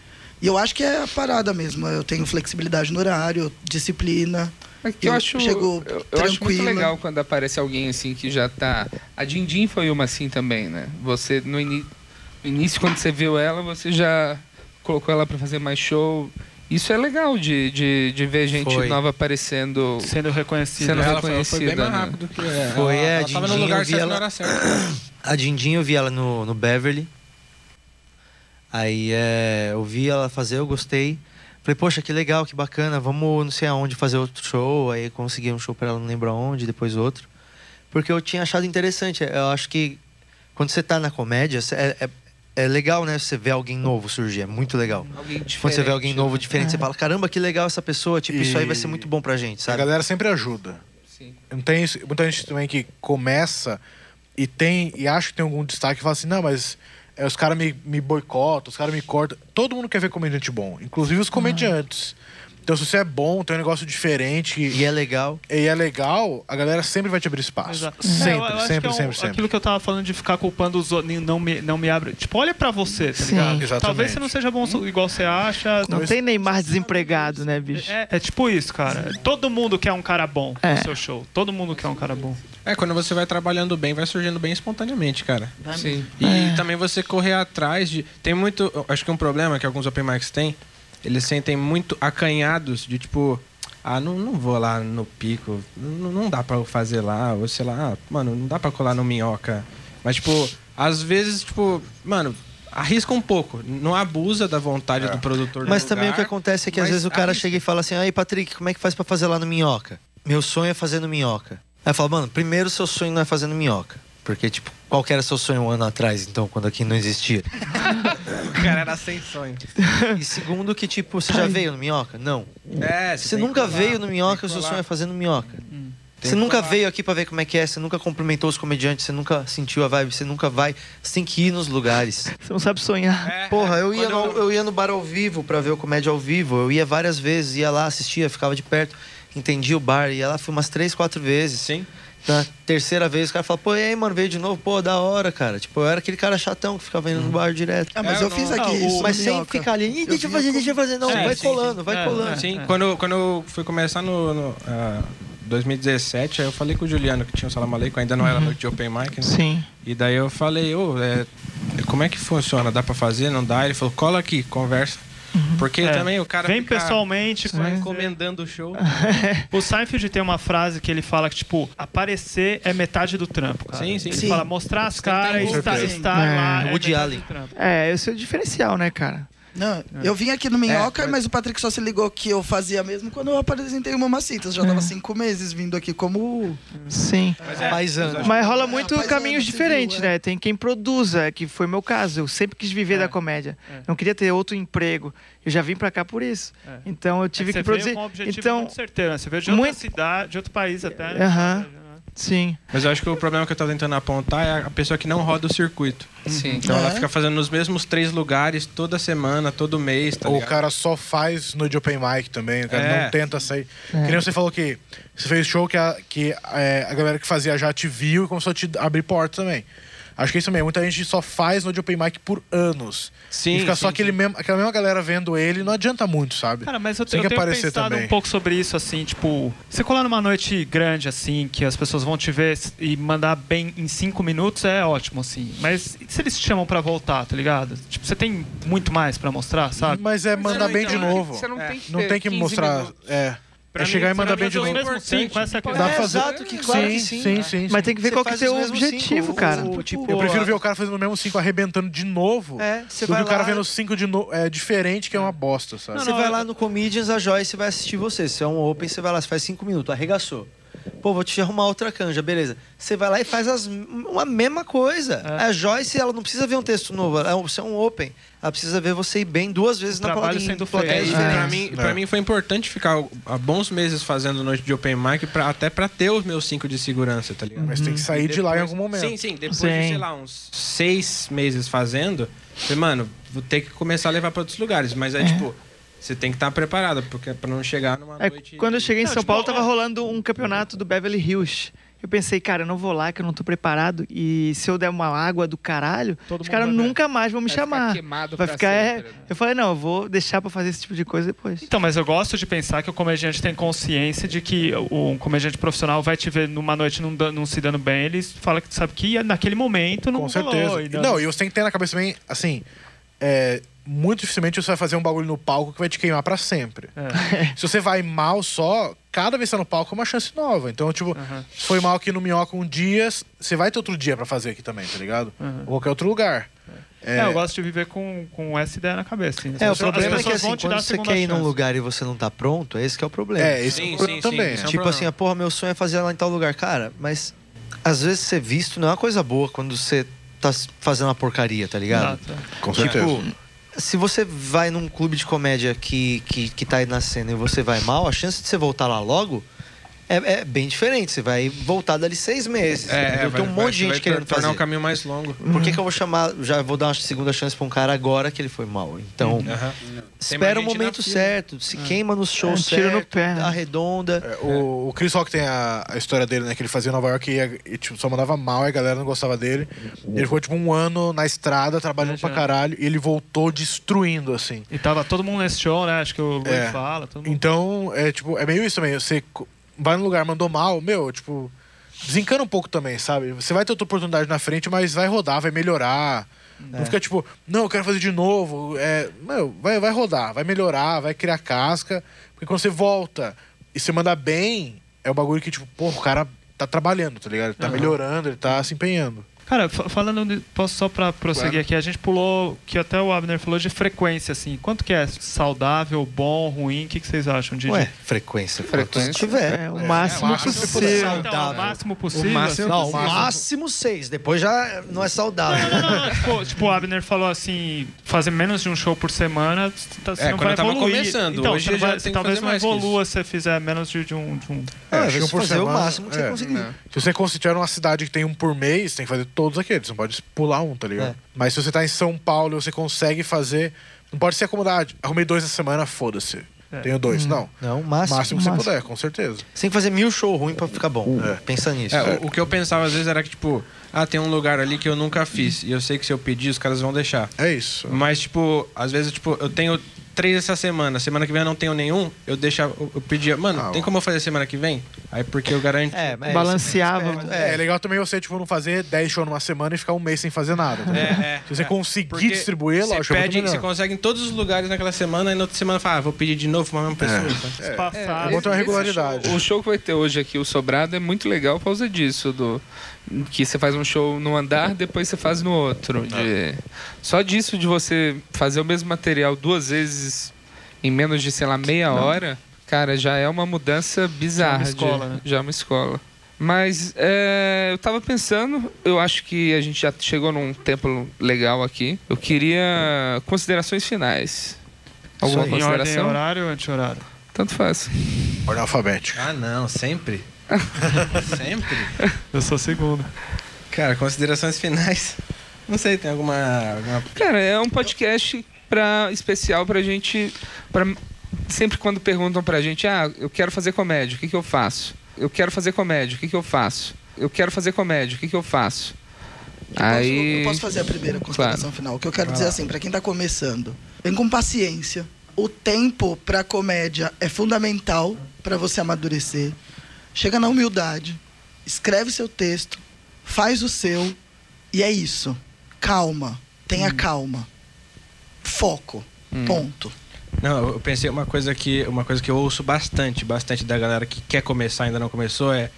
Speaker 8: e eu acho que é a parada mesmo. Eu tenho flexibilidade no horário, disciplina.
Speaker 2: É que eu,
Speaker 8: Eu
Speaker 2: acho,
Speaker 8: chego
Speaker 2: eu, eu acho muito
Speaker 8: tranquilo. né?
Speaker 2: legal quando aparece alguém assim que já tá. A Dindim foi uma assim também, né? Você no, ini- no início, quando você viu ela, você já colocou ela pra fazer mais show. Isso é legal de, de, de ver gente
Speaker 6: Foi.
Speaker 2: nova aparecendo.
Speaker 3: Sendo reconhecido.
Speaker 2: Sendo-
Speaker 5: ela foi, foi bem
Speaker 2: reconhecida,
Speaker 5: mais
Speaker 2: né?
Speaker 5: rápido que é.
Speaker 6: Foi,
Speaker 5: ela,
Speaker 6: é,
Speaker 5: ela tava no
Speaker 6: Dindinho,
Speaker 5: lugar
Speaker 6: eu vi
Speaker 5: certo
Speaker 6: ela-
Speaker 5: na hora certa.
Speaker 6: A Dindinho eu vi ela no, no Beverly. Aí é, eu vi ela fazer, eu gostei. Falei, poxa, que legal, que bacana, vamos não sei aonde fazer outro show. Aí consegui um show pra ela, não lembro aonde, depois outro. Porque eu tinha achado interessante. Eu acho que quando você tá na comédia, cê- é, é, é legal, né? Você vê alguém novo surgir, é muito legal.
Speaker 2: Alguém diferente.
Speaker 6: Quando você vê alguém novo,
Speaker 2: né?
Speaker 6: diferente, você fala, caramba, que legal essa pessoa. Tipo, isso aí vai ser muito bom pra gente,
Speaker 4: A
Speaker 6: sabe?
Speaker 4: galera sempre ajuda.
Speaker 2: Sim.
Speaker 4: Não tem isso- muita gente também que começa e tem e acha que tem algum destaque e fala assim, não, mas é, os caras me, me boicotam, os caras me cortam. Todo mundo quer ver comediante bom, inclusive os comediantes. Então se você é bom, tem um negócio diferente e,
Speaker 6: E é legal.
Speaker 4: e é legal, a galera sempre vai te abrir espaço.
Speaker 3: Exato. É, eu- eu
Speaker 4: Sempre,
Speaker 3: acho que
Speaker 4: sempre,
Speaker 3: é um-
Speaker 4: sempre, sempre.
Speaker 3: Aquilo que eu tava falando de ficar culpando os outros, não me, não me abre. Tipo, olha pra você, tá
Speaker 7: Sim.
Speaker 3: ligado?
Speaker 4: Exatamente.
Speaker 3: Talvez você não seja bom so- igual você acha.
Speaker 7: Não tem Neymar desempregado, né, bicho?
Speaker 3: É, é tipo isso, cara. Todo mundo quer um cara bom
Speaker 7: É.
Speaker 3: no seu show. Todo mundo quer um cara bom.
Speaker 5: É, quando você vai trabalhando bem, vai surgindo bem espontaneamente, cara.
Speaker 2: Sim.
Speaker 5: E
Speaker 6: É.
Speaker 5: também você correr atrás de. Tem muito. eu Acho que um problema que alguns open mics têm, eles sentem muito acanhados de tipo. Ah, não, não vou lá no pico, não, não dá pra eu fazer lá, ou sei lá, ah, mano, não dá pra colar no minhoca. Mas, tipo, às vezes, tipo, mano, arrisca um pouco, não abusa da vontade do produtor do
Speaker 6: Mas também o que
Speaker 5: lugar.
Speaker 6: acontece é que às
Speaker 5: mas
Speaker 6: vezes o cara
Speaker 5: arrisca.
Speaker 6: chega e fala assim: aí, Patrick, como é que faz pra fazer lá no Minhoca? Meu sonho é fazer no Minhoca. Aí fala, mano, primeiro seu sonho não é fazer no Minhoca. Porque, tipo, qual que era seu sonho um ano atrás, então, quando aqui não existia?
Speaker 5: O cara era sem sonho.
Speaker 6: E segundo, que, tipo, você já veio no Minhoca? Não.
Speaker 5: É,
Speaker 6: Você
Speaker 5: tem que
Speaker 6: nunca
Speaker 5: colar,
Speaker 6: veio no
Speaker 5: tem que
Speaker 6: Minhoca, seu
Speaker 5: colar.
Speaker 6: sonho é fazer no Minhoca.
Speaker 5: Tem
Speaker 6: Você
Speaker 5: que
Speaker 6: nunca
Speaker 5: colar.
Speaker 6: veio aqui pra ver como é que é, você nunca cumprimentou os comediantes, você nunca sentiu a vibe, você nunca vai. Você tem que ir nos lugares.
Speaker 7: Você não sabe sonhar.
Speaker 5: É,
Speaker 6: Porra, eu
Speaker 5: quando
Speaker 6: ia, no, eu ia no bar ao vivo pra ver o comédia ao vivo. Eu ia várias vezes, ia lá, assistia, ficava de perto, entendia o bar, ia lá, fui umas três, quatro vezes.
Speaker 5: Sim.
Speaker 6: Na terceira vez, o cara fala, pô, e aí, mano, veio de novo, pô, da hora, cara. Tipo, eu era aquele cara chatão que ficava indo no bar direto.
Speaker 8: Ah, mas
Speaker 5: É,
Speaker 8: eu
Speaker 5: não-
Speaker 8: fiz
Speaker 3: ah,
Speaker 8: aqui
Speaker 3: o-
Speaker 8: isso.
Speaker 6: Mas
Speaker 8: no
Speaker 6: sem
Speaker 8: Minhoca.
Speaker 6: ficar ali, "Ih, deixa eu
Speaker 8: vi
Speaker 6: fazer,
Speaker 8: como-
Speaker 6: deixa eu fazer. Não,
Speaker 5: É,
Speaker 6: vai
Speaker 5: sim,
Speaker 6: colando, vai
Speaker 3: É,
Speaker 6: colando.
Speaker 3: é.
Speaker 5: Sim, quando, quando eu fui começando no, no, ah, 2017, aí eu falei com o Juliano, que tinha o Salamaleco, ainda não era noite de Open Mic, né?
Speaker 7: Sim.
Speaker 5: E daí eu falei, ô, é, como é que funciona? Dá pra fazer? Não dá? Ele falou, cola aqui, conversa. Porque
Speaker 3: É.
Speaker 5: também o cara
Speaker 3: Vem
Speaker 5: fica
Speaker 3: pessoalmente. é.
Speaker 5: só encomendando o show.
Speaker 3: O Seinfeld tem uma frase que ele fala que, tipo, aparecer é metade do trampo, cara.
Speaker 5: Sim, sim.
Speaker 3: Ele
Speaker 8: Sim.
Speaker 3: fala mostrar as
Speaker 5: tem
Speaker 3: caras,
Speaker 5: roupa,
Speaker 3: estar,
Speaker 4: sim.
Speaker 3: estar
Speaker 7: É,
Speaker 3: lá. é
Speaker 6: Woody
Speaker 3: metade
Speaker 6: Allen.
Speaker 3: do trampo.
Speaker 7: É, esse é o diferencial, né, cara?
Speaker 8: Não, eu vim aqui no Minhoca,
Speaker 5: É, mas-
Speaker 8: mas o Patrick só se ligou que eu fazia mesmo quando eu apresentei o Mamacitas. Já
Speaker 5: É.
Speaker 8: tava cinco meses vindo aqui como...
Speaker 7: Sim.
Speaker 6: Paisano.
Speaker 7: Mas rola muito
Speaker 8: Rapaz,
Speaker 7: caminhos
Speaker 8: você viu,
Speaker 7: diferentes,
Speaker 8: é.
Speaker 7: né? Tem quem produza, que foi meu caso. Eu sempre quis viver da comédia. Não queria ter outro emprego. Eu já vim pra cá por isso.
Speaker 3: É.
Speaker 7: Então eu tive
Speaker 3: Você
Speaker 7: que
Speaker 3: veio
Speaker 7: produzir.
Speaker 3: com um objetivo
Speaker 7: Então,
Speaker 3: muito certeiro, né? Você veio de outra
Speaker 7: muito-
Speaker 3: cidade, de outro país até. né?
Speaker 7: Aham. sim.
Speaker 5: Mas eu acho que o problema que eu tava tentando apontar é a pessoa que não roda o circuito.
Speaker 2: Sim.
Speaker 5: Então ela
Speaker 8: É.
Speaker 5: fica fazendo nos mesmos três lugares toda semana, todo mês, tá
Speaker 4: Ou o
Speaker 5: ligado?
Speaker 4: cara só faz no de open mic também, o cara
Speaker 5: É.
Speaker 4: não tenta sair.
Speaker 7: É.
Speaker 4: Que nem você falou que você fez show que a, que, é, a galera que fazia já te viu e começou a te abrir porta também. Acho que é isso mesmo. Muita gente só faz no de open mic por anos.
Speaker 5: Sim,
Speaker 4: e fica só
Speaker 5: sim,
Speaker 4: aquele
Speaker 5: sim.
Speaker 4: mesmo, aquela mesma galera vendo ele, não adianta muito, sabe?
Speaker 3: Cara, mas eu,
Speaker 4: Tem
Speaker 3: eu
Speaker 4: que
Speaker 3: tenho
Speaker 4: aparecer
Speaker 3: pensado
Speaker 4: também.
Speaker 3: um pouco sobre isso, assim, tipo, você colar numa noite grande, assim, que as pessoas vão te ver e mandar bem em cinco minutos, é ótimo, assim. Mas e se eles te chamam pra voltar, tá ligado? Tipo, você tem muito mais pra mostrar, sabe?
Speaker 4: Mas é mandar
Speaker 5: não,
Speaker 4: bem
Speaker 5: então,
Speaker 4: de
Speaker 5: é que
Speaker 4: novo.
Speaker 2: né? Você não
Speaker 5: É.
Speaker 2: tem que,
Speaker 4: Não
Speaker 2: ter
Speaker 4: tem que
Speaker 2: 15
Speaker 4: mostrar.
Speaker 2: minutos.
Speaker 4: É.
Speaker 5: Pra
Speaker 4: é
Speaker 5: mim,
Speaker 4: chegar e
Speaker 5: pra
Speaker 4: mandar
Speaker 5: mim,
Speaker 4: bem
Speaker 5: eu
Speaker 4: de
Speaker 5: dou
Speaker 4: novo.
Speaker 5: um
Speaker 3: mesmo cinco, essa é a
Speaker 4: Dá
Speaker 3: questão.
Speaker 4: pra fazer.
Speaker 6: Exato, que claro que sim.
Speaker 4: sim, sim.
Speaker 7: Mas tem que ver
Speaker 6: Você
Speaker 7: qual que é o
Speaker 6: faz
Speaker 7: teu
Speaker 6: os mesmos
Speaker 7: objetivo,
Speaker 6: cinco,
Speaker 7: cara.
Speaker 6: ou, tipo,
Speaker 4: Eu prefiro ver o cara fazendo o mesmo cinco arrebentando de novo.
Speaker 6: É, você
Speaker 4: do
Speaker 6: vai
Speaker 4: que o cara
Speaker 6: lá-
Speaker 4: vendo os cinco de novo. É diferente, que é uma bosta, sabe?
Speaker 6: Você vai lá no Comedians, a Joyce vai assistir você. Se é um open, você vai lá, você faz cinco minutos, arregaçou. Pô, vou te arrumar outra canja, beleza. Você vai lá e faz as, a mesma coisa.
Speaker 3: É.
Speaker 6: A Joyce, ela não precisa ver um texto novo, ela- você é um open. Ela precisa ver você ir bem duas vezes na
Speaker 3: trabalho
Speaker 6: plateia. em
Speaker 3: sendo
Speaker 5: É,
Speaker 6: plateias
Speaker 5: e
Speaker 3: feito.
Speaker 6: diferentes.
Speaker 5: pra, mim, pra mim foi importante ficar há bons meses fazendo noite de open mic, pra, até pra ter os meus cinco de segurança, tá ligado?
Speaker 4: Mas tem que sair de lá em algum momento.
Speaker 5: Sim, sim. Depois
Speaker 7: Sim.
Speaker 5: de, sei lá, uns seis meses fazendo, falei, mano, vou ter que começar a levar pra outros lugares. Mas é, tipo, você tem que estar preparado, porque é pra não chegar numa
Speaker 7: É,
Speaker 5: noite.
Speaker 7: quando eu cheguei em
Speaker 3: Não,
Speaker 7: São
Speaker 3: tipo,
Speaker 7: Paulo,
Speaker 3: ó.
Speaker 7: tava rolando um campeonato do Beverly Hills. Eu pensei, cara, eu não vou lá, que eu não tô preparado. E se eu der uma água do caralho,
Speaker 3: Todo
Speaker 7: os
Speaker 3: mundo
Speaker 7: caras
Speaker 3: vai ver.
Speaker 7: nunca mais vão me
Speaker 2: Vai ficar
Speaker 7: chamar.
Speaker 2: queimado
Speaker 7: vai
Speaker 2: pra
Speaker 7: ficar. é-
Speaker 2: sempre, né?
Speaker 7: Eu falei, não, eu vou deixar pra fazer esse tipo de coisa depois.
Speaker 3: Então, mas eu gosto de pensar que o comediante tem consciência de que o- um comediante profissional vai te ver numa noite não, dan- não se dando bem, ele fala que sabe que naquele momento não
Speaker 4: Com
Speaker 3: rolou,
Speaker 4: certeza.
Speaker 3: e
Speaker 4: não,
Speaker 3: dando-
Speaker 4: e você tem que ter na cabeça também, assim, é, muito dificilmente você vai fazer um bagulho no palco que vai te queimar pra sempre. Se você vai mal só, cada vez que você tá no palco é uma chance nova. Então, tipo, se foi mal aqui no Minhoca um dia, você vai ter outro dia pra fazer aqui também, tá ligado? Ou qualquer outro lugar.
Speaker 3: É, eu gosto de viver com, com essa ideia na cabeça. assim.
Speaker 6: É, o
Speaker 3: As
Speaker 6: problema é que
Speaker 3: pessoas
Speaker 6: assim,
Speaker 3: vão te dar
Speaker 6: quando
Speaker 3: a
Speaker 6: você
Speaker 3: segunda
Speaker 6: quer ir num
Speaker 3: chance.
Speaker 6: lugar e você não tá pronto, é esse que é o problema.
Speaker 4: É, esse
Speaker 5: Sim,
Speaker 4: é o
Speaker 5: sim,
Speaker 4: também.
Speaker 5: sim, sim.
Speaker 6: Tipo
Speaker 5: problema.
Speaker 6: assim, ah, porra, meu sonho é fazer lá em tal lugar. Cara, mas às vezes ser visto não é uma coisa boa quando você tá s- fazendo uma porcaria, tá ligado?
Speaker 3: Exato.
Speaker 4: Com
Speaker 6: Tipo, se você vai num clube de comédia que, que, que tá aí na cena e você vai mal, a chance de você voltar lá logo é, é bem diferente. Você vai voltar dali seis meses.
Speaker 5: É,
Speaker 6: entendeu?
Speaker 5: vai-
Speaker 6: Tem um
Speaker 5: vai-
Speaker 6: monte de gente
Speaker 5: vai tornar
Speaker 6: querendo
Speaker 5: um
Speaker 6: fazer. Uhum.
Speaker 5: caminho mais longo.
Speaker 6: Por que, que eu vou chamar, já vou dar uma segunda chance pra um cara agora que ele foi mal? Então,
Speaker 5: Uhum. Aham.
Speaker 6: espera o
Speaker 5: Tem mais gente
Speaker 6: momento
Speaker 5: na fila.
Speaker 6: certo, se queima no show
Speaker 7: É, um tiro
Speaker 6: certo,
Speaker 7: no pé, né?
Speaker 6: arredonda.
Speaker 4: É, o, o Chris Rock tem a, a história dele, né? Que ele fazia em Nova York e, ia- e, tipo, só mandava mal e a galera não gostava dele. E ele ficou tipo um ano na estrada, trabalhando
Speaker 3: É, já.
Speaker 4: pra caralho, e ele voltou destruindo, assim.
Speaker 3: E tava todo mundo nesse show, né? Acho que o Luiz
Speaker 4: É.
Speaker 3: fala,
Speaker 7: Uhum.
Speaker 3: todo mundo.
Speaker 4: Então, é tipo, é meio isso também. Você co- vai num lugar, mandou mal, meu, tipo, desencana um pouco também, sabe? Você vai ter outra oportunidade na frente, mas vai rodar, vai melhorar.
Speaker 7: É.
Speaker 4: Não fica tipo, não, eu quero fazer de novo. É, meu, vai, vai rodar, vai melhorar, vai criar casca. Porque quando você volta e você manda bem, é o bagulho que, tipo, pô, o cara tá trabalhando, tá ligado? Ele tá melhorando, ele tá se empenhando.
Speaker 3: Cara, fa- falando, de- posso só pra prosseguir aqui, a gente pulou, que até o Abner falou de frequência, assim. Quanto que é saudável, bom, ruim? O que, que vocês acham de.
Speaker 6: Ué, frequência.
Speaker 2: Frequência.
Speaker 6: Se tiver.
Speaker 7: É, o máximo
Speaker 4: máximo que
Speaker 7: possível.
Speaker 3: Então, o
Speaker 6: saudável.
Speaker 3: máximo possível. assim,
Speaker 2: O máximo-
Speaker 6: Não,
Speaker 4: Máximo.
Speaker 6: máximo seis. Depois já não é saudável.
Speaker 3: Não, não, não, tipo, tipo, o Abner falou assim: fazer menos de um show por semana, t- tá- você
Speaker 5: É,
Speaker 3: não
Speaker 5: quando
Speaker 3: vai
Speaker 5: eu tava
Speaker 3: evoluir.
Speaker 5: começando,
Speaker 3: Então,
Speaker 5: hoje
Speaker 3: você não
Speaker 5: já
Speaker 3: vai-
Speaker 5: tem
Speaker 3: você
Speaker 5: que
Speaker 3: talvez
Speaker 5: fazer
Speaker 3: não
Speaker 5: mais que
Speaker 3: evolua se você fizer menos de, de um. de um-
Speaker 4: É,
Speaker 6: Ah,
Speaker 4: chega
Speaker 6: você
Speaker 4: por
Speaker 6: fazer o
Speaker 4: semana,
Speaker 6: máximo que você
Speaker 4: é.
Speaker 6: conseguir.
Speaker 4: Se você constituir uma cidade que tem um por mês, tem que fazer todos aqueles. Não pode pular um, tá ligado?
Speaker 6: É.
Speaker 4: Mas se você tá em São Paulo e você consegue fazer. Não pode se acomodar. ah, Arrumei dois na semana, foda-se.
Speaker 3: É.
Speaker 4: Tenho dois. Não.
Speaker 6: Não,
Speaker 4: Máximo,
Speaker 6: máximo.
Speaker 4: que você
Speaker 7: máximo.
Speaker 4: puder, com certeza.
Speaker 6: Você tem que fazer mil show ruim pra ficar bom. Pensa nisso.
Speaker 5: É, o, o que eu pensava às vezes era que, tipo, ah, tem um lugar ali que eu nunca fiz. E eu sei que se eu pedir, os caras vão deixar.
Speaker 4: É isso.
Speaker 5: Mas, tipo, às vezes, tipo, eu tenho três essa semana. Semana que vem eu não tenho nenhum. Eu deixava. Eu eu pedia, mano,
Speaker 4: Ah,
Speaker 5: tem
Speaker 4: ó.
Speaker 5: como eu fazer semana que vem? Aí Aí porque eu garanti.
Speaker 6: É, mas
Speaker 7: Balanceava.
Speaker 4: É, é legal também você, tipo, não fazer 10 shows numa semana e ficar um mês sem fazer nada. tá ligado?
Speaker 5: é,
Speaker 4: Se você
Speaker 5: é.
Speaker 4: conseguir
Speaker 5: Porque
Speaker 4: distribuir,
Speaker 5: você
Speaker 4: lógico, é muito
Speaker 5: pede,
Speaker 4: melhor.
Speaker 5: Você consegue em todos os lugares naquela semana, e na outra semana fala, ah, vou pedir de novo pra mesma pessoa.
Speaker 3: É, Passado.
Speaker 4: É, Bota uma regularidade.
Speaker 2: O show que vai ter hoje aqui, o Sobrado, é muito legal por causa disso. Do, que você faz um show num andar, depois você faz no outro.
Speaker 3: É.
Speaker 2: De- só disso de você fazer o mesmo material duas vezes em menos de, sei lá, meia hora, cara, já é uma mudança bizarra. de-
Speaker 3: escola, né?
Speaker 2: Já é uma escola. Mas é, eu tava pensando, eu acho que a gente já chegou num tempo legal aqui. Eu queria considerações finais. Alguma
Speaker 3: Em ordem
Speaker 2: consideração?
Speaker 3: horário ou anti-horário?
Speaker 2: Tanto faz.
Speaker 4: Ordem alfabética.
Speaker 5: Ah, não, sempre? sempre?
Speaker 3: Eu sou segunda.
Speaker 5: Cara, considerações finais. Não sei, tem alguma. alguma-
Speaker 2: Cara, é um podcast pra, especial pra gente. Pra, sempre quando perguntam pra gente, ah, eu quero fazer comédia, o que, que eu faço? Eu quero fazer comédia, o que, que eu faço? Eu quero fazer comédia, o que, que eu faço?
Speaker 8: Posso-
Speaker 2: Aí.
Speaker 8: eu posso fazer a primeira consideração final. O que eu quero dizer assim, pra quem tá começando, vem com paciência. O tempo pra comédia é fundamental pra você amadurecer. Chega na humildade, escreve seu texto, faz o seu e é isso. Calma, tenha calma. Foco. Ponto.
Speaker 5: Não, eu pensei uma coisa que uma coisa que eu ouço bastante, bastante da galera que quer começar e ainda não começou é,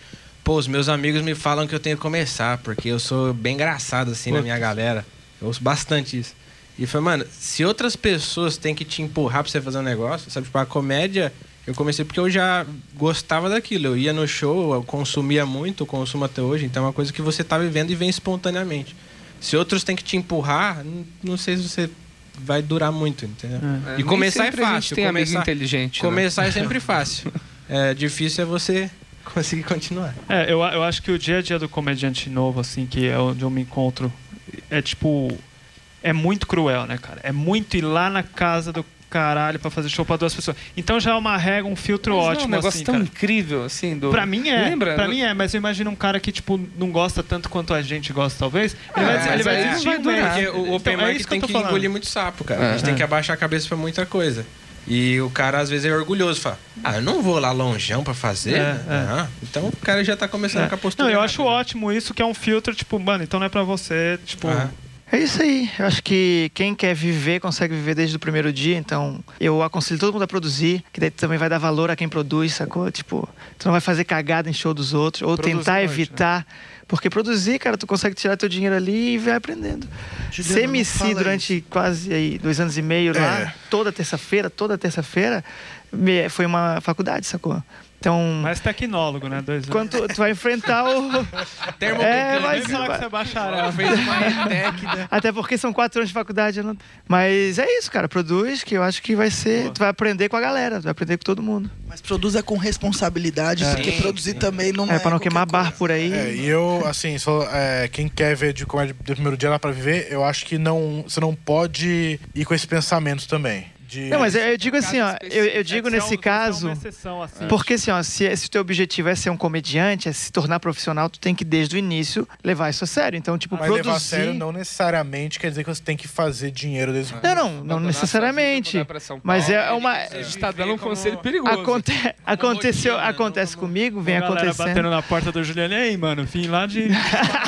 Speaker 5: pô, os meus amigos me falam que eu tenho que começar porque eu sou bem engraçado assim na minha galera. Eu ouço bastante isso. E foi, mano, se outras pessoas têm que te empurrar pra você fazer um negócio, sabe? Tipo, a comédia, eu comecei porque eu já gostava daquilo. Eu ia no show, eu consumia muito, eu consumo até hoje, então é uma coisa que você tá vivendo e vem espontaneamente. Se outros têm que te empurrar, n- não sei se você vai durar muito, entendeu?
Speaker 2: É,
Speaker 5: E
Speaker 2: nem
Speaker 5: começar é
Speaker 2: sempre A gente
Speaker 5: fácil.
Speaker 2: tem amigo
Speaker 5: começar,
Speaker 2: inteligente. né?
Speaker 5: começar é sempre fácil. É, difícil é você conseguir continuar.
Speaker 3: É, eu, a- eu acho que o dia a dia do comediante novo, assim, que é onde eu me encontro, é tipo. É muito cruel, né, cara? É muito ir lá na casa do caralho pra fazer show pra duas pessoas. Então já é uma regra, um filtro
Speaker 2: Mas não é
Speaker 3: ótimo,
Speaker 2: um negócio
Speaker 3: assim,
Speaker 2: tão
Speaker 3: cara.
Speaker 2: incrível assim do.
Speaker 3: Pra mim é.
Speaker 2: Lembra? né?
Speaker 3: Pra mim é, mas eu imagino um cara que, tipo, não gosta tanto quanto a gente gosta, talvez. Ele
Speaker 2: Ah,
Speaker 3: vai, des-
Speaker 2: mas
Speaker 3: ele vai
Speaker 2: aí não
Speaker 3: desistir
Speaker 2: vai
Speaker 3: um
Speaker 2: durar.
Speaker 3: mês.
Speaker 5: Porque o
Speaker 3: Então,
Speaker 5: open
Speaker 3: é
Speaker 5: mic
Speaker 3: isso que
Speaker 5: tem
Speaker 3: eu tô
Speaker 5: que
Speaker 3: falando.
Speaker 5: engolir muito sapo, cara. a gente
Speaker 2: É.
Speaker 5: tem que abaixar a cabeça pra muita coisa. E o cara, às vezes, é orgulhoso. Fala, ah, eu não vou lá longeão pra fazer.
Speaker 3: É,
Speaker 5: né?
Speaker 3: é.
Speaker 5: Ah, então o cara já tá começando com a postura.
Speaker 3: Não, eu
Speaker 5: errada,
Speaker 3: acho
Speaker 5: né?
Speaker 3: ótimo isso, que é um filtro, tipo, mano, então não é pra você, tipo...
Speaker 5: Ah.
Speaker 7: É isso aí. Eu acho que quem quer viver consegue viver desde o primeiro dia. Então, eu aconselho todo mundo a produzir, que daí tu também vai dar valor a quem produz, sacou? Tipo, tu não vai fazer cagada em show dos outros, ou
Speaker 3: Produz
Speaker 7: tentar
Speaker 3: muito, né?
Speaker 7: evitar. Porque produzir, cara, tu consegue tirar teu dinheiro ali e vai aprendendo.
Speaker 8: Juliana,
Speaker 7: Ser
Speaker 8: não
Speaker 7: MC
Speaker 8: fala
Speaker 7: durante quase aí dois anos e meio lá,
Speaker 4: É.
Speaker 7: toda terça-feira, toda terça-feira, me- foi uma faculdade, sacou? Então,
Speaker 3: Mas tecnólogo, né? Dois
Speaker 7: quando tu, tu vai enfrentar o.
Speaker 5: Termo
Speaker 7: é,
Speaker 3: Vai
Speaker 7: vai,
Speaker 3: falar que você é bacharel.
Speaker 5: Ela fez uma ETEC da-
Speaker 7: até porque são quatro anos de faculdade. eu não- Mas é isso, cara. Produz, que eu acho que vai ser. Tu vai aprender com a galera, tu vai aprender com todo mundo.
Speaker 8: Mas produza com responsabilidade, porque produzir também não é.
Speaker 7: É, pra não
Speaker 8: qualquer
Speaker 7: queimar
Speaker 8: coisa.
Speaker 7: bar por aí.
Speaker 4: É, e eu, assim, só, é, quem quer ver de comédia do primeiro dia lá pra viver, eu acho que não, você não pode ir com esse pensamento também. De,
Speaker 7: Não, mas eu, eu digo assim, ó.
Speaker 2: Caso
Speaker 7: Eu, eu digo
Speaker 3: É que você é
Speaker 7: nesse
Speaker 3: um- você é uma
Speaker 7: caso.
Speaker 3: exceção, assim.
Speaker 7: Porque assim, ó, se, se o teu objetivo é ser um comediante, é se tornar profissional, tu tem que desde o início levar isso a sério. Então, tipo,
Speaker 4: mas levar a sério
Speaker 7: produzir. Não,
Speaker 4: não necessariamente quer dizer que você tem que fazer dinheiro desde o
Speaker 7: não, não, necessariamente. Mas é uma.
Speaker 2: A gente tá dando um conselho perigoso.
Speaker 7: Aconte, aconteceu, acontece comigo, vem
Speaker 3: A galera
Speaker 7: acontecendo.
Speaker 3: batendo na porta do Juliano. E aí, mano, vim lá de...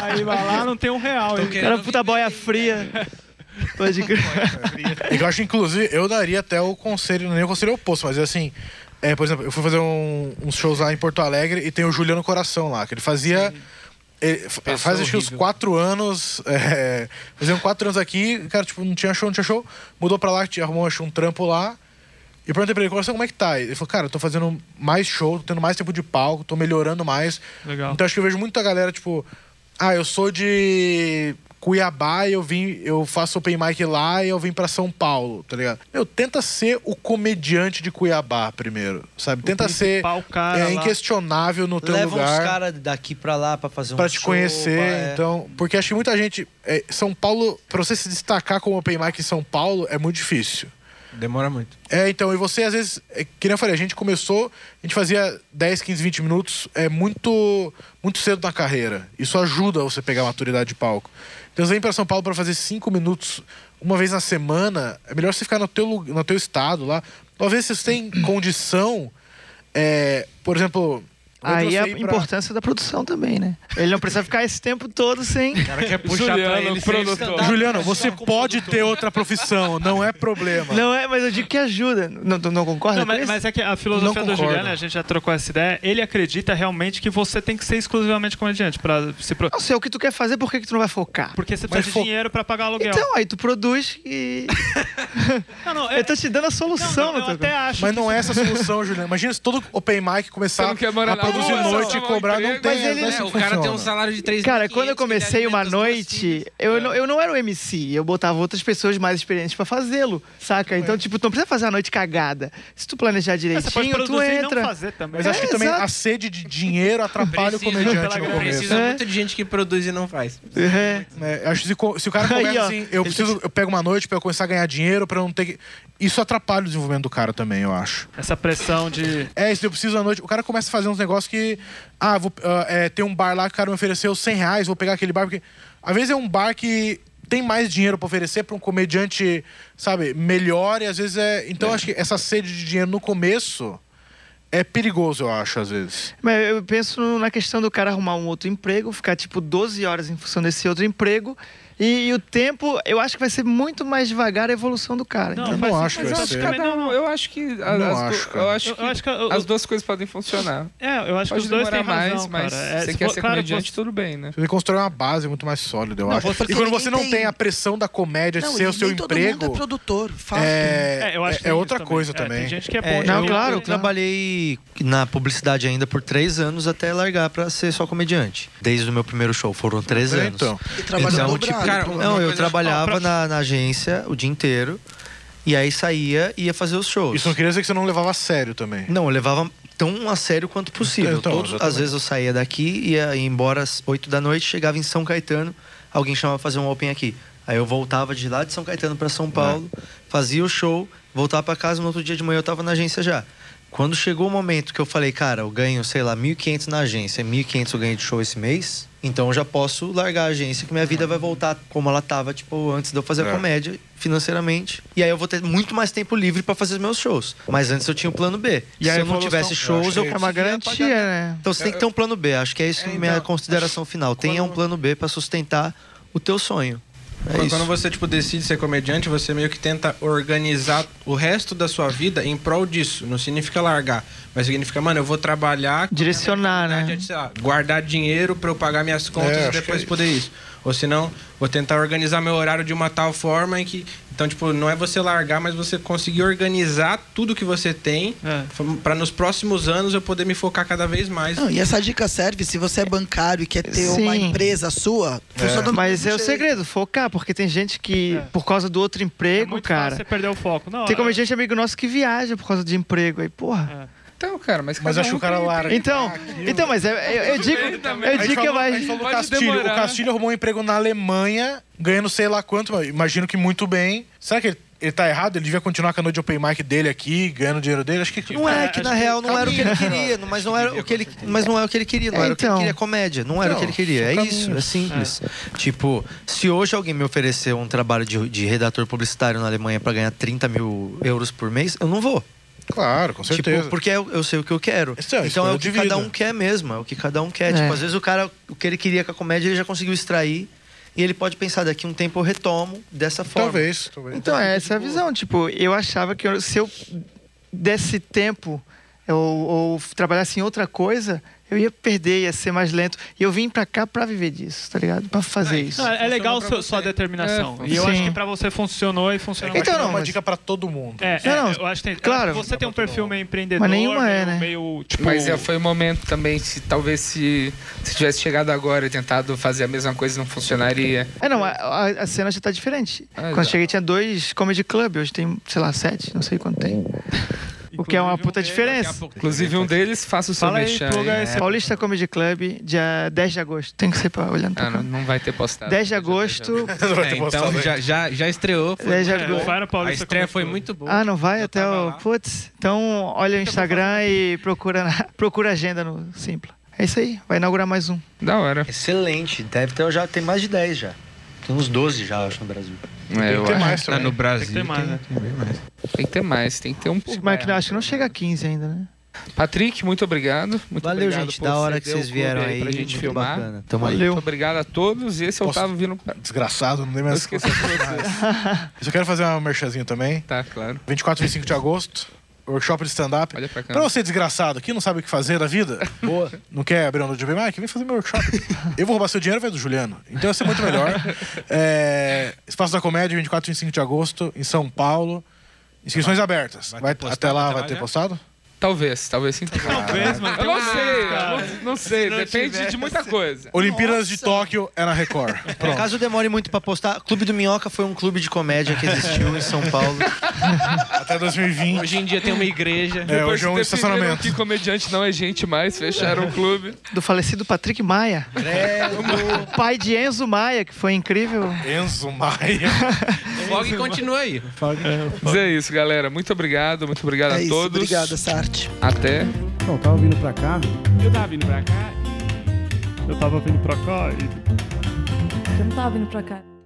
Speaker 3: Aí vai lá, não tem um real.
Speaker 5: Tô
Speaker 3: hein?
Speaker 5: querendo
Speaker 7: Era puta boia fria. Pode crer.
Speaker 4: E que eu acho, inclusive, eu daria até o conselho, não é nem o conselho oposto, mas assim, é, por exemplo, eu fui fazer um- uns shows lá em Porto Alegre e tem o Juliano Coração lá, que ele fazia. Ele, É, fa-
Speaker 5: Pessoa
Speaker 4: faz acho que uns
Speaker 5: horrível.
Speaker 4: quatro anos. É, faziam quatro anos aqui, cara, tipo, não tinha show, não tinha show. Mudou pra lá, tinha- arrumou acho, um trampo lá. E eu perguntei pra ele, Coração, como é que tá? Ele falou, cara, eu tô fazendo mais show, tô tendo mais tempo de palco, tô melhorando mais.
Speaker 3: Legal.
Speaker 4: Então acho que eu vejo muita galera, tipo, ah, eu sou de Cuiabá e eu vim, eu faço open mic lá e eu vim pra São Paulo, tá ligado? Meu, tenta ser o comediante de Cuiabá primeiro, sabe? Tenta ser
Speaker 3: principal cara lá.
Speaker 4: é, inquestionável no teu
Speaker 6: Leva uns
Speaker 4: lugar
Speaker 6: caras daqui pra lá pra fazer um
Speaker 4: pra te
Speaker 6: show,
Speaker 4: conhecer,
Speaker 6: pá, é.
Speaker 4: então, porque acho que muita gente, é, São Paulo, pra você se destacar como open mic em São Paulo é muito difícil.
Speaker 5: Demora muito.
Speaker 4: É, então, e você às vezes, é, que nem eu falei, a gente começou, a gente fazia 10, 15, 20 minutos, é muito muito cedo na carreira. Isso ajuda você a pegar a maturidade de palco. Então, você vem pra São Paulo pra fazer 5 minutos uma vez na semana, é melhor você ficar no teu, lu- no teu estado lá. Talvez se você tem condição, é, por exemplo,
Speaker 7: Aí a
Speaker 4: você ir pra-
Speaker 7: importância da produção também, né? Ele não precisa ficar esse tempo todo sem.
Speaker 1: O cara quer puxar pra ele
Speaker 3: é
Speaker 1: ser
Speaker 2: produtor.
Speaker 3: Tá.
Speaker 1: stand-up.
Speaker 4: Juliano, você pode ter outra profissão, não é problema.
Speaker 7: Não é, mas eu digo que ajuda. Não, não- não concorda?
Speaker 3: Não,
Speaker 7: com
Speaker 3: mas,
Speaker 7: isso?
Speaker 3: mas é que a
Speaker 4: Não
Speaker 3: filosofia do
Speaker 4: concordo.
Speaker 3: Juliano, a gente já trocou essa ideia, ele acredita realmente que você tem que ser exclusivamente comediante para se pro...
Speaker 7: Não sei, o que tu quer fazer, por que, que tu não vai focar?
Speaker 3: porque você
Speaker 4: Mas
Speaker 3: precisa
Speaker 4: fo-
Speaker 3: de dinheiro para pagar aluguel.
Speaker 7: Então, é aí tu produz e.
Speaker 3: não, não,
Speaker 7: Eu tô te dando a solução,
Speaker 3: não, eu
Speaker 7: não,
Speaker 3: até acho.
Speaker 4: Mas
Speaker 3: que
Speaker 4: não
Speaker 3: isso-
Speaker 4: é essa a solução, Juliano. Imagina se todo open mic
Speaker 2: Você
Speaker 4: começar
Speaker 2: não quer morar
Speaker 4: a
Speaker 2: na
Speaker 4: produzir
Speaker 2: rua,
Speaker 4: noite e
Speaker 2: arrumar um
Speaker 4: cobrar, não
Speaker 2: emprego.
Speaker 4: tem.
Speaker 7: Mas ele-
Speaker 4: não é
Speaker 7: É,
Speaker 4: assim
Speaker 5: É,
Speaker 4: que
Speaker 5: o cara tem um
Speaker 4: funciona.
Speaker 5: salário de 3
Speaker 7: Cara, quando eu comecei uma noite, eu,
Speaker 3: É.
Speaker 7: não, eu não era o MC, eu botava outras pessoas mais experientes pra fazê-lo, saca? Então, tipo, tu não precisa fazer uma noite cagada. Se tu planejar
Speaker 3: É, Você pode
Speaker 7: direitinho, tu
Speaker 3: produzir e não
Speaker 7: entra.
Speaker 3: fazer também.
Speaker 4: Mas acho
Speaker 7: É,
Speaker 4: que também
Speaker 7: exato.
Speaker 4: a sede de dinheiro atrapalha o comediante no começo.
Speaker 5: Precisa
Speaker 7: É.
Speaker 5: muito de gente que produz e não faz.
Speaker 7: É.
Speaker 4: É, acho que se, co- se o cara
Speaker 7: Aí,
Speaker 4: começa
Speaker 7: ó,
Speaker 4: assim, eu
Speaker 7: ele
Speaker 4: preciso, eu pego uma noite pra eu começar a ganhar dinheiro, pra eu não ter que. Isso atrapalha o desenvolvimento do cara também, eu acho.
Speaker 3: Essa pressão de.
Speaker 4: É, isso eu preciso à noite. O cara começa a fazer uns negócios que. Ah, vou, ah, é, tem um bar lá que o cara me ofereceu 100 reais, vou pegar aquele bar. Porque às vezes é um bar que tem mais dinheiro pra oferecer pra um comediante, sabe, melhor. E às vezes é. Então acho que essa sede de dinheiro no começo é perigoso, eu acho, às vezes.
Speaker 7: Mas eu penso na questão do cara arrumar um outro emprego, ficar tipo 12 horas em função desse outro emprego. E, e o tempo, eu acho que vai ser muito mais devagar a evolução do cara.
Speaker 3: Não,
Speaker 7: entendeu?
Speaker 4: não
Speaker 3: faz-
Speaker 4: acho que
Speaker 2: Mas
Speaker 4: vai
Speaker 2: eu
Speaker 4: ser.
Speaker 2: acho que
Speaker 3: Também
Speaker 2: cada
Speaker 3: não-
Speaker 2: um, eu acho que. as
Speaker 4: Não
Speaker 2: du-
Speaker 4: acho, cara.
Speaker 2: eu acho
Speaker 3: Eu-
Speaker 2: que
Speaker 3: eu acho que eu-
Speaker 2: as duas coisas podem funcionar.
Speaker 3: É, eu acho que
Speaker 2: Pode
Speaker 3: os
Speaker 2: demorar
Speaker 3: dois têm
Speaker 2: mais,
Speaker 3: razão,
Speaker 2: mas
Speaker 3: cara. É,
Speaker 2: você
Speaker 3: se
Speaker 2: quer
Speaker 3: for-
Speaker 2: ser
Speaker 3: claro,
Speaker 2: comediante, tudo bem, né?
Speaker 4: Você constrói uma base muito mais sólida, eu
Speaker 3: Não,
Speaker 4: acho.
Speaker 8: porque
Speaker 4: E quando você não
Speaker 8: ninguém
Speaker 4: tem
Speaker 8: tem-
Speaker 4: a pressão da comédia de
Speaker 8: Não,
Speaker 4: ser o
Speaker 8: e
Speaker 4: seu
Speaker 8: nem todo mundo é
Speaker 4: emprego,
Speaker 8: produtor, fato.
Speaker 4: é,
Speaker 3: É, eu acho que
Speaker 4: é
Speaker 3: tem
Speaker 4: outra
Speaker 3: isso
Speaker 4: coisa
Speaker 3: É,
Speaker 4: também.
Speaker 3: tem gente que é bom
Speaker 6: É,
Speaker 3: de
Speaker 7: Não,
Speaker 6: eu,
Speaker 7: claro,
Speaker 6: eu
Speaker 7: claro.
Speaker 6: trabalhei na publicidade ainda por três anos até largar pra ser só comediante. Desde o meu primeiro show, foram três anos.
Speaker 4: Então,
Speaker 8: E trabalha
Speaker 6: Então,
Speaker 8: dobrado.
Speaker 6: tipo, cara,
Speaker 8: pô.
Speaker 5: uma
Speaker 6: não, eu
Speaker 5: coisa-
Speaker 6: trabalhava
Speaker 3: Ó, pra-
Speaker 6: na, na agência o dia inteiro e aí saía e ia fazer os shows.
Speaker 4: isso não queria dizer que você não levava a sério também.
Speaker 6: Não, eu levava tão a sério quanto possível.
Speaker 4: Então,
Speaker 6: Todos-
Speaker 4: exatamente.
Speaker 6: às vezes eu saía daqui, ia embora às 8 da noite, chegava em São Caetano, alguém chamava pra fazer um open aqui. Aí eu voltava de lá de São Caetano pra São Paulo, fazia o show, voltava pra casa, no outro dia de manhã eu tava na agência já. Quando chegou o momento que eu falei, cara, eu ganho, sei lá, 1.500 na agência, 1.500 eu ganho de show esse mês, então eu já posso largar a agência, que minha vida vai voltar como ela tava, tipo, antes de eu fazer a comédia, financeiramente. E aí eu vou ter muito mais tempo livre pra fazer os meus shows. Mas antes eu tinha um plano B.
Speaker 4: E a
Speaker 6: Se eu não
Speaker 4: evolução-
Speaker 6: tivesse
Speaker 4: Eu acho
Speaker 6: shows,
Speaker 4: que
Speaker 6: eu
Speaker 4: é
Speaker 7: É uma garantia, né?
Speaker 6: então você tem que ter um plano B. Acho que é isso minha consideração final. Tenha um plano B pra sustentar o teu sonho. É
Speaker 5: Quando-
Speaker 6: isso.
Speaker 5: Quando você tipo decide ser comediante, você meio que tenta organizar o resto da sua vida em prol disso. Não significa largar, mas significa, mano, eu vou trabalhar,
Speaker 7: Direcionar, né?
Speaker 5: sei lá, guardar dinheiro pra eu pagar minhas contas
Speaker 4: É,
Speaker 5: e
Speaker 4: acho que é
Speaker 5: depois
Speaker 4: isso.
Speaker 5: poder isso. Ou senão, vou tentar organizar meu horário de uma tal forma em que então tipo, não é você largar, mas você conseguir organizar tudo que você tem
Speaker 3: É.
Speaker 5: pra nos próximos anos eu poder me focar cada vez mais.
Speaker 8: Não, e essa dica serve se você é bancário e quer ter uma
Speaker 7: Sim.
Speaker 8: empresa sua. funciona do
Speaker 7: Mas é
Speaker 8: mesmo
Speaker 7: o
Speaker 8: jeito.
Speaker 7: segredo, focar, porque tem gente que,
Speaker 3: É.
Speaker 7: por causa do outro
Speaker 3: É
Speaker 7: emprego,
Speaker 3: muito
Speaker 7: cara.
Speaker 3: fácil você perder o foco. Não,
Speaker 7: Tem
Speaker 3: é-
Speaker 7: comediante amigo nosso que viaja por causa de emprego aí, porra.
Speaker 2: Então, cara, mas.
Speaker 4: Mas
Speaker 2: cada
Speaker 4: acho que
Speaker 2: um
Speaker 4: o cara
Speaker 2: tem-
Speaker 3: É.
Speaker 4: larga.
Speaker 7: Então, então, mas é- eu, eu digo, eu
Speaker 4: A gente
Speaker 7: digo que é
Speaker 4: falou- a gente
Speaker 7: mais.
Speaker 4: falou do
Speaker 2: Pode
Speaker 4: Castilho.
Speaker 2: demorar.
Speaker 4: O Castilho arrumou um emprego na Alemanha, ganhando sei lá quanto, mas imagino que muito bem. Será que ele, ele tá errado? Ele devia continuar com a noite de open mic dele aqui, ganhando dinheiro dele? Acho que.
Speaker 6: Não é que na real não era o que ele queria, não- mas não era o que ele, mas não é o que ele queria, não
Speaker 7: É,
Speaker 6: era o que ele
Speaker 7: então.
Speaker 6: queria comédia, não era o que ele queria. É isso, é simples. Tipo, se hoje alguém me oferecer um trabalho de, de redator publicitário na Alemanha pra ganhar 30 mil euros por mês, eu não vou.
Speaker 4: Claro, com certeza.
Speaker 6: Tipo, porque eu, eu sei o que eu quero.
Speaker 4: Isso é uma
Speaker 6: então é
Speaker 4: escolha
Speaker 6: o que
Speaker 4: de
Speaker 6: cada
Speaker 4: vida.
Speaker 6: um quer mesmo, é o que cada um quer.
Speaker 7: É.
Speaker 6: Tipo, às vezes o cara, o que ele queria com a comédia, ele já conseguiu extrair. E ele pode pensar, daqui um tempo eu retomo dessa forma.
Speaker 4: Talvez, talvez.
Speaker 7: Então, é essa é a visão. Tipo, eu achava que eu- se eu desse tempo eu- ou trabalhasse em outra coisa, eu ia perder, ia ser mais lento. E eu vim pra cá pra viver disso, tá ligado? Pra fazer isso.
Speaker 3: Não, é legal
Speaker 2: pra
Speaker 3: sua,
Speaker 2: você.
Speaker 3: sua determinação.
Speaker 2: É,
Speaker 3: e eu acho
Speaker 7: sim.
Speaker 3: que pra você funcionou e funcionou.
Speaker 4: então,
Speaker 7: Então,
Speaker 4: não, é
Speaker 7: não,
Speaker 4: uma
Speaker 7: mas-
Speaker 4: dica pra todo mundo.
Speaker 3: É,
Speaker 7: Não,
Speaker 3: é,
Speaker 7: não,
Speaker 3: eu acho que tem,
Speaker 7: claro.
Speaker 3: claro. você tem um perfil meio empreendedor,
Speaker 7: Mas nenhuma
Speaker 3: meio,
Speaker 7: é, né?
Speaker 3: meio, tipo...
Speaker 2: Mas é, foi um momento também, se talvez se, se tivesse chegado agora e tentado fazer a mesma coisa, não funcionaria.
Speaker 7: É, não, a, a- a cena já tá diferente.
Speaker 2: Ah,
Speaker 7: Quando eu
Speaker 2: exato.
Speaker 7: cheguei tinha dois comedy club, hoje tem, sei lá, sete, não sei quanto tem. O que é uma
Speaker 3: Inclusive,
Speaker 7: puta
Speaker 3: um deles,
Speaker 7: diferença.
Speaker 2: Inclusive, um deles, faça o seu
Speaker 3: Fala aí,
Speaker 2: mexer.
Speaker 3: pluga esse-
Speaker 7: Paulista Comedy Club, dia 10 de agosto. Tem que ser pra olhando pra
Speaker 2: Ah, não,
Speaker 7: cá.
Speaker 2: não vai ter postado.
Speaker 7: 10 de agosto.
Speaker 4: Não vai ter
Speaker 5: É, então
Speaker 4: postado aí.
Speaker 5: já, já, já estreou. foi
Speaker 7: 10 de
Speaker 5: muito
Speaker 3: É,
Speaker 5: bom.
Speaker 3: o Faro Paulista
Speaker 5: A estreia foi
Speaker 3: começou.
Speaker 5: muito boa.
Speaker 7: Ah, não vai
Speaker 5: Eu
Speaker 7: até
Speaker 5: tava
Speaker 7: o.
Speaker 5: lá.
Speaker 7: Putz, então olha o Instagram e procura, na- procura a agenda no Simpla. É isso aí, vai inaugurar mais um.
Speaker 2: Da hora.
Speaker 6: Excelente. Deve ter, já tem mais de 10 já. Tem uns 12 já, eu acho, no Brasil.
Speaker 2: É, eu
Speaker 4: Ah, Tem
Speaker 2: acho.
Speaker 4: mais
Speaker 5: Tá
Speaker 4: também.
Speaker 5: no Brasil.
Speaker 3: Tem que ter mais, né?
Speaker 2: Tem que ter mais, tem que ter um por
Speaker 7: Mas
Speaker 2: bairro.
Speaker 7: que- acho que não chega a 15 ainda, né?
Speaker 2: Patrick, muito obrigado. Muito
Speaker 6: Valeu,
Speaker 2: obrigado
Speaker 6: gente.
Speaker 2: por
Speaker 6: Da hora
Speaker 2: ceder
Speaker 6: que vocês
Speaker 2: o clube
Speaker 6: vieram aí.
Speaker 2: pra gente
Speaker 6: muito
Speaker 2: filmar.
Speaker 6: bacana. Tamo aí.
Speaker 7: Valeu.
Speaker 2: Muito obrigado a todos. E esse eu
Speaker 4: Posso-
Speaker 2: tava vindo pra.
Speaker 4: Desgraçado, não dei
Speaker 2: Eu
Speaker 4: mais
Speaker 2: esqueci de vocês.
Speaker 4: Eu só quero fazer uma merchazinha também.
Speaker 2: tá, claro.
Speaker 4: 24 e 25 de agosto, workshop de stand-up.
Speaker 2: Olha pra cá.
Speaker 4: Pra você, desgraçado, que não sabe o que fazer da vida, Boa. não quer abrir uma de open mic, vem fazer meu workshop. Eu vou roubar seu dinheiro, vai do Juliano. Então vai ser muito melhor. É, Espaço da Comédia, 24 e 25 de agosto, em São Paulo. Inscrições abertas.
Speaker 5: vai
Speaker 4: Vai-
Speaker 5: ter postado
Speaker 4: até lá
Speaker 5: até
Speaker 4: vai
Speaker 5: lá
Speaker 4: ter
Speaker 5: já?
Speaker 4: postado?
Speaker 2: Talvez, talvez sim.
Speaker 3: Talvez,
Speaker 2: Eu
Speaker 3: mano. tem
Speaker 2: não
Speaker 3: um-
Speaker 2: sei,
Speaker 3: cara.
Speaker 2: eu não, não sei. Depende de muita coisa.
Speaker 4: Olimpíadas de Tóquio é na Record.
Speaker 6: Por
Speaker 4: Pronto.
Speaker 6: Caso demore muito pra postar, Clube do Minhoca foi um clube de comédia que existiu em São Paulo.
Speaker 4: Até 2020.
Speaker 1: Hoje em dia tem uma igreja.
Speaker 4: É,
Speaker 2: Depois
Speaker 4: hoje é um
Speaker 2: definiram
Speaker 4: estacionamento.
Speaker 2: Que comediante não é gente mais, fecharam o clube.
Speaker 7: Do falecido Patrick Maia. O pai de Enzo Maia, que foi incrível.
Speaker 4: Enzo Maia.
Speaker 1: Fog continua aí.
Speaker 2: Mas é isso, galera. Muito obrigado, muito obrigado a
Speaker 8: É isso,
Speaker 2: todos.
Speaker 8: obrigado, essa arte.
Speaker 2: Até.
Speaker 9: Então, tava vindo pra cá.
Speaker 1: Eu tava vindo pra cá
Speaker 3: Eu tava vindo pra cá e
Speaker 10: Eu não tava vindo pra cá.